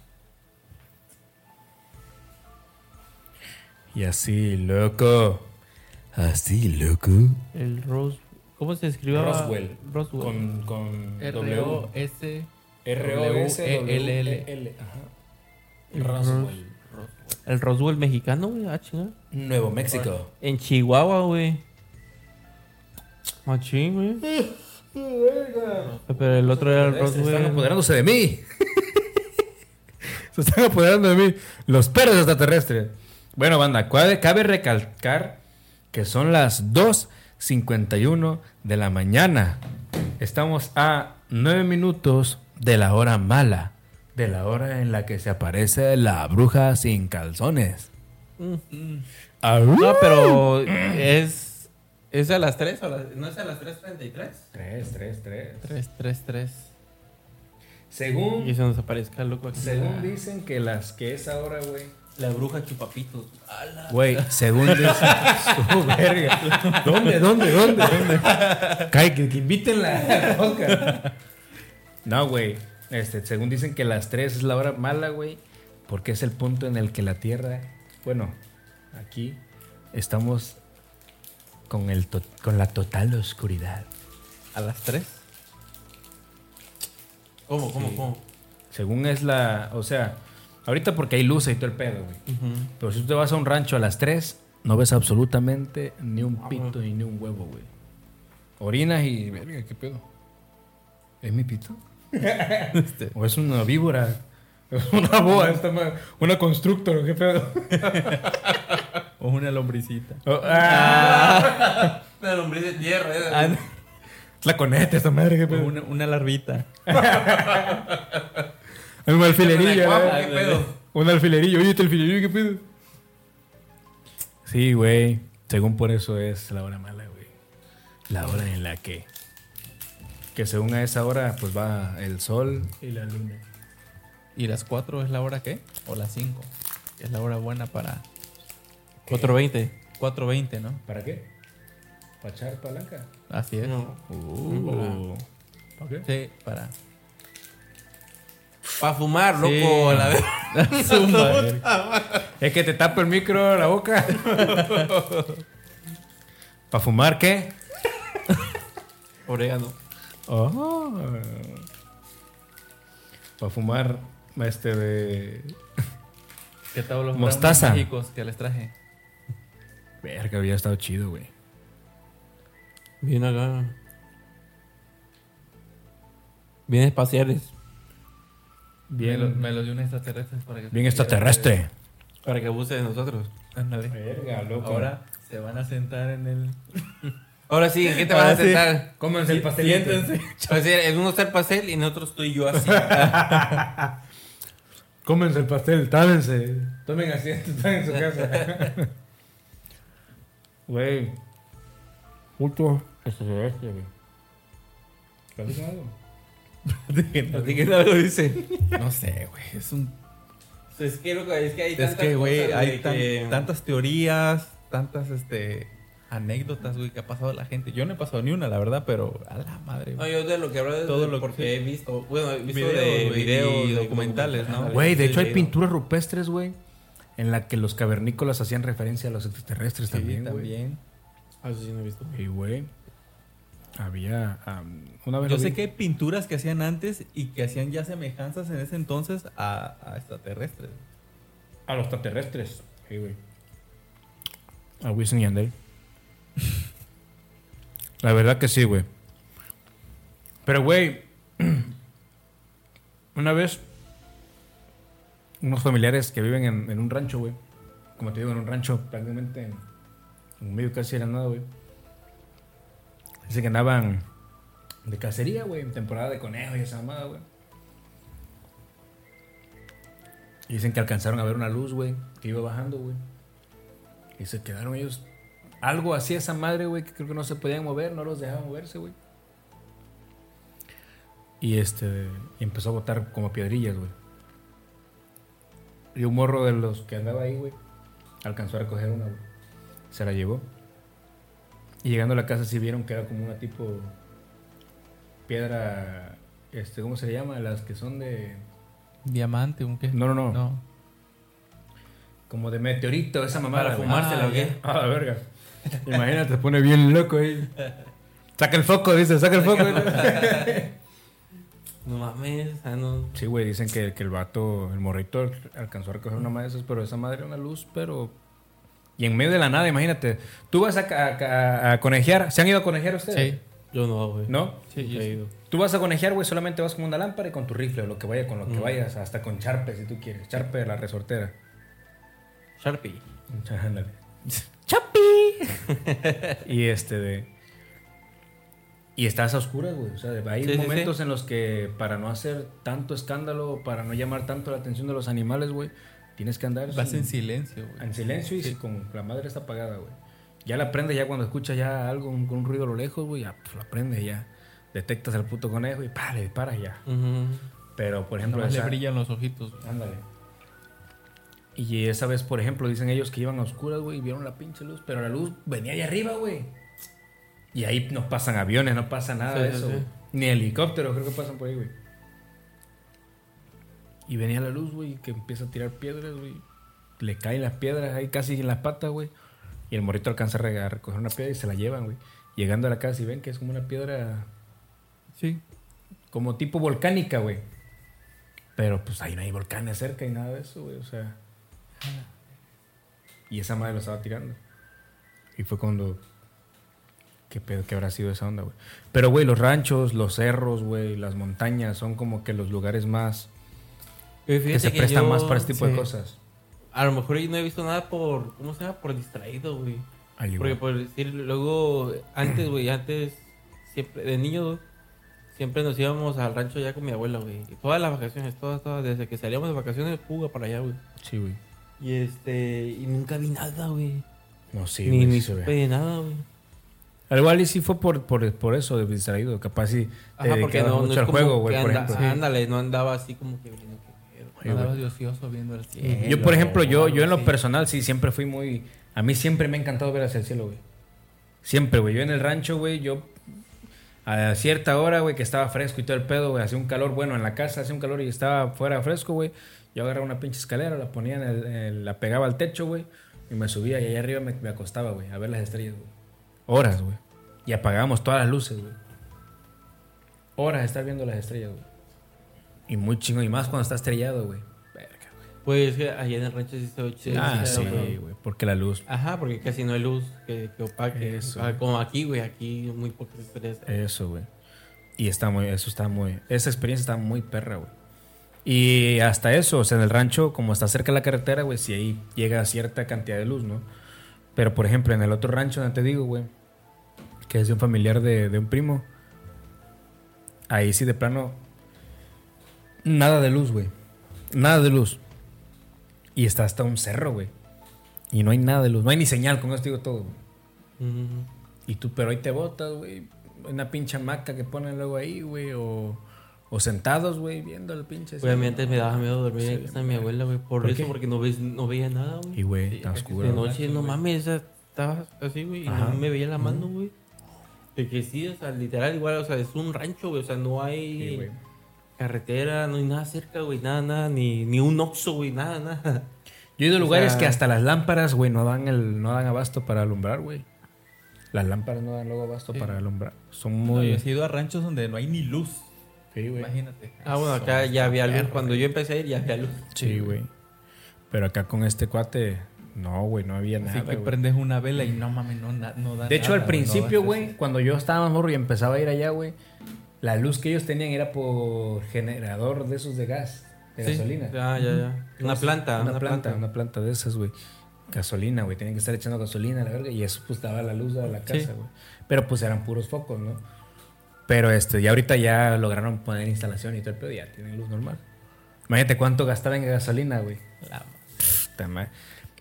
Speaker 2: Y así, loco. Así, loco.
Speaker 4: El Roswell. ¿Cómo se escribía?
Speaker 2: Roswell.
Speaker 4: Roswell.
Speaker 2: Con, con W.
Speaker 6: R-O-S.
Speaker 2: R-O-S-W-E-L-L. E Ajá.
Speaker 4: El Roswell. El Roswell mexicano, güey. Ah, chinga.
Speaker 2: Nuevo México.
Speaker 4: En Chihuahua, güey. Machín, güey. Pero el otro era el
Speaker 2: Se están
Speaker 4: Roswell.
Speaker 2: apoderándose de mí. Se están apoderando de mí. Los perros extraterrestres. Bueno, banda, cabe, cabe recalcar que son las 2.51 de la mañana. Estamos a 9 minutos de la hora mala. De la hora en la que se aparece la bruja sin calzones. Mm. Arru.
Speaker 3: Mm.
Speaker 4: No, pero es. ¿Es a las 3 o a las- ¿No es a las 3.33?
Speaker 2: Tres, tres, tres.
Speaker 4: 3-3-3.
Speaker 2: Según,
Speaker 4: Y eso nos aparezca loco aquí.
Speaker 2: según dicen que las que es ahora, güey.
Speaker 4: La bruja chupapitos. ¡Ala!
Speaker 2: Güey, según dicen. Su verga. ¿Dónde, dónde, dónde, dónde? Cae, que, que inviten la roca. No, güey. Este, según dicen que las 3 es la hora mala, güey. Porque es el punto en el que la Tierra. Bueno, aquí estamos con, el to- con la total oscuridad.
Speaker 3: A las 3.
Speaker 4: ¿Cómo, cómo, cómo?
Speaker 2: Según es la. O sea, ahorita porque hay luz y todo el pedo, güey. Pero si tú te vas a un rancho a las 3, no ves absolutamente ni un pito y ni un huevo, Ah, güey. Orinas y. Verga, ¿qué pedo? ¿Es mi pito? Este, ¿O es una víbora? ¿Es una boa? esta ma- ¿Una constructor? ¿Qué pedo?
Speaker 3: O una lombricita.
Speaker 2: Oh, ah,
Speaker 4: La lombriz de tierra.
Speaker 3: Ah, no,
Speaker 2: la coneta esta madre, ¿qué
Speaker 3: o
Speaker 2: pedo?
Speaker 3: una, una larvita.
Speaker 2: Hay un
Speaker 4: Una
Speaker 2: alfilerillo.
Speaker 4: guapa,
Speaker 2: ¿eh?
Speaker 4: ¿qué pedo?
Speaker 2: Un alfilerillo. Oye, este alfilerillo, ¿qué pedo? Sí, güey. Según por eso es la hora mala, güey. La hora en la que... Que según a esa hora, pues va el sol y la luna.
Speaker 3: ¿Y las 4 es la hora qué? ¿O las 5? Es la hora buena para
Speaker 4: 420.
Speaker 3: 4.20, ¿no?
Speaker 2: ¿Para qué? ¿Para echar palanca?
Speaker 3: Así es.
Speaker 4: No.
Speaker 2: Uh. ¿Para qué?
Speaker 3: Sí, para.
Speaker 4: Pa' fumar, loco.
Speaker 3: Sí.
Speaker 4: a La vez.
Speaker 2: Es que te tapa el micro la boca. ¿Para fumar qué?
Speaker 4: Orégano.
Speaker 2: Oh. Para fumar este de...
Speaker 3: ¿Qué tal los
Speaker 2: Mostaza.
Speaker 3: brownies mágicos que les traje?
Speaker 2: Verga, había estado chido, güey.
Speaker 4: Bien acá. Bien espaciales.
Speaker 3: Bien. Me, lo- me los dio un extraterrestre para que.
Speaker 2: Bien extraterrestre.
Speaker 4: Para que abuse de nosotros.
Speaker 3: Ándale.
Speaker 2: Verga, loco.
Speaker 3: Ahora se van a sentar en el.
Speaker 4: Ahora sí, ¿en qué te van a
Speaker 3: Ahora sí.
Speaker 4: sentar?
Speaker 2: cómense el pastelito.
Speaker 3: Siéntense.
Speaker 4: O sea, en uno está el pastel y en otro estoy yo así.
Speaker 2: Cómense el pastel, tábense. Tomen asiento, están en su casa. Güey. Puto extraterrestre, güey. ¿Platican algo?
Speaker 4: Platiquen algo, dice.
Speaker 3: No sé, güey. Es, un-
Speaker 4: Pues Es que, loco, es que hay
Speaker 3: es que, güey,
Speaker 4: cosas,
Speaker 3: hay tan-
Speaker 4: que-
Speaker 3: tantas teorías, tantas este, anécdotas, güey, que ha pasado la gente. Yo no he pasado ni una, la verdad, pero a la madre,
Speaker 4: No,
Speaker 3: güey.
Speaker 4: yo de lo que hablo es
Speaker 3: Todo
Speaker 4: de-
Speaker 3: lo que-
Speaker 4: porque he visto, bueno, he visto
Speaker 3: Videos,
Speaker 4: de
Speaker 3: güey,
Speaker 4: videos
Speaker 3: y
Speaker 4: de
Speaker 3: documentales, ¿no?
Speaker 4: Ajá,
Speaker 2: Güey, de
Speaker 4: sí,
Speaker 2: hecho hay
Speaker 4: leído.
Speaker 2: pinturas rupestres, güey. En la que los cavernícolas hacían referencia a los extraterrestres
Speaker 3: Sí,
Speaker 2: también, güey.
Speaker 3: también.
Speaker 4: Ah, eso sí no he visto.
Speaker 2: Y, güey. Había. am, una vez.
Speaker 3: Yo
Speaker 2: lo
Speaker 3: sé
Speaker 2: vi-
Speaker 3: que hay pinturas que hacían antes y que hacían ya semejanzas en ese entonces a, a extraterrestres.
Speaker 2: A los extraterrestres. Sí, güey. A Wisin y Andel. La verdad que sí, güey. Pero, güey. Una vez. Unos familiares que viven en, en un rancho, güey. Como te digo, en un rancho prácticamente. En, en medio casi era nada, güey. Dicen que andaban de cacería, güey. En temporada de conejos y esa mamada, güey. Y dicen que alcanzaron a ver una luz, güey, que iba bajando, güey. Y se quedaron ellos. Algo así esa madre, güey, que creo que no se podían mover, no los dejaban moverse, güey. Y este. Y empezó a botar como piedrillas, güey. Y un morro de los que andaba ahí, güey, alcanzó a recoger una, güey. Se la llevó. Y llegando a la casa sí vieron que era como una tipo. Piedra. Este, ¿cómo se le llama? Las que son de.
Speaker 6: Diamante, un qué.
Speaker 2: No, no, no.
Speaker 6: No.
Speaker 2: Como de meteorito, esa mamada.
Speaker 4: Para
Speaker 2: güey.
Speaker 4: fumársela,
Speaker 6: Ah,
Speaker 4: ¿o qué?
Speaker 2: Ah, la verga. Imagínate, te pone bien loco ahí. Saca el foco, dice, saca el foco.
Speaker 4: No mames, ah, no.
Speaker 2: sí, güey, dicen que, que el vato, el morrito, alcanzó a recoger una madre de esas, pero esa madre era una luz, pero. Y en medio de la nada, imagínate. Tú vas a, ca- a, ca- a conejear. ¿Se han ido a conejear ustedes?
Speaker 6: Sí.
Speaker 4: Yo no, güey.
Speaker 2: ¿No?
Speaker 6: Sí, yo
Speaker 4: Nunca he
Speaker 6: sí.
Speaker 4: ido.
Speaker 2: Tú vas a conejear, güey, solamente vas con una lámpara y con tu rifle, o lo que vaya, con lo que vayas, hasta con charpe si tú quieres. Charpe de la resortera.
Speaker 4: Sharpie.
Speaker 2: Ándale. ¡Chopi! y este de. Y estás a oscuras, güey. O sea, hay
Speaker 4: Sí, sí,
Speaker 2: momentos en los que para no hacer tanto escándalo, para no llamar tanto la atención de los animales, güey, tienes que andar
Speaker 3: Vas
Speaker 2: sin-
Speaker 3: en silencio, güey.
Speaker 2: en silencio y si con la madre está apagada, güey. Ya la prendes, ya cuando escuchas ya algo, un, un ruido a lo lejos, güey, ya pues, la prendes, ya detectas al puto conejo y pa, le disparas ya.
Speaker 4: Ujú.
Speaker 2: Pero, por ejemplo,
Speaker 6: Nomás le
Speaker 2: esa-
Speaker 6: brillan los ojitos. güey.
Speaker 2: Ándale. Y esa vez, por ejemplo, dicen ellos que iban a oscuras, güey, y vieron la pinche luz, pero la luz venía allá arriba, güey. Y ahí no pasan aviones, no pasa nada
Speaker 4: Sí,
Speaker 2: de
Speaker 4: sí,
Speaker 2: eso.
Speaker 4: sí.
Speaker 2: güey. Ni helicópteros, creo que pasan por ahí, güey. Y venía la luz, güey, que empieza a tirar piedras, güey. Le caen las piedras ahí casi en las patas, güey. Y el morrito alcanza a re- a recoger una piedra y se la llevan, güey. Llegando a la casa y ven que es como una piedra
Speaker 6: Sí.
Speaker 2: como tipo volcánica, güey. Pero pues ahí no hay volcanes cerca y nada de eso, güey. O sea. Y esa madre lo estaba tirando. Y fue cuando. ¿Qué pedo que habrá sido esa onda, güey? Pero, güey, los ranchos, los cerros, güey, las montañas son como que los lugares más.
Speaker 4: Güey,
Speaker 2: que
Speaker 4: Pues fíjate
Speaker 2: se prestan
Speaker 4: yo-
Speaker 2: más para este tipo de
Speaker 4: sí.
Speaker 2: cosas.
Speaker 4: A lo mejor yo no he visto nada por, ¿cómo se llama? Por distraído, güey.
Speaker 2: Al
Speaker 4: Porque pues,
Speaker 2: igual.
Speaker 4: por decir, luego, antes, güey, antes, siempre, de niño, güey, siempre nos íbamos al rancho ya con mi abuela, güey. Y Todas las vacaciones, todas, todas, desde que salíamos de vacaciones, fuga para allá, güey.
Speaker 2: Sí, güey.
Speaker 4: Y este, y nunca vi nada, güey.
Speaker 2: No, sí,
Speaker 4: ni
Speaker 2: güey,
Speaker 4: ni
Speaker 2: sí se ve.
Speaker 4: supe de nada, güey.
Speaker 2: Al igual y sí fue por, por, por eso, de distraído. Capaz sí. Te
Speaker 4: Ajá, porque
Speaker 2: dedicabas
Speaker 4: no, no
Speaker 2: mucho
Speaker 4: es
Speaker 2: al
Speaker 4: como
Speaker 2: juego,
Speaker 4: que
Speaker 2: güey, por
Speaker 4: anda-
Speaker 2: ejemplo.
Speaker 4: Ándale, no andaba así como que viendo qué pedo.
Speaker 2: Sí, güey.
Speaker 6: Andabas de ocioso viendo el cielo.
Speaker 2: Yo, por ejemplo, yo,
Speaker 6: o
Speaker 2: yo en lo
Speaker 6: algo así.
Speaker 2: personal sí siempre fui muy... A mí siempre me ha encantado ver hacia el cielo, güey. Siempre, güey. Yo en el rancho, güey, yo... A cierta hora, güey, que estaba fresco y todo el pedo, güey. Hacía un calor, bueno, en la casa hacía un calor y estaba fuera fresco, güey. Yo agarraba una pinche escalera, la ponía en el- en- la pegaba al techo, güey. Y me subía y allá arriba me, me acostaba, güey, a ver las estrellas, güey. Horas, güey. Y apagábamos todas las luces, güey. Horas de estar viendo las estrellas, güey. Y muy chingo, y más cuando está estrellado, güey. Verga, güey.
Speaker 4: Pues es que allá en el rancho sí se ve chido.
Speaker 2: Ah,
Speaker 4: se
Speaker 2: sí,
Speaker 4: ve, güey.
Speaker 2: güey, porque la luz.
Speaker 4: Ajá, porque casi no hay luz que, que opaque.
Speaker 2: Eso.
Speaker 4: Ah, Como aquí, güey, aquí muy pocas estrellas.
Speaker 2: Eso, güey. Y está muy, eso está muy, esa experiencia está muy perra, güey. Y hasta eso, o sea, en el rancho, como está cerca de la carretera, güey, si ahí llega cierta cantidad de luz, ¿no? Pero, por ejemplo, en el otro rancho, donde te digo, güey, que es de un familiar de, de un primo, ahí sí de plano, nada de luz, güey. Nada de luz. Y está hasta un cerro, güey. Y no hay nada de luz. No hay ni señal, con eso te digo todo, güey.
Speaker 4: Ujú.
Speaker 2: Y tú, pero ahí te botas, güey. Una pinche hamaca que ponen luego ahí, güey. O, o sentados, güey, viendo el pinche. cielo,
Speaker 4: Obviamente
Speaker 2: ¿no?
Speaker 4: me daba miedo dormir en casa de mi abuela, güey. Por,
Speaker 2: ¿Por
Speaker 4: eso,
Speaker 2: qué?
Speaker 4: porque no, ves, no veía nada, güey.
Speaker 2: Y, güey, tan
Speaker 4: De
Speaker 2: oscuro. güey.
Speaker 4: noche, no mames, esa- estaba así, güey, y
Speaker 2: Ajá.
Speaker 4: no me veía la mano, güey. De que sí, o sea, literal, igual, o sea, es un rancho, güey, o sea, no hay
Speaker 2: Sí, güey.
Speaker 4: carretera, no hay nada cerca, güey, nada, nada, ni, ni un oxo, güey, nada, nada.
Speaker 2: Yo he ido a lugares
Speaker 4: sea-
Speaker 2: que hasta las lámparas, güey, no dan el, no dan abasto para alumbrar, güey. Las lámparas no dan luego abasto para alumbrar. Son
Speaker 6: Muy
Speaker 2: muy.
Speaker 6: he ido a ranchos donde no hay ni luz.
Speaker 2: Sí, güey.
Speaker 6: Imagínate.
Speaker 4: Ah, bueno, acá ya había luz, cuando yo empecé a ir ya había luz.
Speaker 2: Sí, güey. Pero acá con este cuate, no, güey, no había
Speaker 6: Así
Speaker 2: nada.
Speaker 6: que
Speaker 2: güey.
Speaker 6: prendes una vela y no mames, no, na- no da
Speaker 2: De hecho,
Speaker 6: nada,
Speaker 2: al
Speaker 6: güey, no este,
Speaker 2: principio,
Speaker 6: da-
Speaker 2: güey, cuando yo estaba más morro y empezaba a ir allá, güey, la luz que ellos tenían era por generador de esos de gas, de
Speaker 4: Sí.
Speaker 2: gasolina.
Speaker 4: Ah, ya, ya. Una planta,
Speaker 2: una, planta, una planta de esas, güey. Gasolina, güey. Tenían que estar echando gasolina, la verga. Y eso, pues, daba la luz a la casa,
Speaker 4: Sí.
Speaker 2: güey. Pero, pues, eran puros focos, ¿no? Pero, este, ya ahorita ya lograron poner instalación y todo el pedo. Ya tienen luz normal. Imagínate cuánto gastaban en gasolina, güey. Puta madre.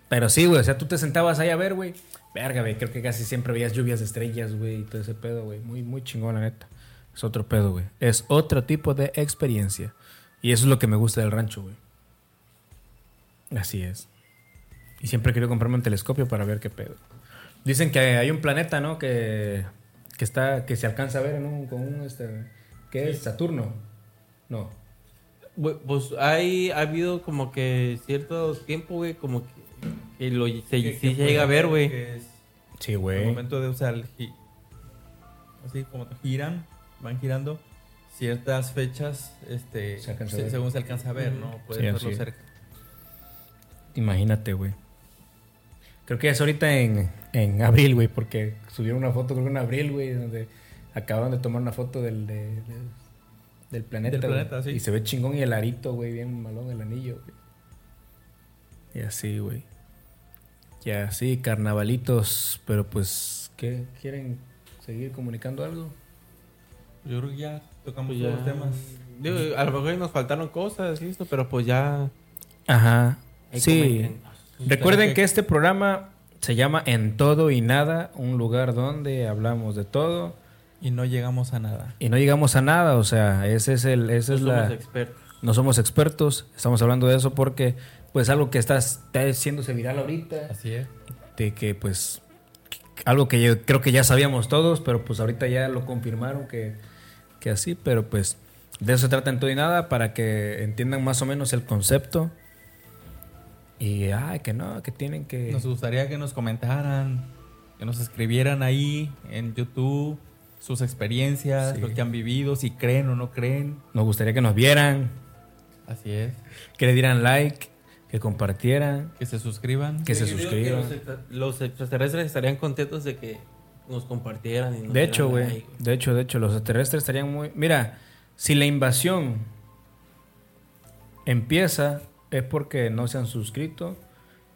Speaker 2: Pero sí, güey. O sea, tú te sentabas ahí a ver, güey. Verga, güey. Creo que casi siempre veías lluvias de estrellas, güey. Y todo ese pedo, güey. Muy, muy chingón, la neta. Es otro pedo, güey. Es otro tipo de experiencia. Y eso es lo que me gusta del rancho, güey. Así es. Y siempre he querido comprarme un telescopio para ver qué pedo. Dicen que hay un planeta, ¿no? Que, que está, que se alcanza a ver en un, con un, este, ¿qué es? Saturno. No.
Speaker 4: Güey, Pues hay, ha habido como que cierto tiempo, güey, como que, que lo, se, sí
Speaker 6: que
Speaker 4: llega a ver, güey.
Speaker 6: que es
Speaker 2: Sí,
Speaker 6: Al momento de usar el gi- así como giran, van girando ciertas fechas, este,
Speaker 2: Se alcanza a
Speaker 6: se-
Speaker 2: ver.
Speaker 6: según se alcanza a ver, ¿no? Puedes
Speaker 2: Sí,
Speaker 6: verlo
Speaker 2: así es.
Speaker 6: cerca.
Speaker 2: Imagínate, güey. Creo que es ahorita en, en abril, güey, porque subieron una foto, creo que en abril, güey, donde acabaron de tomar una foto del, de- de- del planeta.
Speaker 6: Del
Speaker 2: güey.
Speaker 6: planeta, sí.
Speaker 2: Y se ve chingón y el arito, güey, bien malón el anillo, güey. Y así, güey. Y así, carnavalitos, pero pues, ¿qué? ¿Quieren seguir comunicando algo?
Speaker 6: Yo creo que ya tocamos
Speaker 4: Pues
Speaker 6: todos los
Speaker 4: ya.
Speaker 6: temas.
Speaker 4: Digo, a lo mejor nos faltaron cosas y esto, pero pues ya.
Speaker 2: Ajá.
Speaker 4: ahí
Speaker 2: Sí.
Speaker 4: comenten.
Speaker 2: Recuerden que este programa se llama En Todo y Nada, un lugar donde hablamos de todo.
Speaker 6: Y no llegamos a nada.
Speaker 2: y no llegamos a nada, o sea, ese es el,
Speaker 4: No
Speaker 2: esa
Speaker 4: pues,
Speaker 2: es
Speaker 4: somos
Speaker 2: la,
Speaker 4: expertos.
Speaker 2: no somos expertos, estamos hablando de eso porque, pues, algo que está, está haciéndose viral ahorita,
Speaker 6: Así es.
Speaker 2: de que, pues, algo que yo creo que ya sabíamos todos, pero pues ahorita ya lo confirmaron que, que así, pero pues, de eso se trata en todo y nada, para que entiendan más o menos el concepto y, ay, que no, que tienen que...
Speaker 6: Nos gustaría que nos comentaran, que nos escribieran ahí en YouTube sus experiencias,
Speaker 2: Sí.
Speaker 6: lo que han vivido, si creen o no creen.
Speaker 2: Nos gustaría que nos vieran,
Speaker 6: Así es.
Speaker 2: que le dieran like, que compartieran,
Speaker 6: Que se suscriban.
Speaker 2: que se
Speaker 4: Yo digo que
Speaker 2: suscriban.
Speaker 4: los extra- Los extraterrestres estarían contentos de que nos compartieran. y nos
Speaker 2: De hecho,
Speaker 4: dieran
Speaker 2: güey.
Speaker 4: like,
Speaker 2: De hecho, de hecho, los extraterrestres estarían muy. Mira, si la invasión empieza es porque no se han suscrito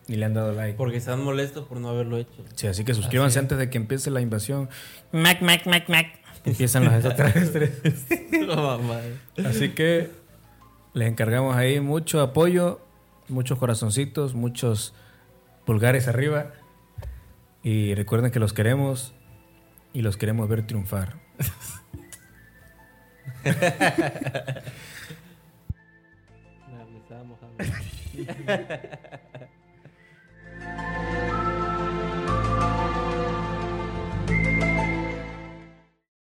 Speaker 2: ni le han dado like.
Speaker 4: Porque están molestos por no haberlo hecho.
Speaker 2: Sí, así que suscríbanse antes de que empiece la invasión.
Speaker 5: Mac, mac, mac, mac.
Speaker 2: Empiezan los extraterrestres.
Speaker 4: No, mamá.
Speaker 2: Así que les encargamos ahí mucho apoyo, muchos corazoncitos, muchos pulgares arriba. Y recuerden que los queremos y los queremos ver triunfar.
Speaker 4: No, me estaba mojando.